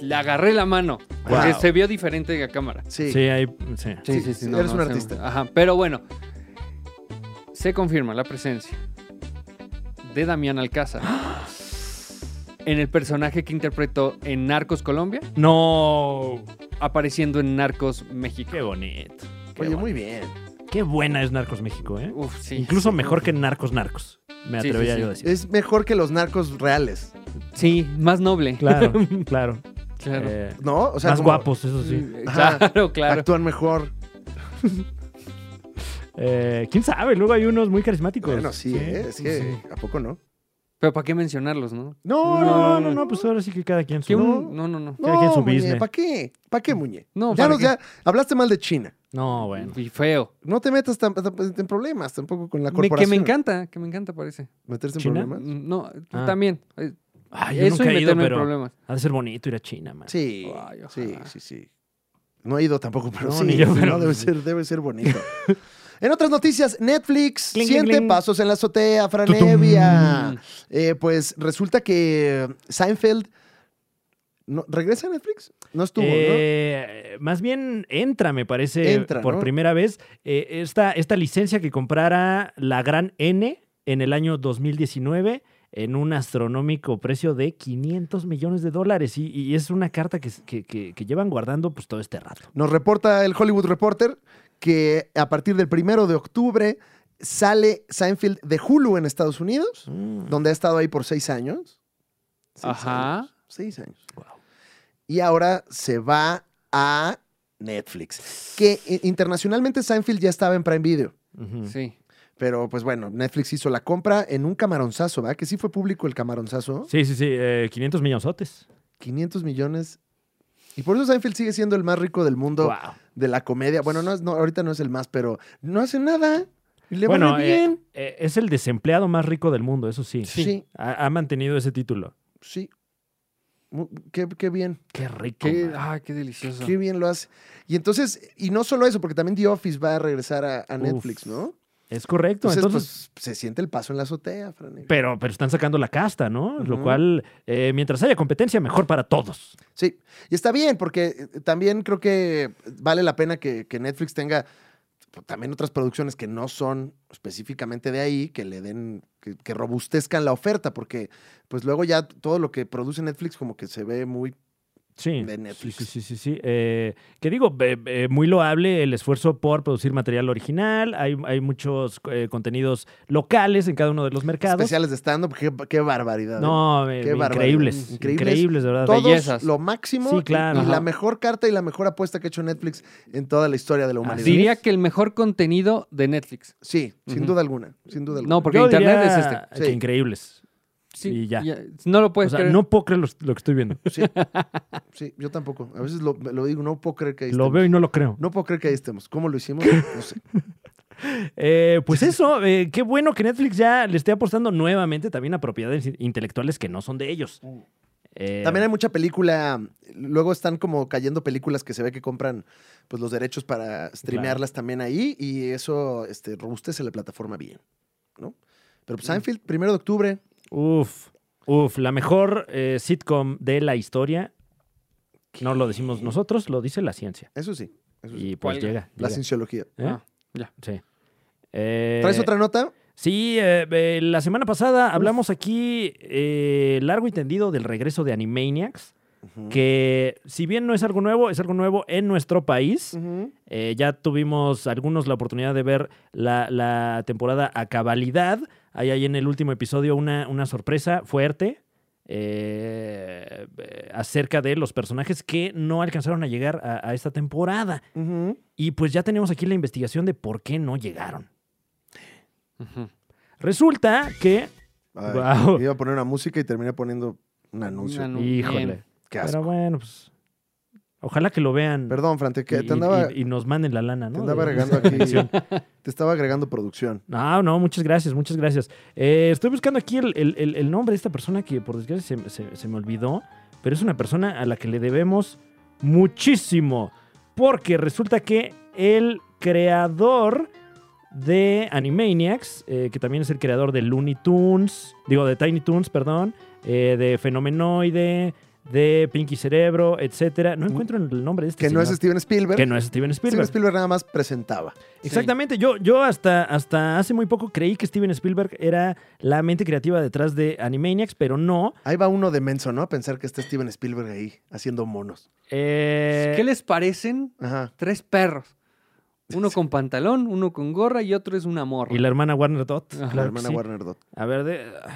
Speaker 3: Le agarré la mano. Porque
Speaker 2: Wow.
Speaker 3: se vio diferente de la cámara.
Speaker 2: Sí.
Speaker 1: Sí, ahí. Sí.
Speaker 2: Sí, sí, eres un
Speaker 3: se-
Speaker 2: artista.
Speaker 3: Ajá, pero bueno. Se confirma la presencia de Damián Alcázar en el personaje que interpretó en Narcos Colombia,
Speaker 1: No.
Speaker 3: apareciendo en Narcos México.
Speaker 1: Qué bonito. Qué,
Speaker 2: Oye,
Speaker 1: bueno.
Speaker 2: muy bien.
Speaker 1: Qué buena es Narcos México, ¿eh?
Speaker 3: Uf, sí.
Speaker 1: Incluso mejor que Narcos Narcos. Me
Speaker 3: Sí, sí,
Speaker 1: atrevería
Speaker 3: sí. Eh,
Speaker 1: yo a decir.
Speaker 2: Es mejor que los narcos reales,
Speaker 3: Sí, más noble.
Speaker 1: Claro, claro.
Speaker 3: Claro.
Speaker 1: Eh,
Speaker 2: ¿no? O sea,
Speaker 1: más
Speaker 2: como
Speaker 1: guapos, eso sí.
Speaker 3: Mm,
Speaker 2: Ajá.
Speaker 3: Claro, claro.
Speaker 2: Actúan mejor.
Speaker 1: Eh, ¿Quién sabe? Luego hay unos muy carismáticos.
Speaker 2: Bueno, sí, ¿eh? es que
Speaker 1: Pues, sí.
Speaker 2: ¿a poco no?
Speaker 3: Pero ¿para qué mencionarlos, no?
Speaker 1: No,
Speaker 2: No,
Speaker 1: no, no, no, pues ahora sí que cada quien
Speaker 3: Que
Speaker 1: su...
Speaker 3: un- No, no, no.
Speaker 1: cada quien su
Speaker 2: Muñe,
Speaker 1: business.
Speaker 2: ¿Para qué? ¿Para qué, Muñe?
Speaker 3: No,
Speaker 2: ya,
Speaker 3: ¿para
Speaker 2: nos-
Speaker 3: qué?
Speaker 2: ya hablaste mal de China.
Speaker 1: No, bueno.
Speaker 3: Y feo.
Speaker 2: No te metas tam- tam- en problemas tampoco con la
Speaker 3: Me-
Speaker 2: corporación.
Speaker 3: que me encanta, que me encanta, parece.
Speaker 2: ¿Meterse en
Speaker 1: ¿China?
Speaker 2: problemas?
Speaker 3: No, tú
Speaker 1: Ah.
Speaker 3: también. Eh,
Speaker 1: Ay, yo
Speaker 3: Eso y
Speaker 1: nunca he ido,
Speaker 3: meterme en
Speaker 1: pero
Speaker 3: problemas.
Speaker 1: ha de ser bonito ir a China, man.
Speaker 2: Sí,
Speaker 3: Ay,
Speaker 2: sí,
Speaker 3: ojalá.
Speaker 2: sí, sí. No he ido tampoco, pero
Speaker 1: No,
Speaker 2: sí,
Speaker 1: ni yo,
Speaker 2: sí,
Speaker 1: pero-
Speaker 2: no, debe, ser, debe ser bonito. en otras noticias, Netflix,
Speaker 1: Cling,
Speaker 2: siente
Speaker 1: cling, cling.
Speaker 2: pasos en la azotea,
Speaker 1: Tutum.
Speaker 2: Franevia. Eh, pues resulta que Seinfeld... no- ¿Regresa a Netflix? No estuvo, ¿no?
Speaker 1: Eh, Más bien entra, me parece,
Speaker 2: Entra,
Speaker 1: por
Speaker 2: ¿no?
Speaker 1: primera vez, eh, esta, esta licencia que comprara la gran N en el año 2019 en un astronómico precio de 500 millones de dólares. Y, y es una carta que, que- que- que llevan guardando pues todo este rato.
Speaker 2: Nos reporta el Hollywood Reporter que a partir del primero de octubre sale Seinfeld de Hulu en Estados Unidos, donde ha estado ahí por seis años. Seis
Speaker 3: Ajá.
Speaker 2: años. Seis años.
Speaker 1: Guau.
Speaker 2: Y ahora se va a Netflix. Que eh, internacionalmente Seinfeld ya estaba en Prime Video.
Speaker 1: Ujú.
Speaker 3: Sí.
Speaker 2: Pero pues bueno, Netflix hizo la compra en un camaronzazo, ¿verdad? Que sí fue público el camaronzazo.
Speaker 1: Sí, sí, sí, eh, 500 millonzotes.
Speaker 2: 500 millones. Y por eso Seinfeld sigue siendo el más rico del mundo
Speaker 1: Guau.
Speaker 2: de la comedia. Bueno, no, es- no, ahorita no es el más, pero no hace nada. Y le
Speaker 1: Bueno,
Speaker 2: vale
Speaker 1: eh,
Speaker 2: bien.
Speaker 1: eh, es el desempleado más rico del mundo, eso sí.
Speaker 2: sí, sí.
Speaker 1: Ha, ha mantenido ese título.
Speaker 2: Mu- Qué, qué bien,
Speaker 1: Qué rico.
Speaker 3: Qué,
Speaker 1: man.
Speaker 3: ah, qué delicioso.
Speaker 2: qué bien lo hace. Y entonces, y no solo eso, porque también The Office va a regresar a, a
Speaker 1: Uf.
Speaker 2: Netflix, ¿no?
Speaker 1: Es correcto.
Speaker 2: Entonces,
Speaker 1: Entonces,
Speaker 2: pues, se siente el paso en la azotea, Fran.
Speaker 1: Pero, pero están sacando la casta, ¿no? Lo
Speaker 2: Ujú.
Speaker 1: cual, eh, mientras haya competencia, mejor para todos.
Speaker 2: Sí, y está bien, porque eh, también creo que vale la pena que, que Netflix tenga pues, también otras producciones que no son específicamente de ahí, que le den, que, que robustezcan la oferta, porque pues luego ya todo lo que produce Netflix como que se ve muy
Speaker 1: Sí.
Speaker 2: De Netflix.
Speaker 1: Sí, sí, sí, sí. sí. Eh, que digo, eh, eh, muy loable el esfuerzo por producir material original. Hay, hay muchos eh, contenidos locales en cada uno de los mercados.
Speaker 2: especiales de stand-up, qué, qué barbaridad. ¿eh?
Speaker 1: No, eh,
Speaker 2: Qué barbaridad.
Speaker 1: increíbles,
Speaker 2: Increíbles.
Speaker 1: increíbles, de verdad.
Speaker 2: Todos
Speaker 3: bellezas.
Speaker 2: lo máximo
Speaker 1: Sí,
Speaker 2: y-
Speaker 1: claro.
Speaker 2: y,
Speaker 1: Ajá.
Speaker 2: la mejor carta y la mejor apuesta que ha hecho Netflix en toda la historia de la humanidad.
Speaker 1: Así.
Speaker 3: Diría que el mejor contenido de Netflix.
Speaker 2: Sí, sin
Speaker 3: Ujú.
Speaker 2: duda alguna, sin duda alguna.
Speaker 3: No, porque
Speaker 1: Yo
Speaker 3: internet
Speaker 1: diría
Speaker 3: es este.
Speaker 1: que
Speaker 2: Sí. Pues
Speaker 1: increíbles. Y ya.
Speaker 3: No lo puedes
Speaker 1: o sea,
Speaker 3: creer.
Speaker 1: no puedo creer los- lo, que estoy viendo.
Speaker 2: Sí, sí, yo tampoco. A veces lo, lo digo, no puedo creer que ahí
Speaker 1: Lo
Speaker 2: estemos.
Speaker 1: veo y no lo creo.
Speaker 2: No puedo creer que ahí estemos. ¿Cómo lo hicimos? No sé.
Speaker 1: Eh, pues eso, eh, qué bueno que Netflix ya le esté apostando nuevamente también a propiedades intelectuales que no son de ellos. Eh,
Speaker 2: Mm. También hay mucha película. Luego están como cayendo películas que se ve que compran pues los derechos para streamearlas también ahí y eso este, robustece la plataforma bien, ¿no? Pero pues Seinfeld, primero de octubre,
Speaker 1: Uf, uf, la mejor eh, sitcom de la historia. No lo decimos nosotros, lo dice la ciencia.
Speaker 2: eso sí. Eso sí.
Speaker 1: Y pues
Speaker 3: Cuelga.
Speaker 1: llega.
Speaker 2: La
Speaker 1: llega.
Speaker 2: cienciología.
Speaker 1: ¿Eh?
Speaker 3: Ah, ya.
Speaker 1: Sí. Eh,
Speaker 2: ¿Traes otra nota?
Speaker 1: Sí, eh, eh, la semana pasada hablamos aquí eh, largo y tendido del regreso de Animaniacs,
Speaker 2: Ujú.
Speaker 1: que si bien no es algo nuevo, es algo nuevo en nuestro país.
Speaker 2: Ujú.
Speaker 1: Eh, ya tuvimos algunos la oportunidad de ver la, la temporada a cabalidad. Hay ahí en el último episodio una, una sorpresa fuerte eh, eh, acerca de los personajes que no alcanzaron a llegar a, a esta temporada.
Speaker 2: Ujú.
Speaker 1: Y pues ya tenemos aquí la investigación de por qué no llegaron.
Speaker 3: Ujú.
Speaker 1: Resulta que...
Speaker 2: Ay,
Speaker 1: Guau.
Speaker 2: Iba a poner una música y terminé poniendo un anuncio.
Speaker 3: Un anuncio.
Speaker 1: Híjole.
Speaker 3: Bien.
Speaker 2: Qué asco.
Speaker 1: Pero bueno, pues... Ojalá que lo vean.
Speaker 2: Perdón, Frante, que
Speaker 1: y,
Speaker 2: te andaba,
Speaker 1: y- y nos manden la lana,
Speaker 2: te
Speaker 1: ¿no?
Speaker 2: andaba
Speaker 1: De-
Speaker 2: agregando aquí. te estaba agregando producción.
Speaker 1: No, no, muchas gracias, muchas gracias. Eh, estoy buscando aquí el, el- el- el nombre de esta persona que por desgracia se, se- se me olvidó, pero es una persona a la que le debemos muchísimo, porque resulta que el creador de Animaniacs, eh, que también es el creador de Looney Tunes, digo, de Tiny Tunes, perdón, eh, de Fenomenoide, de Pinky Cerebro, etcétera. No encuentro el nombre de este
Speaker 2: Mm. Que no es
Speaker 1: señor.
Speaker 2: Steven Spielberg.
Speaker 1: que no es Steven
Speaker 2: Steven
Speaker 1: Spielberg.
Speaker 2: Spielberg nada más presentaba.
Speaker 1: Exactamente, yo, yo hasta, hasta hace muy poco creí que Steven Spielberg era la mente creativa detrás de Animaniacs, pero no.
Speaker 2: Ahí va uno de menso, ¿no? A pensar que está Steven Spielberg ahí haciendo monos.
Speaker 1: Eh,
Speaker 3: ¿Qué les parecen
Speaker 2: Ajá.
Speaker 3: tres perros? Uno con pantalón, uno con gorra y otro es una morra.
Speaker 1: Y la hermana Warner Dot.
Speaker 3: Ajá,
Speaker 2: la
Speaker 1: claro que
Speaker 2: hermana
Speaker 1: sí.
Speaker 2: Warner Dot.
Speaker 1: A ver, de- ay,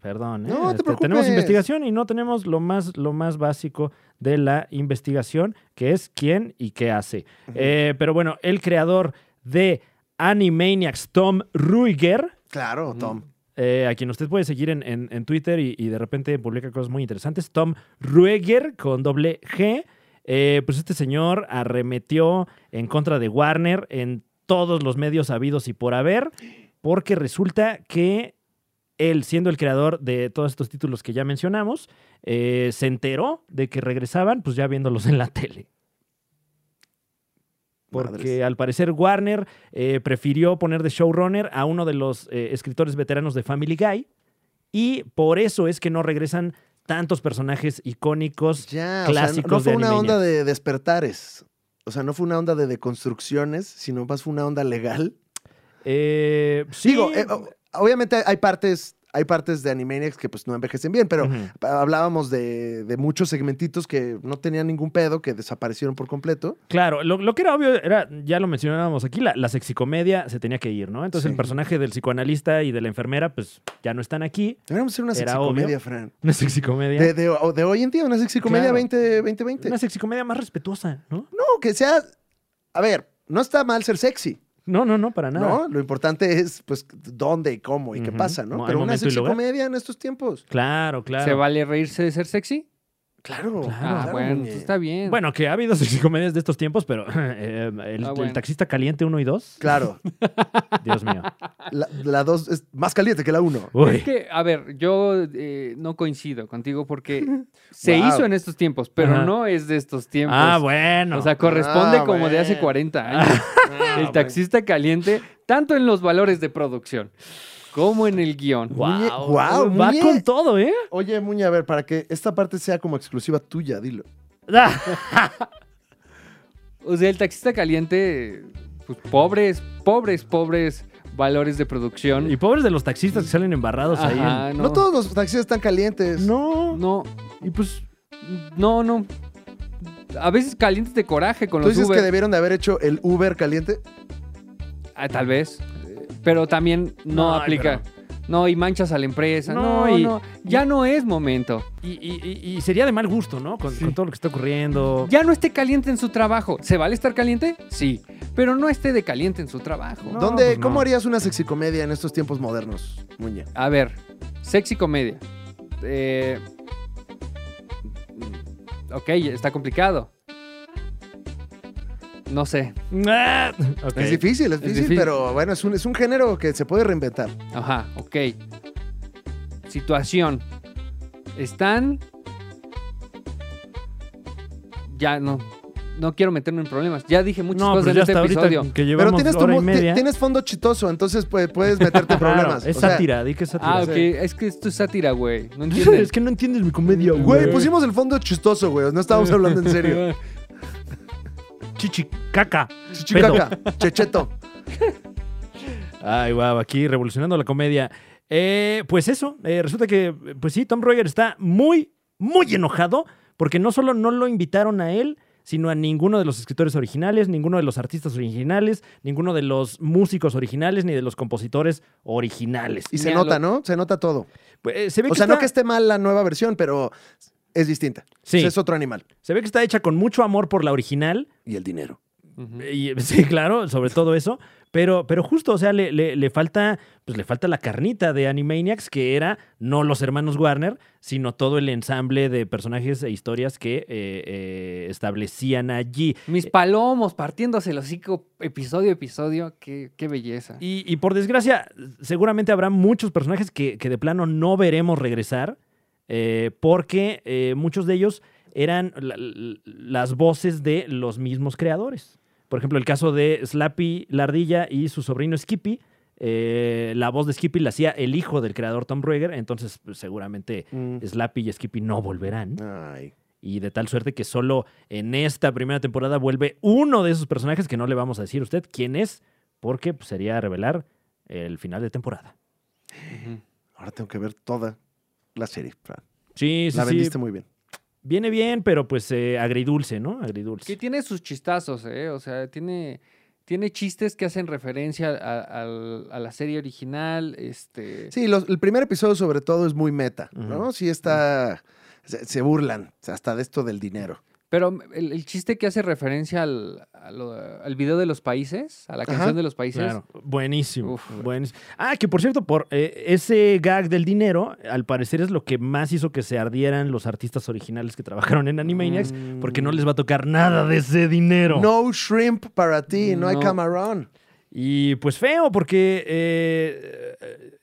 Speaker 1: perdón. ¿eh?
Speaker 2: No, te
Speaker 1: tenemos
Speaker 2: preocupes.
Speaker 1: investigación y no tenemos lo más, lo más básico de la investigación, que es quién y qué hace. Eh, pero bueno, el creador de Animaniacs, Tom Ruiger,
Speaker 2: Claro, Tom.
Speaker 1: eh, a quien usted puede seguir en, en- en Twitter y, y de repente publica cosas muy interesantes. Tom Rueger con doble G. Eh, pues este señor arremetió en contra de Warner en todos los medios habidos y por haber, porque resulta que él, siendo el creador de todos estos títulos que ya mencionamos, eh, se enteró de que regresaban, pues ya viéndolos en la tele. Porque
Speaker 2: Madres.
Speaker 1: al parecer Warner eh, prefirió poner de showrunner a uno de los eh, escritores veteranos de Family Guy y por eso es que no regresan tantos personajes icónicos.
Speaker 2: Pues Ya, o sea,
Speaker 1: clásicos
Speaker 2: no- no fue
Speaker 1: de
Speaker 2: una
Speaker 1: Animaniacs.
Speaker 2: onda de despertares. O sea, no fue una onda de deconstrucciones, sino más fue una onda legal.
Speaker 1: Eh, sí,
Speaker 2: Digo, eh, o- obviamente hay partes, hay partes de Animaniacs que pues no envejecen bien, pero
Speaker 1: Ujú.
Speaker 2: pa- hablábamos de, de muchos segmentitos que no tenían ningún pedo, que desaparecieron por completo.
Speaker 1: Claro, lo, lo que era obvio era, ya lo mencionábamos aquí, la, la sexicomedia se tenía que ir, ¿no? Entonces
Speaker 2: Sí.
Speaker 1: el personaje del psicoanalista y de la enfermera, pues ya no están aquí.
Speaker 2: Deberíamos hacer una
Speaker 1: Era
Speaker 2: sexicomedia, Fran.
Speaker 1: Una sexicomedia.
Speaker 2: De, de- o- de hoy en día, una sexicomedia
Speaker 1: Claro.
Speaker 2: 20 2020.
Speaker 1: Una sexicomedia más respetuosa, ¿no?
Speaker 2: No, que sea... A ver, no está mal ser sexy,
Speaker 1: No, no, no, para nada.
Speaker 2: ¿no? Lo importante es, pues, dónde y cómo y qué
Speaker 1: Ujú.
Speaker 2: pasa,
Speaker 1: Mo-
Speaker 2: ¿no?
Speaker 1: hay
Speaker 2: Pero una
Speaker 1: momento y lugar.
Speaker 2: sexicomedia en estos tiempos.
Speaker 1: Claro, claro.
Speaker 3: ¿Se vale reírse de ser sexy?
Speaker 2: Claro.
Speaker 1: Claro.
Speaker 3: Ah,
Speaker 2: claro,
Speaker 3: bueno,
Speaker 2: muñe.
Speaker 3: pues está bien.
Speaker 1: Bueno, que ha habido sexicomedias de estos tiempos, pero eh, el, el
Speaker 3: Ah, bueno.
Speaker 1: taxista caliente 1 y 2,
Speaker 2: Claro.
Speaker 1: Dios mío.
Speaker 2: La, la dos es más caliente que la uno.
Speaker 1: Uy.
Speaker 3: Es que, a ver, yo eh, no coincido contigo porque se
Speaker 2: Wow.
Speaker 3: hizo en estos tiempos, pero
Speaker 1: Ajá.
Speaker 3: no es de estos tiempos.
Speaker 1: Ah, bueno. Ah,
Speaker 3: O sea, corresponde
Speaker 2: Ah,
Speaker 3: como de hace
Speaker 2: bueno.
Speaker 3: 40 años.
Speaker 2: Ah,
Speaker 3: el taxista caliente, tanto en los valores de producción como en el guión.
Speaker 1: Guau,
Speaker 2: Muñe- guau,
Speaker 1: va
Speaker 2: muñe-
Speaker 1: con todo, ¿eh?
Speaker 2: Oye, Muña, a ver, para que esta parte sea como exclusiva tuya, dilo.
Speaker 1: Ah,
Speaker 3: O sea, el taxista caliente, pues pobres, pobres, pobres valores de producción.
Speaker 1: Y pobres de los taxistas que salen embarrados
Speaker 3: Ajá,
Speaker 1: ahí.
Speaker 2: No.
Speaker 3: no,
Speaker 2: todos los taxis están calientes.
Speaker 1: en- Ah, No.
Speaker 3: no,
Speaker 1: Y pues,
Speaker 3: no, no. A veces calientes de coraje con
Speaker 2: ¿Tú
Speaker 3: los
Speaker 2: dices
Speaker 3: Uber.
Speaker 2: que debieron de haber hecho el Uber caliente?
Speaker 3: Ah, tal vez. Pero también no,
Speaker 1: No, ay,
Speaker 3: aplica. No, y manchas a la empresa.
Speaker 1: No,
Speaker 3: No,
Speaker 1: y-
Speaker 3: no. Ya no es momento.
Speaker 1: y, y- y- y sería de mal gusto, ¿no? Con, con todo lo que está ocurriendo.
Speaker 3: Ya no esté caliente en su trabajo. ¿Se vale estar caliente? Sí. Pero no esté de caliente en su trabajo.
Speaker 1: No,
Speaker 2: ¿Dónde,
Speaker 1: pues no.
Speaker 2: ¿Cómo harías una sexicomedia en estos tiempos modernos, Muña?
Speaker 3: A ver, sexy comedia. Eh, ok, está complicado. No sé.
Speaker 1: Ah, ok.
Speaker 2: Es difícil, es
Speaker 3: Es
Speaker 2: difícil,
Speaker 3: difícil.
Speaker 2: pero bueno, es un, es un género que se puede reinventar.
Speaker 3: Ajá, ok. Situación. Están. Ya no. No quiero meterme en problemas. Ya dije muchas
Speaker 1: No,
Speaker 3: cosas
Speaker 1: pero
Speaker 3: en
Speaker 1: ya
Speaker 3: este
Speaker 1: hasta
Speaker 3: episodio.
Speaker 1: ahorita que
Speaker 2: Pero
Speaker 1: llevamos
Speaker 2: tienes, tu
Speaker 1: hora y
Speaker 2: mo- ti-
Speaker 1: media.
Speaker 2: tienes fondo chitoso, entonces pues, puedes meterte en
Speaker 1: Claro,
Speaker 2: problemas.
Speaker 1: es
Speaker 2: O sea,
Speaker 1: sátira, di que es sátira.
Speaker 3: Ah, ok. Es que esto es sátira, güey. No entiendes.
Speaker 1: que no entiendes mi comedia,
Speaker 2: Güey, pues pusimos el fondo chistoso, güey. No estábamos hablando en serio.
Speaker 1: Chichicaca.
Speaker 2: Chichicaca, checheto.
Speaker 1: Ay, guau, aquí revolucionando la comedia. Eh, pues eso, eh, resulta que, pues sí, Tom Roger está muy, muy enojado porque no solo no lo invitaron a él, sino a ninguno de los escritores originales, ninguno de los artistas originales, ninguno de los músicos originales, ni de los compositores originales.
Speaker 2: Y se
Speaker 3: Ya
Speaker 2: nota,
Speaker 3: lo-
Speaker 2: ¿no? Se nota todo.
Speaker 1: Pues, eh, se ve
Speaker 2: O
Speaker 1: que
Speaker 2: sea, no
Speaker 1: está-
Speaker 2: que esté mal la nueva versión, pero es distinta.
Speaker 1: Sí.
Speaker 2: O sea, es otro animal.
Speaker 1: se ve que está hecha con mucho amor por la original,
Speaker 2: Y el dinero.
Speaker 3: Ujú.
Speaker 1: Y, sí, claro, sobre todo eso. Pero, pero justo, o sea, le, le- le falta, pues le falta la carnita de Animaniacs, que era no los hermanos Warner, sino todo el ensamble de personajes e historias que eh, eh, establecían allí.
Speaker 3: Mis palomos partiéndose los hocico episodio a episodio. Qué, qué belleza.
Speaker 1: Y, y por desgracia, seguramente habrá muchos personajes que, que de plano no veremos regresar, eh, porque eh, muchos de ellos eran la- la- las voces de los mismos creadores. Por ejemplo, el caso de Slappy, la ardilla y su sobrino Skippy Eh, la voz de Skippy la hacía el hijo del creador Tom Rueger, entonces pues, seguramente
Speaker 2: Mm.
Speaker 1: Slappy y Skippy no volverán.
Speaker 2: Ay.
Speaker 1: Y de tal suerte que solo en esta primera temporada vuelve uno de esos personajes que no le vamos a decir a usted quién es, porque pues, sería revelar el final de temporada.
Speaker 3: Ujú.
Speaker 2: Ahora tengo que ver toda la serie, Fran.
Speaker 1: Sí, sí,
Speaker 2: la
Speaker 1: sí.
Speaker 2: vendiste muy bien.
Speaker 1: Viene bien, pero pues eh, agridulce, ¿no?
Speaker 3: Que
Speaker 1: Agridulce.
Speaker 3: tiene sus chistazos, ¿eh? O sea, tiene, tiene chistes que hacen referencia a, al- a la serie original. Este,
Speaker 2: Sí, los- el primer episodio sobre todo es muy meta, ¿no?
Speaker 1: Ujú.
Speaker 2: Sí está... Se, se burlan hasta de esto del dinero.
Speaker 3: Pero el, el chiste que hace referencia al, a lo- al video de los países, a la canción
Speaker 2: Ajá,
Speaker 3: de los países.
Speaker 1: Claro, buenísimo,
Speaker 3: Uf.
Speaker 1: buenísimo. Ah, que por cierto, por eh, ese gag del dinero, al parecer es lo que más hizo que se ardieran los artistas originales que trabajaron en Animaniacs, porque no les va a tocar nada de ese dinero.
Speaker 2: Mm. No shrimp para ti, no, hay
Speaker 3: No.
Speaker 2: camarón.
Speaker 1: Y pues feo, porque eh,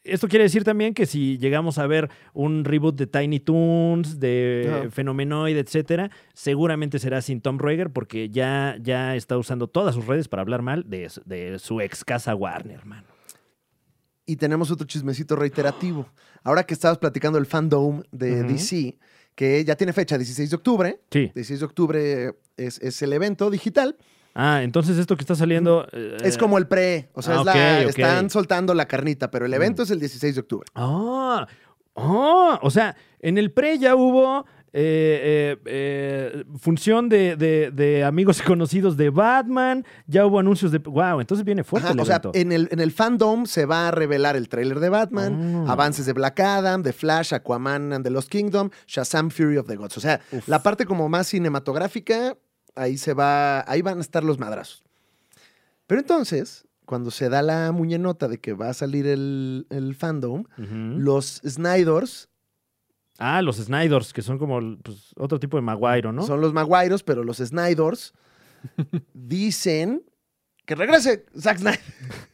Speaker 1: esto quiere decir también que si llegamos a ver un reboot de Tiny Toons, de
Speaker 2: Ajá.
Speaker 1: Fenomenoid, etcétera, seguramente será sin Tom Rueger, porque ya, ya está usando todas sus redes para hablar mal de, su- de su ex casa Warner, hermano.
Speaker 2: Y tenemos otro chismecito reiterativo. Ahora que estabas platicando el fandom de
Speaker 1: Ujú.
Speaker 2: DC, que ya tiene fecha, 16 de octubre.
Speaker 1: Sí.
Speaker 2: 16 de octubre es, es el evento digital.
Speaker 1: Ah, entonces esto que está saliendo. eh,
Speaker 2: es como el pre, o sea,
Speaker 1: ah,
Speaker 2: es la-
Speaker 1: ok, Mm. ok.
Speaker 2: están soltando la carnita, pero el evento es el 16 de octubre.
Speaker 1: Ah, ah, o sea, en el pre ya hubo eh, eh, eh, función de, de- de amigos y conocidos de Batman, ya hubo anuncios de... Wow, entonces viene fuerte
Speaker 2: Ajá,
Speaker 1: el
Speaker 2: o sea,
Speaker 1: evento.
Speaker 2: en el, en el fandom se va a revelar el tráiler de Batman,
Speaker 1: Ah.
Speaker 2: avances de Black Adam, de Flash, Aquaman and the Lost Kingdom, Shazam Fury of the Gods. O sea,
Speaker 1: Uf.
Speaker 2: eh, la parte como más cinematográfica, ahí se va, ahí van a estar los madrazos. Pero entonces, cuando se da la muñenota de que va a salir el, el fandom,
Speaker 1: Ujú.
Speaker 2: los Snyders
Speaker 1: Ah, los Snyders, que son como pues, otro tipo de Maguire, ¿no?
Speaker 2: son los Maguiros, pero los Snyders dicen que regrese Zack Snyder.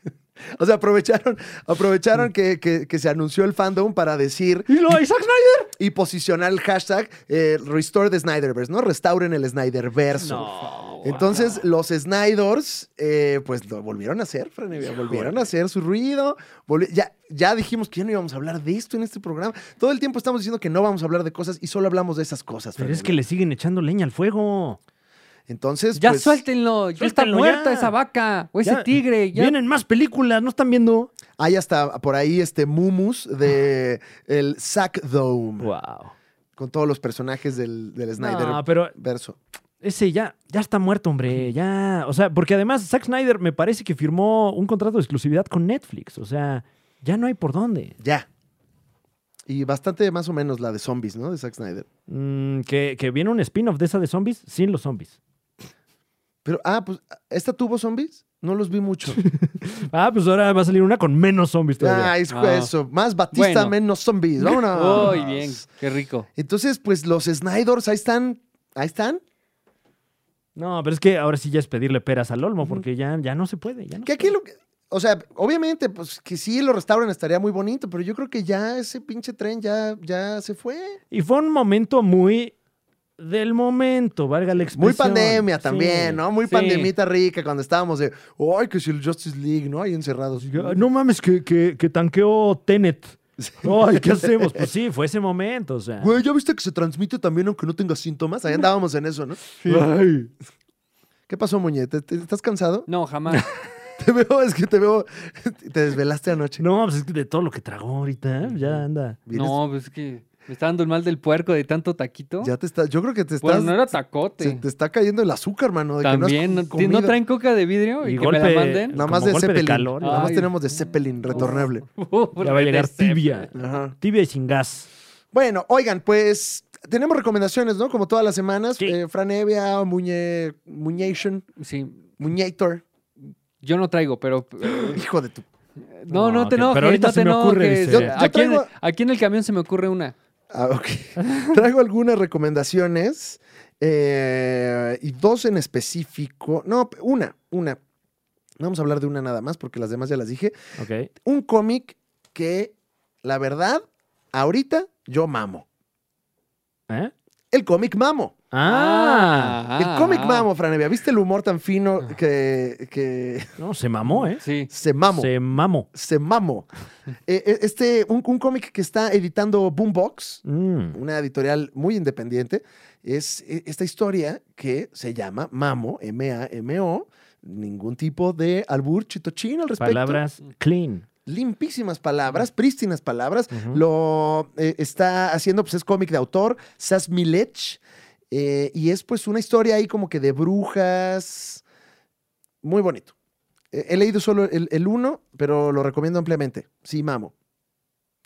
Speaker 2: o sea, aprovecharon, aprovecharon que, que- que se anunció el fandom para decir
Speaker 1: ¡Y lo Isaac Snyder!
Speaker 2: y posicionar el hashtag eh, Restore the Snyderverse, ¿no? Restauren el Snyderverso.
Speaker 1: No.
Speaker 2: Entonces, los Snyders, eh, pues lo volvieron a hacer, Franevia,
Speaker 1: Híjole.
Speaker 2: volvieron a hacer su ruido. volvi- Ya, ya dijimos que ya no íbamos a hablar de esto en este programa. Todo el tiempo estamos diciendo que no vamos a hablar de cosas y solo hablamos de esas cosas.
Speaker 1: Pero es
Speaker 2: Franevia.
Speaker 1: que le siguen echando leña al fuego.
Speaker 2: Entonces,
Speaker 3: Ya
Speaker 2: pues,
Speaker 3: suéltenlo, ya está
Speaker 1: suéltenlo
Speaker 3: muerta
Speaker 1: ya.
Speaker 3: esa vaca o ese
Speaker 1: Ya,
Speaker 3: tigre. Ya.
Speaker 1: Vienen más películas, ¿no están viendo?
Speaker 2: hay hasta por ahí este Mumus de el Sack Dome
Speaker 1: Wow.
Speaker 2: con todos los personajes del, del Snyder
Speaker 1: No, Ah, pero
Speaker 2: verso.
Speaker 1: Ese ya, ya está muerto, hombre. Ya. O sea, porque además Zack Snyder me parece que firmó un contrato de exclusividad con Netflix. O sea, ya no hay por dónde.
Speaker 2: Ya. Y bastante más o menos la de zombies, ¿no? De Zack Snyder.
Speaker 1: Mm, que, que viene un spin-off de esa de zombies sin los zombies.
Speaker 2: Pero, ah, pues, ¿esta tuvo zombies? No los vi mucho.
Speaker 1: Ah, pues ahora va a salir una con menos zombies todavía.
Speaker 2: ah, es
Speaker 3: Ah.
Speaker 2: eso. Más Batista,
Speaker 3: Bueno.
Speaker 2: menos zombies. Vámonos.
Speaker 3: Ay, bien, qué rico.
Speaker 2: Entonces, pues, los Snyders, ahí están. Ahí están.
Speaker 1: No, pero es que ahora sí ya es pedirle peras al olmo porque ya, ya no se puede. Ya no
Speaker 2: Que
Speaker 1: se
Speaker 2: aquí
Speaker 1: puede.
Speaker 2: lo que- O sea, obviamente, pues, que sí lo restauran estaría muy bonito, pero yo creo que ya ese pinche tren ya, ya se fue.
Speaker 1: Y fue un momento muy del momento, valga la expresión.
Speaker 2: Muy pandemia también,
Speaker 1: Sí.
Speaker 2: ¿no? Muy
Speaker 3: sí.
Speaker 2: pandemita rica cuando estábamos de, ay, que si el Justice League, ¿no? Ahí encerrados.
Speaker 1: Ya, No mames, que, que, que tanqueó Tenet. Ay, ¿qué hacemos? Pues sí, fue ese momento, o sea.
Speaker 2: Güey, ¿ya viste que se transmite también aunque no tengas síntomas? Ahí andábamos en eso, ¿no?
Speaker 1: Ay.
Speaker 2: ¿Qué pasó, muñete? ¿Estás cansado?
Speaker 3: No, jamás.
Speaker 2: Te veo, es que te veo, te desvelaste anoche.
Speaker 1: No, pues es que de todo lo que tragó ahorita, ¿eh? ya anda.
Speaker 2: Vienes-
Speaker 3: no, pues es que me está dando el mal del puerco de tanto taquito.
Speaker 2: Ya te está, yo creo que te estás,
Speaker 3: bueno, Pues no era
Speaker 2: se
Speaker 3: tacote.
Speaker 2: te está cayendo el azúcar, mano. de que no has
Speaker 3: También, no,
Speaker 2: comido.
Speaker 3: ¿no traen coca de vidrio y,
Speaker 1: Y
Speaker 3: que
Speaker 1: golpe-
Speaker 3: me la manden.
Speaker 2: Nada más
Speaker 1: Como
Speaker 2: de
Speaker 1: golpe de
Speaker 2: Zeppelin.
Speaker 1: calor.
Speaker 2: Nada más
Speaker 3: Ay.
Speaker 2: tenemos de Zeppelin retornable.
Speaker 1: Ya va a llegar tibia.
Speaker 2: Ajá.
Speaker 1: Tibia y sin gas.
Speaker 2: Bueno, oigan, pues tenemos recomendaciones, ¿no? Como todas las semanas.
Speaker 1: Sí.
Speaker 2: Eh, Fran Evia, Muñe, Muñation,
Speaker 3: Sí,
Speaker 2: Muñator.
Speaker 3: yo no traigo, pero eh,
Speaker 2: Hijo de tu.
Speaker 3: No, no,
Speaker 1: No,
Speaker 3: te
Speaker 1: que-
Speaker 3: enojes,
Speaker 1: pero ahorita
Speaker 3: no
Speaker 1: se
Speaker 3: te
Speaker 1: me ocurre,
Speaker 3: enojes.
Speaker 1: dice.
Speaker 3: Yo-
Speaker 1: Yo- yo
Speaker 3: aquí, en,
Speaker 2: traigo-
Speaker 3: aquí en el camión se me ocurre una.
Speaker 2: Ah, ok. Traigo algunas recomendaciones eh, y dos en específico. No, una, una. No Vamos a hablar de una nada más porque las demás ya las dije.
Speaker 1: Ok.
Speaker 2: Un cómic que, la verdad, ahorita yo mamo.
Speaker 1: ¿Eh?
Speaker 2: el cómic Mamo.
Speaker 1: Ah,
Speaker 2: el cómic
Speaker 3: ah.
Speaker 2: Mamo, Franevia. ¿Viste el humor tan fino que, que
Speaker 1: no, se mamó, ¿eh?
Speaker 3: ah. Sí.
Speaker 2: se mamo?
Speaker 1: Se mamó.
Speaker 2: Se mamo. Eh, eh, este, un, un cómic que está editando Boombox,
Speaker 1: Mm.
Speaker 2: una editorial muy independiente, es eh, esta historia que se llama Mamo, M-A-M-O, ningún tipo de albur chitochín al respecto.
Speaker 1: Palabras clean.
Speaker 2: limpísimas palabras, prístinas palabras.
Speaker 1: Ujú.
Speaker 2: Lo eh, está haciendo, pues es cómic de autor, Sas Milech. eh, y es pues una historia ahí como que de brujas. Muy bonito. Eh, he leído solo el, el uno, pero lo recomiendo ampliamente. Sí, mamo,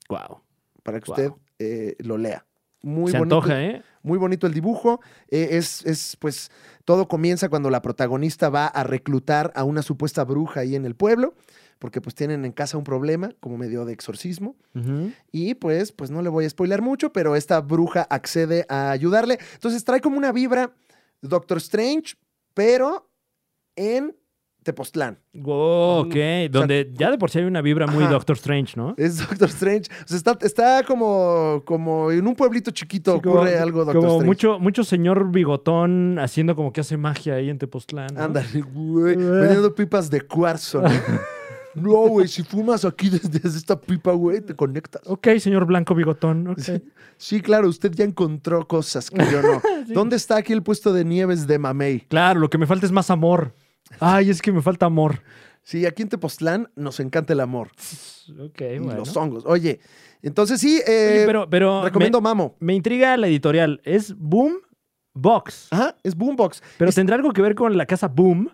Speaker 1: Wow.
Speaker 2: para que
Speaker 1: Wow.
Speaker 2: usted eh, lo lea. Muy
Speaker 1: se
Speaker 2: bonito.
Speaker 1: antoja, ¿eh?
Speaker 2: Muy bonito el dibujo. Eh, es, es, pues, todo comienza cuando la protagonista va a reclutar a una supuesta bruja ahí en el pueblo, porque pues tienen en casa un problema, como medio de exorcismo.
Speaker 1: Ujú.
Speaker 2: Y pues, pues no le voy a spoiler mucho, pero esta bruja accede a ayudarle. Entonces trae como una vibra Doctor Strange, pero en Tepoztlán.
Speaker 1: Wow, ok. Donde ya de por sí hay una vibra muy
Speaker 2: Ajá.
Speaker 1: Doctor Strange, ¿no?
Speaker 2: Es Doctor Strange. O sea, está, está como, como en un pueblito chiquito
Speaker 1: Sí, como-
Speaker 2: ocurre algo Doctor
Speaker 1: como
Speaker 2: Strange.
Speaker 1: mucho, mucho señor bigotón haciendo como que hace magia ahí en Tepoztlán. ¿no?
Speaker 2: Ándale, güey.
Speaker 1: Ah.
Speaker 2: Vendiendo pipas de cuarzo, ¿no? No, güey, si fumas aquí desde, desde esta pipa, güey, te conectas.
Speaker 1: Ok, señor blanco bigotón. ok.
Speaker 2: Sí. Sí, claro, usted ya encontró cosas que yo no. ¿Dónde está aquí el puesto de nieves de Mamey?
Speaker 1: Claro, lo que me falta es más amor. Ay, es que me falta amor.
Speaker 2: Sí, aquí en Tepoztlán nos encanta el amor.
Speaker 1: Ok,
Speaker 2: y
Speaker 1: bueno.
Speaker 2: los hongos. Oye, entonces sí, eh,
Speaker 1: Oye, pero, pero me-
Speaker 2: recomiendo Mamo.
Speaker 1: me, intriga la editorial. Es Boom Box.
Speaker 2: Ajá, es Boombox.
Speaker 1: Pero
Speaker 2: es-
Speaker 1: tendrá algo que ver con la casa Boom,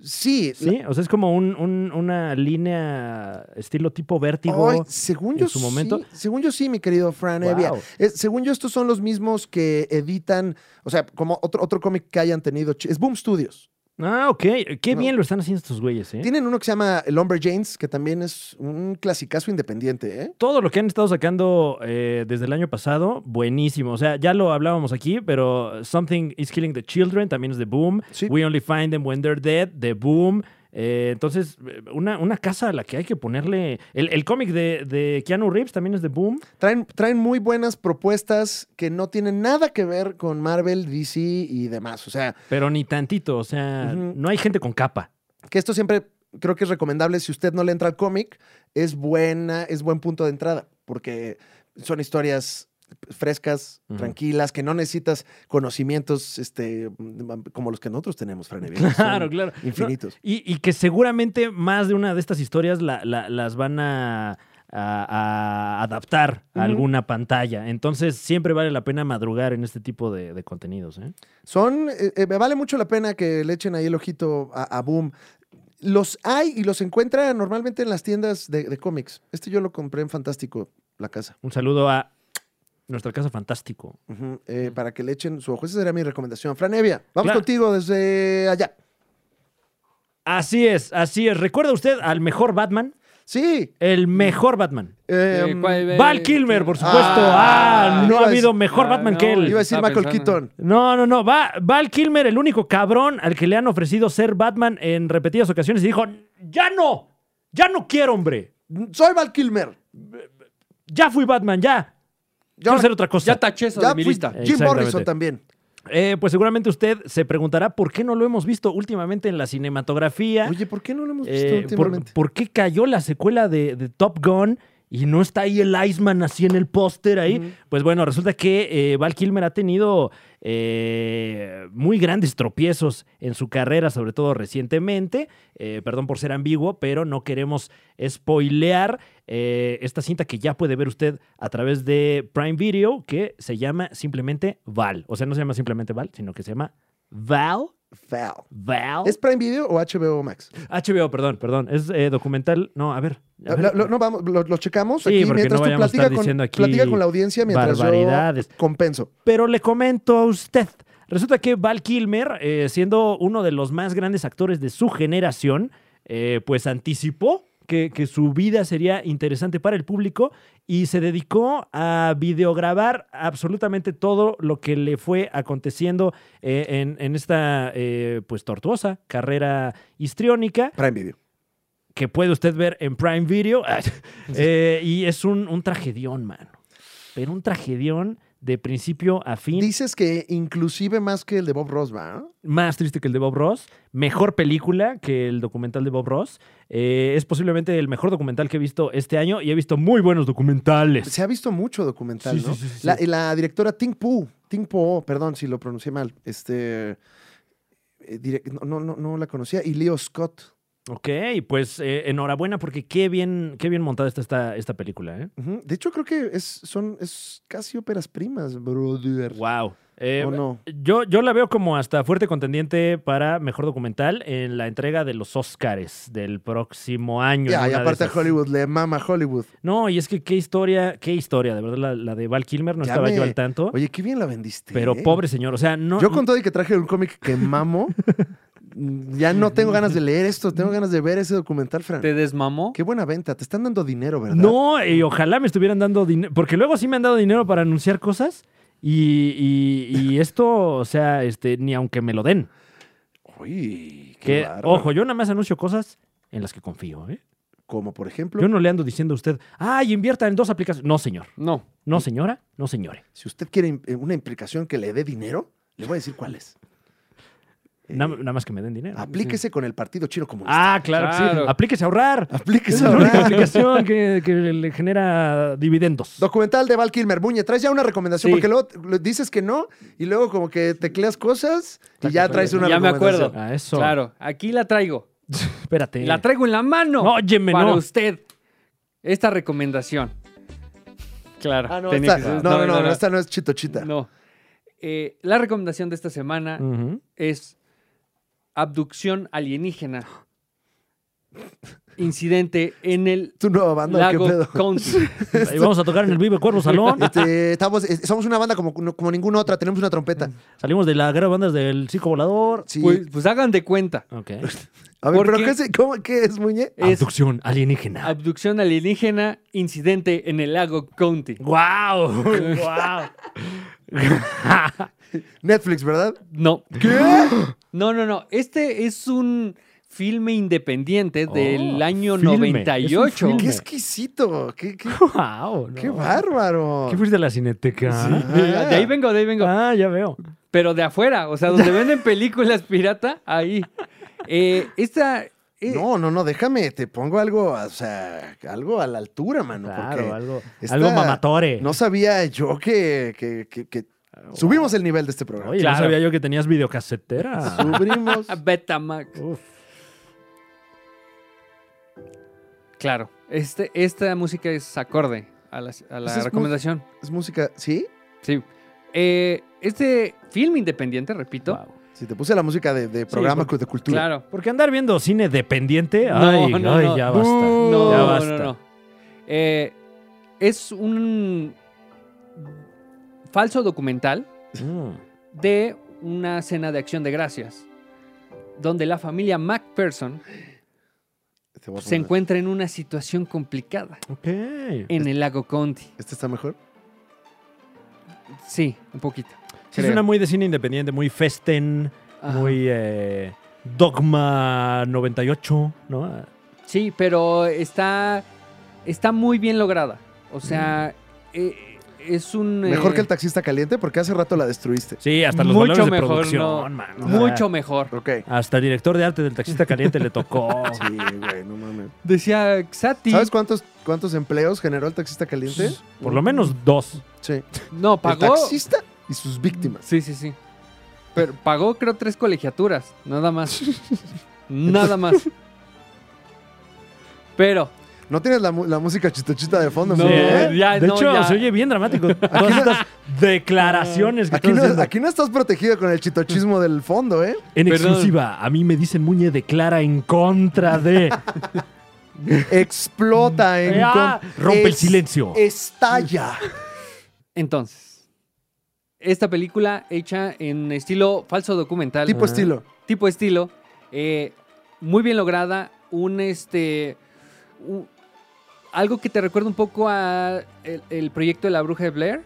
Speaker 2: Sí. la-
Speaker 1: ¿sí? O sea, es como un- un- una línea estilo tipo vértigo.
Speaker 2: Ay, según
Speaker 1: en
Speaker 2: yo
Speaker 1: su
Speaker 2: sí,
Speaker 1: momento.
Speaker 2: según yo sí, mi querido Fran
Speaker 1: Wow.
Speaker 2: Evia. Es- según yo estos son los mismos que editan, o sea, como otro, otro cómic que hayan tenido, ch- es Boom Studios.
Speaker 1: Ah, ok. Qué
Speaker 2: No.
Speaker 1: bien lo están haciendo estos güeyes, ¿eh?
Speaker 2: Tienen uno que se llama Lumberjanes, que también es un clasicazo independiente, ¿eh?
Speaker 1: Todo lo que han estado sacando eh, desde el año pasado, buenísimo. O sea, ya lo hablábamos aquí, pero Something is Killing the Children también es de Boom.
Speaker 2: Sí.
Speaker 1: We Only Find Them When They're Dead, de Boom. Eh, entonces, eh, una, una casa a la que hay que ponerle. El, el cómic de, de Keanu Reeves también es de Boom.
Speaker 2: Traen, traen muy buenas propuestas que no tienen nada que ver con Marvel, DC y demás. O sea,
Speaker 1: Pero ni tantito, o sea,
Speaker 2: Ujú.
Speaker 1: no hay gente con capa.
Speaker 2: que esto siempre creo que es recomendable si usted no le entra al cómic, es buena, es buen punto de entrada, porque son historias frescas,
Speaker 1: Ujú.
Speaker 2: tranquilas, que no necesitas conocimientos este, mm, como los que nosotros tenemos, Fran Evia, que son
Speaker 1: Claro, claro.
Speaker 2: Infinitos.
Speaker 1: Y, y que seguramente más de una de estas historias la- la- las van a, a- a adaptar a
Speaker 2: Ujú.
Speaker 1: alguna pantalla. Entonces siempre vale la pena madrugar en este tipo de, de contenidos. ¿eh?
Speaker 2: Son, eh, eh, me vale mucho la pena que le echen ahí el ojito a, a Boom. Los hay y los encuentra normalmente en las tiendas de, de cómics. Este yo lo compré en Fantástico, la casa.
Speaker 1: Un saludo a nuestra casa fantástico.
Speaker 2: Ujú, eh, Para que le echen su ojo. Esa sería mi recomendación. Fran Evia, vamos
Speaker 1: Claro.
Speaker 2: contigo desde allá.
Speaker 1: Así es, así es. ¿Recuerda usted al mejor Batman?
Speaker 2: Sí,
Speaker 1: El mejor Batman.
Speaker 2: Eh,
Speaker 3: Eh, ¿cuál- eh,
Speaker 1: Val Kilmer, por supuesto.
Speaker 2: Ah,
Speaker 1: Ah, no
Speaker 2: iba
Speaker 1: ha
Speaker 2: a
Speaker 1: habido
Speaker 2: decir-
Speaker 1: mejor
Speaker 3: ah,
Speaker 1: Batman que
Speaker 3: no,
Speaker 1: él.
Speaker 2: Iba a decir
Speaker 3: Estaba
Speaker 2: Michael
Speaker 3: pensando.
Speaker 2: Keaton.
Speaker 1: No, no, no. Va, Val Kilmer, el único cabrón al que le han ofrecido ser Batman en repetidas ocasiones, y dijo: ¡Ya no! ¡Ya no quiero, hombre!
Speaker 2: Soy Val Kilmer.
Speaker 1: ¡Ya fui Batman, ya!
Speaker 2: Ya
Speaker 1: Quiero hacer otra cosa.
Speaker 3: Ya taché eso
Speaker 2: ya
Speaker 3: de mi
Speaker 2: fui
Speaker 3: lista.
Speaker 2: Jim
Speaker 1: Exactamente.
Speaker 2: Morrison también.
Speaker 1: Eh, pues seguramente usted se preguntará por qué no lo hemos visto últimamente en la cinematografía.
Speaker 2: Oye, ¿por qué no lo hemos visto
Speaker 1: Eh, por,
Speaker 2: Pues, últimamente?
Speaker 1: por qué cayó la secuela de, de Top Gun y no está ahí el Iceman así en el póster ahí? Pues bueno, resulta que eh, Val Kilmer ha tenido eh, muy grandes tropiezos en su carrera, sobre todo recientemente. Eh, perdón por ser ambiguo, pero no queremos spoilear eh, esta cinta que ya puede ver usted a través de Prime Video, que se llama simplemente Val. O sea, no se llama simplemente Val, sino que se llama Val.
Speaker 2: Foul.
Speaker 1: Val.
Speaker 2: ¿Es Prime Video o HBO Max?
Speaker 1: HBO, perdón, perdón. Es eh, documental. No, a ver. a ver.
Speaker 2: Lo, lo- no, vamos, lo, lo checamos
Speaker 1: Sí,
Speaker 2: aquí
Speaker 1: porque no
Speaker 2: mientras tú
Speaker 1: vayamos a
Speaker 2: platica
Speaker 1: estar
Speaker 2: con,
Speaker 1: diciendo aquí
Speaker 2: platica con la audiencia mientras
Speaker 1: barbaridades.
Speaker 2: yo compenso.
Speaker 1: Pero le comento a usted. Resulta que Val Kilmer, eh, siendo uno de los más grandes actores de su generación, eh, pues anticipó que, que su vida sería interesante para el público y se dedicó a videograbar absolutamente todo lo que le fue aconteciendo eh, en, en esta eh, pues tortuosa carrera histriónica.
Speaker 2: Prime Video.
Speaker 1: que puede usted ver en Prime Video. Eh, y es un, un tragedión, mano. Pero un tragedión de principio a fin.
Speaker 2: Dices que inclusive más que el de Bob Ross, ¿va?
Speaker 1: más triste que el de Bob Ross, mejor película que el documental de Bob Ross. Eh, es posiblemente el mejor documental que he visto este año y he visto muy buenos documentales.
Speaker 2: Se ha visto mucho documental,
Speaker 1: Sí,
Speaker 2: ¿no?
Speaker 1: sí, sí, sí,
Speaker 2: La,
Speaker 1: sí.
Speaker 2: la directora Ting Pu, Ting Po, perdón si lo pronuncié mal, este... eh, direc- No, no, no, no la conocía. Y Leo Scott.
Speaker 1: Ok, pues eh, enhorabuena porque qué bien, qué bien montada está esta, esta película. ¿eh?
Speaker 2: Ujú. De hecho, creo que es, son, es casi óperas primas, brother.
Speaker 1: Wow. Eh,
Speaker 2: ¿O no?
Speaker 1: yo, yo la veo como hasta fuerte contendiente para mejor documental en la entrega de los Oscars del próximo año. en
Speaker 2: Ya,
Speaker 1: una
Speaker 2: y
Speaker 1: de
Speaker 2: aparte a
Speaker 1: esas.
Speaker 2: Hollywood, le mama Hollywood.
Speaker 1: No, y es que qué historia, qué historia, de verdad, la, la de Val Kilmer, no
Speaker 2: Ya
Speaker 1: estaba
Speaker 2: me-
Speaker 1: yo al tanto.
Speaker 2: Oye, qué bien la vendiste.
Speaker 1: pero
Speaker 2: ¿eh?
Speaker 1: pobre señor, o sea, no.
Speaker 2: Yo con todo y que traje un cómic que mamo, ya no tengo ganas de leer esto, tengo ganas de ver ese documental, Fran.
Speaker 3: ¿Te desmamó?
Speaker 2: Qué buena venta, te están dando dinero, ¿verdad?
Speaker 1: No, y ojalá me estuvieran dando dinero, porque luego sí me han dado dinero para anunciar cosas y, y- y esto, o sea, este, ni aunque me lo den.
Speaker 2: Uy, qué
Speaker 1: Que,
Speaker 2: bárbaro.
Speaker 1: ojo, yo nada más anuncio cosas en las que confío. ¿eh?
Speaker 2: Como por ejemplo,
Speaker 1: Yo no le ando diciendo a usted, ay, invierta en dos aplicaciones. No, señor.
Speaker 3: No.
Speaker 1: No,
Speaker 2: Mm.
Speaker 1: señora. No, señore.
Speaker 2: si usted quiere im- eh, una implicación que le dé dinero, le voy a decir cuál es. Eh,
Speaker 1: Na-
Speaker 2: ah,
Speaker 1: nada más que me den dinero.
Speaker 2: aplíquese con el Partido Chino Comunista.
Speaker 1: Ah, claro, que sí.
Speaker 3: Claro.
Speaker 1: Aplíquese a ahorrar. Es
Speaker 2: aplíquese
Speaker 1: la única
Speaker 2: ahora.
Speaker 1: aplicación que, que le genera dividendos.
Speaker 2: Documental de Val Kilmer. Muñe, traes ya una recomendación
Speaker 3: Sí.
Speaker 2: porque luego lo- dices que no y luego como que tecleas cosas y
Speaker 1: Claro,
Speaker 2: ya
Speaker 1: claro.
Speaker 2: traes una
Speaker 3: Ya me
Speaker 2: recomendación.
Speaker 3: acuerdo.
Speaker 1: Ah, eso.
Speaker 3: Claro, aquí la traigo.
Speaker 1: Espérate.
Speaker 3: La traigo en la mano.
Speaker 1: No, óyeme,
Speaker 3: para
Speaker 1: no.
Speaker 3: usted. Esta recomendación. Claro.
Speaker 2: Ah, no,
Speaker 3: tenía
Speaker 2: esta-
Speaker 3: que ser-
Speaker 2: no, no, no, esta no es chitochita.
Speaker 3: no. Eh, la recomendación de esta semana
Speaker 1: Ujú.
Speaker 3: es Abducción alienígena. Incidente en el
Speaker 2: ¿Tu nueva banda o qué
Speaker 3: lago
Speaker 2: pedo?
Speaker 3: Conce.
Speaker 1: Ahí Vamos a tocar en el Vive Cuervo Salón.
Speaker 2: Este, estamos, eh, somos una banda como, como ninguna otra, tenemos una trompeta.
Speaker 1: Salimos de la gran bandas del Circo Volador.
Speaker 2: Sí.
Speaker 3: Mm. Pues, pues hagan de cuenta.
Speaker 1: Ok.
Speaker 2: a ver,
Speaker 3: ¿por
Speaker 2: pero
Speaker 3: qué?
Speaker 2: qué? es- cómo- qué es, Muñe?
Speaker 3: Es
Speaker 1: Abducción alienígena.
Speaker 3: abducción alienígena, incidente en el lago County.
Speaker 1: ¡Guau! ¡Guau!
Speaker 2: Netflix, ¿verdad?
Speaker 3: No. No, no, no. Este es un filme independiente
Speaker 1: Oh,
Speaker 3: del año
Speaker 1: filme. Es
Speaker 3: 98.
Speaker 1: un
Speaker 2: Qué
Speaker 1: filme.
Speaker 2: exquisito, qué, qué-
Speaker 1: ¡Guau! no.
Speaker 2: qué bárbaro.
Speaker 1: ¿Qué fuiste a la Cineteca?
Speaker 2: Sí.
Speaker 3: Ah, De ahí vengo, de ahí vengo.
Speaker 1: Ah, ya veo.
Speaker 3: Pero de afuera, o sea, donde venden películas pirata, ahí. Eh, esta. eh,
Speaker 2: No, no, no, déjame, te pongo algo, o sea, algo a la altura, mano.
Speaker 1: Claro,
Speaker 2: porque
Speaker 1: algo,
Speaker 2: esta-
Speaker 1: algo mamatore.
Speaker 2: No sabía yo que, que- que- que subimos el nivel de este programa.
Speaker 1: Oye,
Speaker 3: Claro.
Speaker 1: no sabía yo que tenías videocasetera.
Speaker 2: Subimos.
Speaker 3: Betamax.
Speaker 1: Uf.
Speaker 3: Claro. Este, esta música es acorde a la, a la
Speaker 2: Pues es muy-
Speaker 3: recomendación.
Speaker 2: es música, ¿sí?
Speaker 3: Sí. Eh, este filme independiente, repito.
Speaker 1: Guau.
Speaker 2: Sí, te puse la música de, de programa de cultura.
Speaker 3: Claro.
Speaker 1: Porque andar viendo cine dependiente,
Speaker 3: No,
Speaker 1: ay,
Speaker 3: no,
Speaker 1: ay,
Speaker 3: no.
Speaker 1: ya basta.
Speaker 2: No,
Speaker 3: No,
Speaker 1: ya
Speaker 3: no,
Speaker 1: basta.
Speaker 3: no, no. Eh, es un falso documental
Speaker 1: Mm.
Speaker 3: de una cena de acción de gracias, donde la familia MacPherson
Speaker 2: Te voy a
Speaker 3: se
Speaker 2: poner-
Speaker 3: encuentra en una situación complicada
Speaker 1: Ok.
Speaker 3: en el lago Conti.
Speaker 2: ¿Este está mejor?
Speaker 3: Sí, un poquito.
Speaker 1: Sí, es
Speaker 3: creo.
Speaker 1: una muy de cine independiente, muy festen,
Speaker 3: Ajá.
Speaker 1: muy eh, Dogma 98, ¿no?
Speaker 3: Sí, pero está, está muy bien lograda. O sea, eh, es un...
Speaker 2: Mejor
Speaker 3: eh,
Speaker 2: que el taxista caliente porque hace rato la destruiste.
Speaker 1: Sí, hasta los
Speaker 3: Mucho
Speaker 1: valores de
Speaker 3: mejor,
Speaker 1: producción,
Speaker 3: no.
Speaker 1: mano.
Speaker 3: Mucho mejor.
Speaker 2: Ok.
Speaker 1: Hasta el director de arte del taxista caliente le tocó.
Speaker 2: Sí, güey, no mames.
Speaker 3: Decía Xati.
Speaker 2: ¿Sabes cuántos, cuántos empleos generó el taxista caliente?
Speaker 1: Por lo menos dos.
Speaker 2: Sí.
Speaker 3: No,
Speaker 2: El
Speaker 3: pagó...
Speaker 2: taxista y sus víctimas.
Speaker 3: Sí, sí, sí. Pero pagó, creo, tres colegiaturas. Nada más. nada más. Pero.
Speaker 2: No tienes la, mu- la música chitochita de fondo,
Speaker 3: No,
Speaker 1: Sí,
Speaker 2: güey,
Speaker 1: ¿eh?
Speaker 3: ya,
Speaker 1: de
Speaker 3: no,
Speaker 1: hecho,
Speaker 3: ya.
Speaker 1: se oye bien dramático. Todas estas declaraciones que
Speaker 2: Aquí
Speaker 1: estás
Speaker 2: no,
Speaker 1: haciendo.
Speaker 2: aquí no estás protegido con el chitochismo del fondo, ¿eh?
Speaker 1: En
Speaker 3: Perdón.
Speaker 1: exclusiva, a mí me dicen Muñe declara en contra de.
Speaker 2: Explota en...
Speaker 1: Ah,
Speaker 2: con-
Speaker 1: rompe el
Speaker 2: es-
Speaker 1: silencio.
Speaker 2: Estalla.
Speaker 3: Entonces. Esta película hecha en estilo falso documental.
Speaker 1: Ah.
Speaker 3: Ah.
Speaker 2: tipo estilo.
Speaker 3: tipo estilo. eh, muy bien lograda. Un este. u- algo que te recuerda un poco a el, el proyecto de la bruja de Blair.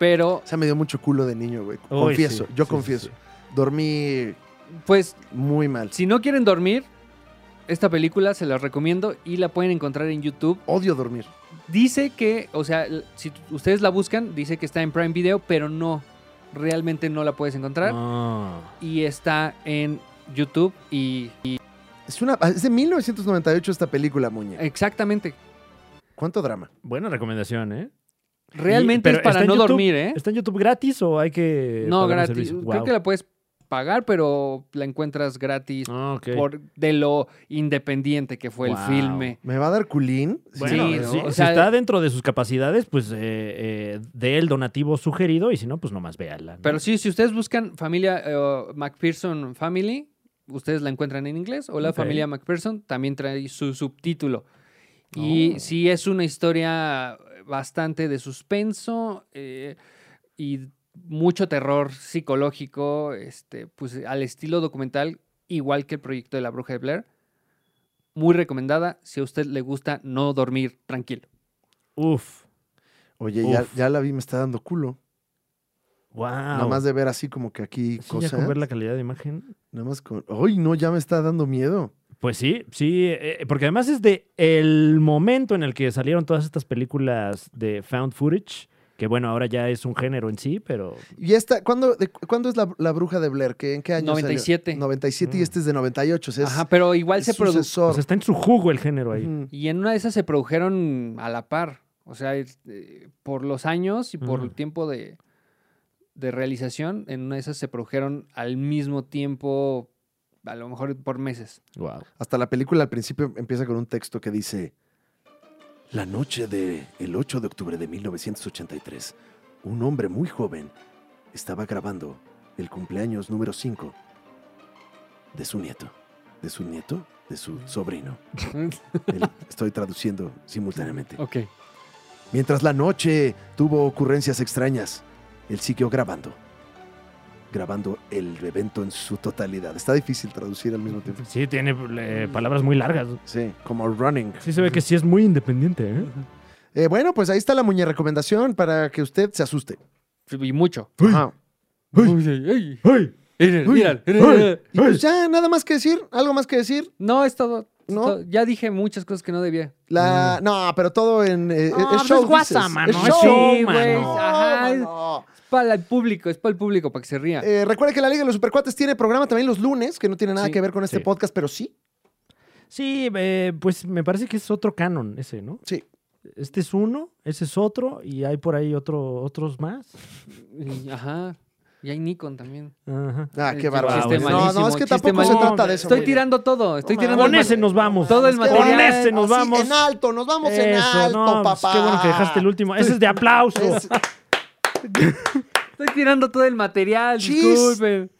Speaker 3: Pero,
Speaker 2: O sea, me dio mucho culo de niño, güey.
Speaker 1: Uy,
Speaker 2: Confieso,
Speaker 1: sí,
Speaker 2: yo
Speaker 1: sí,
Speaker 2: confieso.
Speaker 1: sí,
Speaker 2: Dormí
Speaker 3: pues,
Speaker 2: muy mal.
Speaker 3: Si no quieren dormir, esta película se la recomiendo y la pueden encontrar en YouTube.
Speaker 2: Odio dormir.
Speaker 3: Dice que, o sea, l- si t- ustedes la buscan, dice que está en Prime Video, pero no, realmente no la puedes encontrar.
Speaker 1: Ah.
Speaker 3: Y está en YouTube y, y-
Speaker 2: Es, una, es de 1998 esta película, Muñe.
Speaker 3: exactamente.
Speaker 2: ¿Cuánto drama?
Speaker 1: Buena recomendación, ¿eh?
Speaker 3: Realmente
Speaker 1: pero
Speaker 3: es para
Speaker 1: está en
Speaker 3: no
Speaker 1: YouTube.
Speaker 3: dormir, ¿eh?
Speaker 1: ¿Está en YouTube gratis o hay que.? pagar
Speaker 3: No,
Speaker 1: eh, un
Speaker 3: gratis.
Speaker 1: servicio?
Speaker 3: Creo
Speaker 1: Wow.
Speaker 3: que la puedes pagar, pero la encuentras gratis
Speaker 1: Ah, ok.
Speaker 3: por de lo independiente que fue el
Speaker 1: Wow.
Speaker 3: filme.
Speaker 2: ¿Me va a dar culín?
Speaker 1: Bueno,
Speaker 3: Sí,
Speaker 1: si,
Speaker 3: ¿no? O
Speaker 1: si
Speaker 3: sea-
Speaker 1: está dentro de sus capacidades, pues eh, eh, dé el donativo sugerido y si no, pues nomás véala. ¿no?
Speaker 3: Pero sí, si ustedes buscan familia eh, McPherson Family, ustedes la encuentran en inglés o la
Speaker 1: Ok.
Speaker 3: familia McPherson también trae su subtítulo. Y
Speaker 1: Oh.
Speaker 3: sí es una historia bastante de suspenso eh, y mucho terror psicológico, este, pues al estilo documental, igual que el proyecto de la bruja de Blair. Muy recomendada si a usted le gusta no dormir tranquilo.
Speaker 1: Uf.
Speaker 2: Oye, ya,
Speaker 1: Uf.
Speaker 2: ya la vi, me está dando culo.
Speaker 1: Wow.
Speaker 2: Nada más de ver así como que aquí
Speaker 1: Sí, ya
Speaker 2: cosas.
Speaker 1: con ver la calidad de imagen.
Speaker 2: Nada más con. ¡Ay, no! Ya me está dando miedo.
Speaker 1: Pues sí, sí, eh, porque además es de el momento en el que salieron todas estas películas de found footage, que bueno, ahora ya es un género en sí, pero pues,
Speaker 2: ¿Y esta? ¿Cuándo, de- ¿cuándo es la, la bruja de Blair? ¿Qué, ¿En qué año? salió?
Speaker 3: 97.
Speaker 2: 97 y
Speaker 1: Mm.
Speaker 2: este es de 98. o sea, es,
Speaker 3: Ajá, pero igual
Speaker 2: es
Speaker 3: se produce.
Speaker 1: o
Speaker 2: sucesor.
Speaker 1: sea, está en su jugo el género ahí.
Speaker 2: Ujú.
Speaker 3: Y en una de esas se produjeron a la par. O sea, es- eh, por los años y por
Speaker 1: Ujú.
Speaker 3: el tiempo de, de realización, en una de esas se produjeron al mismo tiempo, a lo mejor por meses.
Speaker 1: Wow.
Speaker 2: Hasta la película al principio empieza con un texto que dice: La noche del el 8 de octubre de 1983, un hombre muy joven estaba grabando el cumpleaños número 5 de su nieto. ¿De su nieto? De su sobrino. El- estoy traduciendo simultáneamente.
Speaker 3: ok.
Speaker 2: Mientras la noche tuvo ocurrencias extrañas, él siguió grabando. Grabando el evento en su totalidad. Está difícil traducir al mismo tiempo.
Speaker 1: Sí, tiene eh, palabras muy largas.
Speaker 2: Sí, como running.
Speaker 1: Sí se ve que sí es muy independiente, ¿eh?
Speaker 2: Eh, bueno, pues ahí está la muñe recomendación para que usted se asuste.
Speaker 3: Y mucho.
Speaker 2: Ajá.
Speaker 3: Uy,
Speaker 1: ¡Ay!
Speaker 3: ay,
Speaker 2: Uy,
Speaker 3: mira,
Speaker 1: ay.
Speaker 2: Y pues ya, nada más que decir, algo más que decir.
Speaker 3: No, es todo. es
Speaker 2: ¿No?
Speaker 3: todo. Ya dije muchas cosas que no debía.
Speaker 2: La... No, pero todo en... eh,
Speaker 1: No,
Speaker 2: es
Speaker 1: pues
Speaker 2: show,
Speaker 1: es guasa,
Speaker 2: dices.
Speaker 1: mano,
Speaker 2: Es
Speaker 1: es
Speaker 2: show.
Speaker 1: show.
Speaker 3: Sí, güey.
Speaker 1: mano.
Speaker 3: Ajá. Es
Speaker 2: mano.
Speaker 3: para el público, es para el público, para que se ría.
Speaker 2: Eh, recuerda que la Liga de los Supercuates tiene programa también los lunes, que no tiene nada
Speaker 3: Sí,
Speaker 2: que ver con este
Speaker 1: sí.
Speaker 2: podcast, pero sí.
Speaker 1: Sí, eh, pues me parece que es otro canon ese, ¿no?
Speaker 2: Sí.
Speaker 1: Este es uno, ese es otro, y hay por ahí otro, otros más.
Speaker 3: Y- Ajá. Y hay Nikon también.
Speaker 1: Ajá.
Speaker 2: Ah,
Speaker 3: El
Speaker 2: qué bárbaro.
Speaker 1: chiste
Speaker 2: No, no, es
Speaker 3: malísimo,
Speaker 2: que
Speaker 3: chiste
Speaker 2: tampoco se
Speaker 1: malísimo.
Speaker 2: trata de eso.
Speaker 3: Estoy
Speaker 2: güey.
Speaker 3: tirando todo. Estoy
Speaker 2: No,
Speaker 3: tirando
Speaker 2: mames.
Speaker 1: Con ese nos vamos.
Speaker 3: Todo el
Speaker 2: Qué
Speaker 3: material.
Speaker 1: Con ese nos
Speaker 2: Así,
Speaker 1: vamos.
Speaker 2: En alto, nos vamos en
Speaker 1: Eso,
Speaker 2: alto,
Speaker 1: no, pues,
Speaker 2: papá.
Speaker 1: qué bueno que dejaste el último. Ese es de aplauso.
Speaker 2: Es-
Speaker 3: Estoy tirando todo el material, disculpen.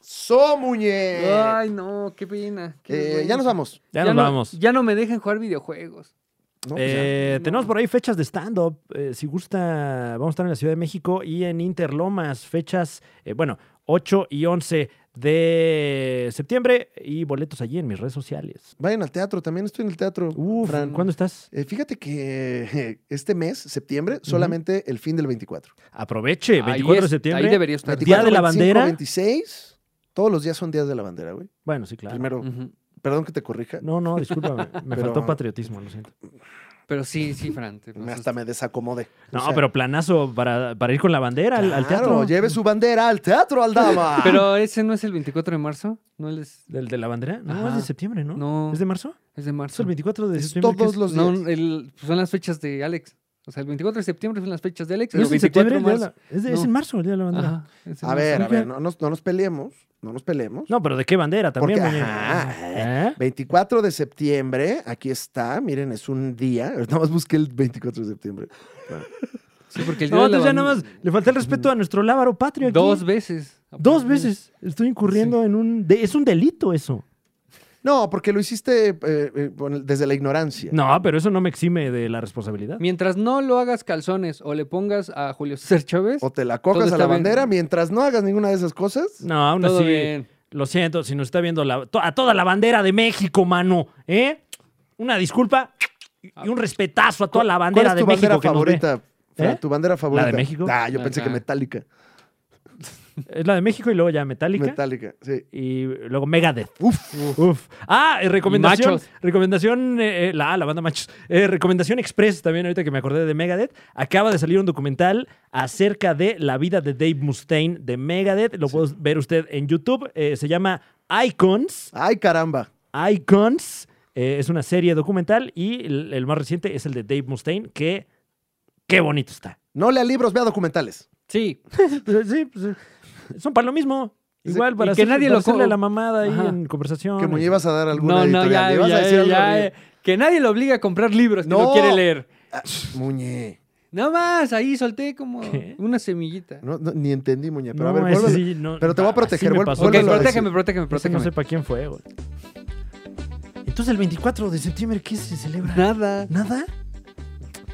Speaker 2: Chistazo, muñe.
Speaker 3: Ay, no, qué pena. qué
Speaker 2: Eh,
Speaker 3: vergüenza.
Speaker 2: ya nos vamos.
Speaker 1: Ya, nos
Speaker 3: no,
Speaker 1: vamos.
Speaker 3: Ya no me dejan jugar videojuegos.
Speaker 2: ¿no? Pues ya.
Speaker 1: Eh, Tenemos por ahí fechas de stand-up. Eh, si gusta, vamos a estar en la Ciudad de México y en Interlomas. Fechas, eh, bueno, 8 y 11 de septiembre y boletos allí en mis redes sociales.
Speaker 2: Vayan al teatro, también estoy en el teatro.
Speaker 1: Uf,
Speaker 2: Fran.
Speaker 1: ¿cuándo estás?
Speaker 2: Eh, fíjate que este mes, septiembre, solamente el fin del 24.
Speaker 1: Aproveche,
Speaker 3: Ahí
Speaker 1: 24 de
Speaker 3: es- Ahí
Speaker 1: septiembre.
Speaker 3: debería estar.
Speaker 2: 24,
Speaker 1: de la
Speaker 2: 25,
Speaker 1: bandera.
Speaker 2: 26. Todos los días son días de la bandera, güey.
Speaker 1: Bueno, sí, claro. Mm.
Speaker 2: Primero,
Speaker 3: Ujú.
Speaker 2: perdón que te corrija.
Speaker 1: No, no, discúlpame. Me
Speaker 2: Pero-
Speaker 1: faltó patriotismo, lo siento.
Speaker 3: Pero sí, sí, Fran. te
Speaker 2: Me-
Speaker 3: pasaste.
Speaker 2: Hasta me desacomode.
Speaker 1: pues, No,
Speaker 2: O sea,
Speaker 1: pero planazo para, para ir con la bandera al, al
Speaker 2: claro,
Speaker 1: teatro.
Speaker 2: lleve su bandera al teatro, Aldama.
Speaker 3: Pero ese no es el 24 de marzo. No es,
Speaker 1: ¿Del de la bandera? No,
Speaker 3: Ajá.
Speaker 1: es de septiembre, ¿no?
Speaker 3: No.
Speaker 1: ¿Es de marzo?
Speaker 3: es de
Speaker 1: Es
Speaker 3: marzo.
Speaker 1: el 24 de
Speaker 2: Es
Speaker 1: septiembre. que
Speaker 2: todos
Speaker 1: es-
Speaker 2: los días.
Speaker 3: No, el- pues son las fechas de Alex. O sea, el 24 de septiembre son las fechas de Alex.
Speaker 1: ¿No
Speaker 3: pero
Speaker 1: es en
Speaker 3: 24
Speaker 1: septiembre?
Speaker 3: de
Speaker 1: el día de
Speaker 3: marzo.
Speaker 1: la- Es, de- es
Speaker 3: No.
Speaker 1: en marzo el día de la bandera.
Speaker 3: Ajá, es en
Speaker 2: A
Speaker 3: marzo.
Speaker 2: ver, a
Speaker 1: Oiga.
Speaker 2: ver, no nos, no nos peleemos. No nos peleemos.
Speaker 1: No, pero ¿de qué bandera también,
Speaker 2: Porque,
Speaker 1: muñe?
Speaker 2: ajá,
Speaker 1: ¿Eh?
Speaker 2: 24 de septiembre, aquí está, miren, es un día. Nada más busqué el 24 de septiembre.
Speaker 3: Sí, porque el día
Speaker 1: No,
Speaker 3: de la
Speaker 1: entonces ya nada
Speaker 3: ban-
Speaker 1: más le falta el respeto a nuestro lábaro patrio aquí. pues,
Speaker 3: Dos veces.
Speaker 1: Dos veces. Estoy incurriendo en un... de- es un delito eso.
Speaker 2: No, porque lo hiciste eh, eh, con el- desde la ignorancia.
Speaker 1: No, pero eso no me exime de la responsabilidad.
Speaker 3: Mientras no lo hagas calzones o le pongas a Julio César Chávez,
Speaker 2: O te la
Speaker 3: Todo
Speaker 2: cojas a
Speaker 3: está
Speaker 2: la
Speaker 3: bien.
Speaker 2: bandera mientras no hagas ninguna de esas cosas.
Speaker 1: No, aún
Speaker 3: todo
Speaker 1: así...
Speaker 3: bien.
Speaker 1: Lo siento, si nos está viendo la- to- a toda la bandera de México, mano. ¿Eh? Una disculpa y un respetazo a toda la bandera
Speaker 2: ¿Cuál es
Speaker 1: de
Speaker 2: tu bandera
Speaker 1: México que nos ve.
Speaker 2: favorita? Fran?
Speaker 1: ¿Eh?
Speaker 2: ¿Tu bandera favorita?
Speaker 1: México?
Speaker 2: Ah, yo pensé
Speaker 3: Ajá.
Speaker 2: que metálica.
Speaker 1: Es la de México y luego ya Metallica.
Speaker 2: Metallica, sí.
Speaker 1: y luego Megadeth.
Speaker 2: Uf.
Speaker 1: Uf. Ah, eh, recomendación.
Speaker 3: machos.
Speaker 1: Recomendación. eh, eh, la, ah, la banda Machos. Eh, recomendación Express también, ahorita que me acordé de Megadeth. Acaba de salir un documental acerca de la vida de Dave Mustaine de Megadeth. Lo puede ver usted en YouTube. Eh, se llama Icons.
Speaker 2: Ay, caramba.
Speaker 1: Icons. Eh, es una serie documental y el, el más reciente es el de Dave Mustaine, que. ¡Qué bonito está!
Speaker 2: No lea libros, vea documentales.
Speaker 3: Sí,
Speaker 1: Pues, sí, pues, eh, son para lo mismo. Igual,
Speaker 3: Y
Speaker 1: para,
Speaker 3: que
Speaker 1: hacer-
Speaker 3: nadie
Speaker 1: para
Speaker 3: lo co-
Speaker 1: hacerle la mamada ahí
Speaker 3: Ajá.
Speaker 1: en conversación.
Speaker 2: Que me ibas a dar alguna
Speaker 3: no, no,
Speaker 2: editorial.
Speaker 3: ya,
Speaker 2: ¿Le vas
Speaker 3: ya,
Speaker 2: a decir algo?
Speaker 3: ya, eh, Que nadie lo obliga a comprar libros que no,
Speaker 2: No.
Speaker 3: quiere leer.
Speaker 2: Ah, Muñe.
Speaker 3: Nada más, ahí solté como
Speaker 1: ¿Qué?
Speaker 3: una semillita.
Speaker 2: No, no, ni entendí, Muñe. Pero a
Speaker 1: No,
Speaker 2: ver,
Speaker 1: ese
Speaker 2: vuélvelo.
Speaker 1: sí, no,
Speaker 2: pero te voy a
Speaker 1: así me
Speaker 2: proteger, vuel-
Speaker 1: pasó.
Speaker 3: ok,
Speaker 2: vuélvelo a
Speaker 3: protégeme,
Speaker 2: decir.
Speaker 3: protégeme,
Speaker 1: Ese
Speaker 3: protégeme.
Speaker 1: no sepa quién fue, güey. Entonces, el 24 de septiembre, ¿qué se celebra?
Speaker 3: Nada.
Speaker 1: ¿Nada?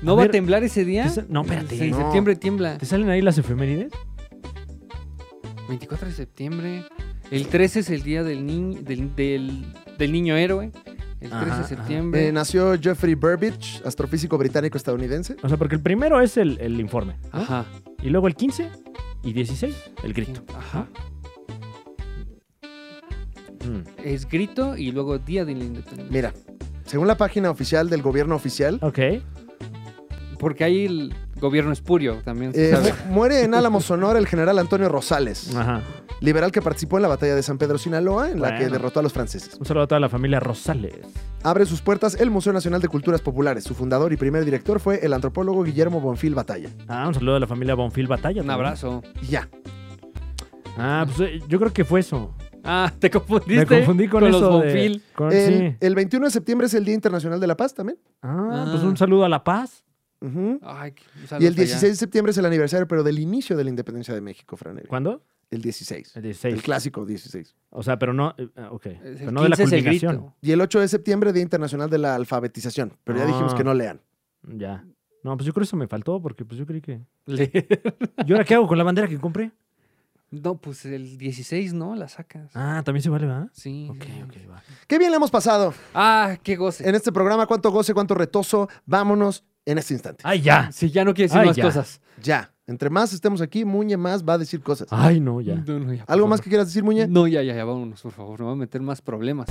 Speaker 3: ¿No
Speaker 1: A
Speaker 3: va
Speaker 1: ver,
Speaker 3: a temblar ese día?
Speaker 1: ¿Te sa- No, espérate.
Speaker 3: Sí,
Speaker 2: No.
Speaker 3: septiembre tiembla.
Speaker 1: ¿Te salen ahí las efemérides?
Speaker 3: 24 de septiembre. El 13 es el día del, ni- del, del, del niño héroe. El 13
Speaker 1: Ajá,
Speaker 3: de
Speaker 1: ajá.
Speaker 3: septiembre.
Speaker 2: Eh, nació Jeffrey Burbidge, astrofísico británico estadounidense.
Speaker 1: O sea, porque el primero es el, el informe. ¿no?
Speaker 3: Ajá.
Speaker 1: Y luego el 15 y 16, el grito.
Speaker 3: Ajá.
Speaker 1: Mm.
Speaker 3: Es grito y luego día de la independencia.
Speaker 2: Mira, según la página oficial del gobierno oficial,
Speaker 1: Ok.
Speaker 3: Porque ahí el gobierno espurio también se
Speaker 2: eh,
Speaker 3: sabe.
Speaker 2: mu- muere en Álamo, Sonora, el general Antonio Rosales,
Speaker 1: Ajá.
Speaker 2: liberal que participó en la batalla de San Pedro Sinaloa, en la que
Speaker 1: Bueno.
Speaker 2: derrotó a los franceses.
Speaker 1: Un saludo a toda la familia Rosales.
Speaker 2: Abre sus puertas el Museo Nacional de Culturas Populares. Su fundador y primer director fue el antropólogo Guillermo Bonfil Batalla.
Speaker 1: Ah, un saludo a la familia Bonfil Batalla.
Speaker 3: Un
Speaker 1: también.
Speaker 3: abrazo.
Speaker 2: Y ya.
Speaker 1: Ah, pues eh, yo creo que fue eso.
Speaker 3: Ah, te confundiste.
Speaker 1: Me confundí con,
Speaker 3: los
Speaker 1: eso de-
Speaker 3: Bonfil.
Speaker 1: con-
Speaker 2: El,
Speaker 1: Ah,
Speaker 2: eh,
Speaker 1: sí.
Speaker 2: el 21 de septiembre es el Día Internacional de la Paz también.
Speaker 1: Ah,
Speaker 3: Ah.
Speaker 1: pues un saludo a La Paz.
Speaker 2: Ujú.
Speaker 3: Ay, qué-
Speaker 2: Y el
Speaker 3: saludos
Speaker 2: 16
Speaker 3: allá.
Speaker 2: de septiembre es el aniversario, pero del inicio de la independencia de México, Fran. Evia.
Speaker 1: ¿Cuándo?
Speaker 2: El 16.
Speaker 1: El
Speaker 2: El
Speaker 1: 16.
Speaker 2: clásico 16.
Speaker 1: O sea, pero no. eh, ah, ok.
Speaker 3: El
Speaker 1: Pero no de la
Speaker 3: 15 es el
Speaker 1: culminación.
Speaker 3: grito.
Speaker 2: Y el 8 de septiembre, Día Internacional de la Alfabetización. Pero ya dijimos
Speaker 1: Ah.
Speaker 2: que no lean.
Speaker 1: Ya. No, pues yo creo que eso me faltó porque pues yo creí que.
Speaker 3: Le-
Speaker 1: ¿Y ahora qué hago con la bandera que compré?
Speaker 3: No, pues el 16, ¿no? La sacas.
Speaker 1: Ah, también se vale, ¿verdad?
Speaker 3: Sí.
Speaker 1: Ok,
Speaker 3: sí.
Speaker 1: ok, va.
Speaker 2: Qué bien le hemos pasado
Speaker 3: Ah, qué goce.
Speaker 2: en este programa. Cuánto goce, cuánto retoso. Vámonos en este instante.
Speaker 1: ¡Ay, ya!
Speaker 3: Sí, ya no quiere decir
Speaker 1: Ay,
Speaker 3: más
Speaker 1: ya.
Speaker 3: cosas.
Speaker 2: Ya. Entre más estemos aquí, Muñe más va a decir cosas.
Speaker 1: ¡Ay, no, ya!
Speaker 3: No, no, ya, por
Speaker 2: ¿Algo más
Speaker 3: favor.
Speaker 2: que quieras decir, Muñe?
Speaker 3: No, ya, ya, ya, vámonos, por favor. No va a meter más problemas.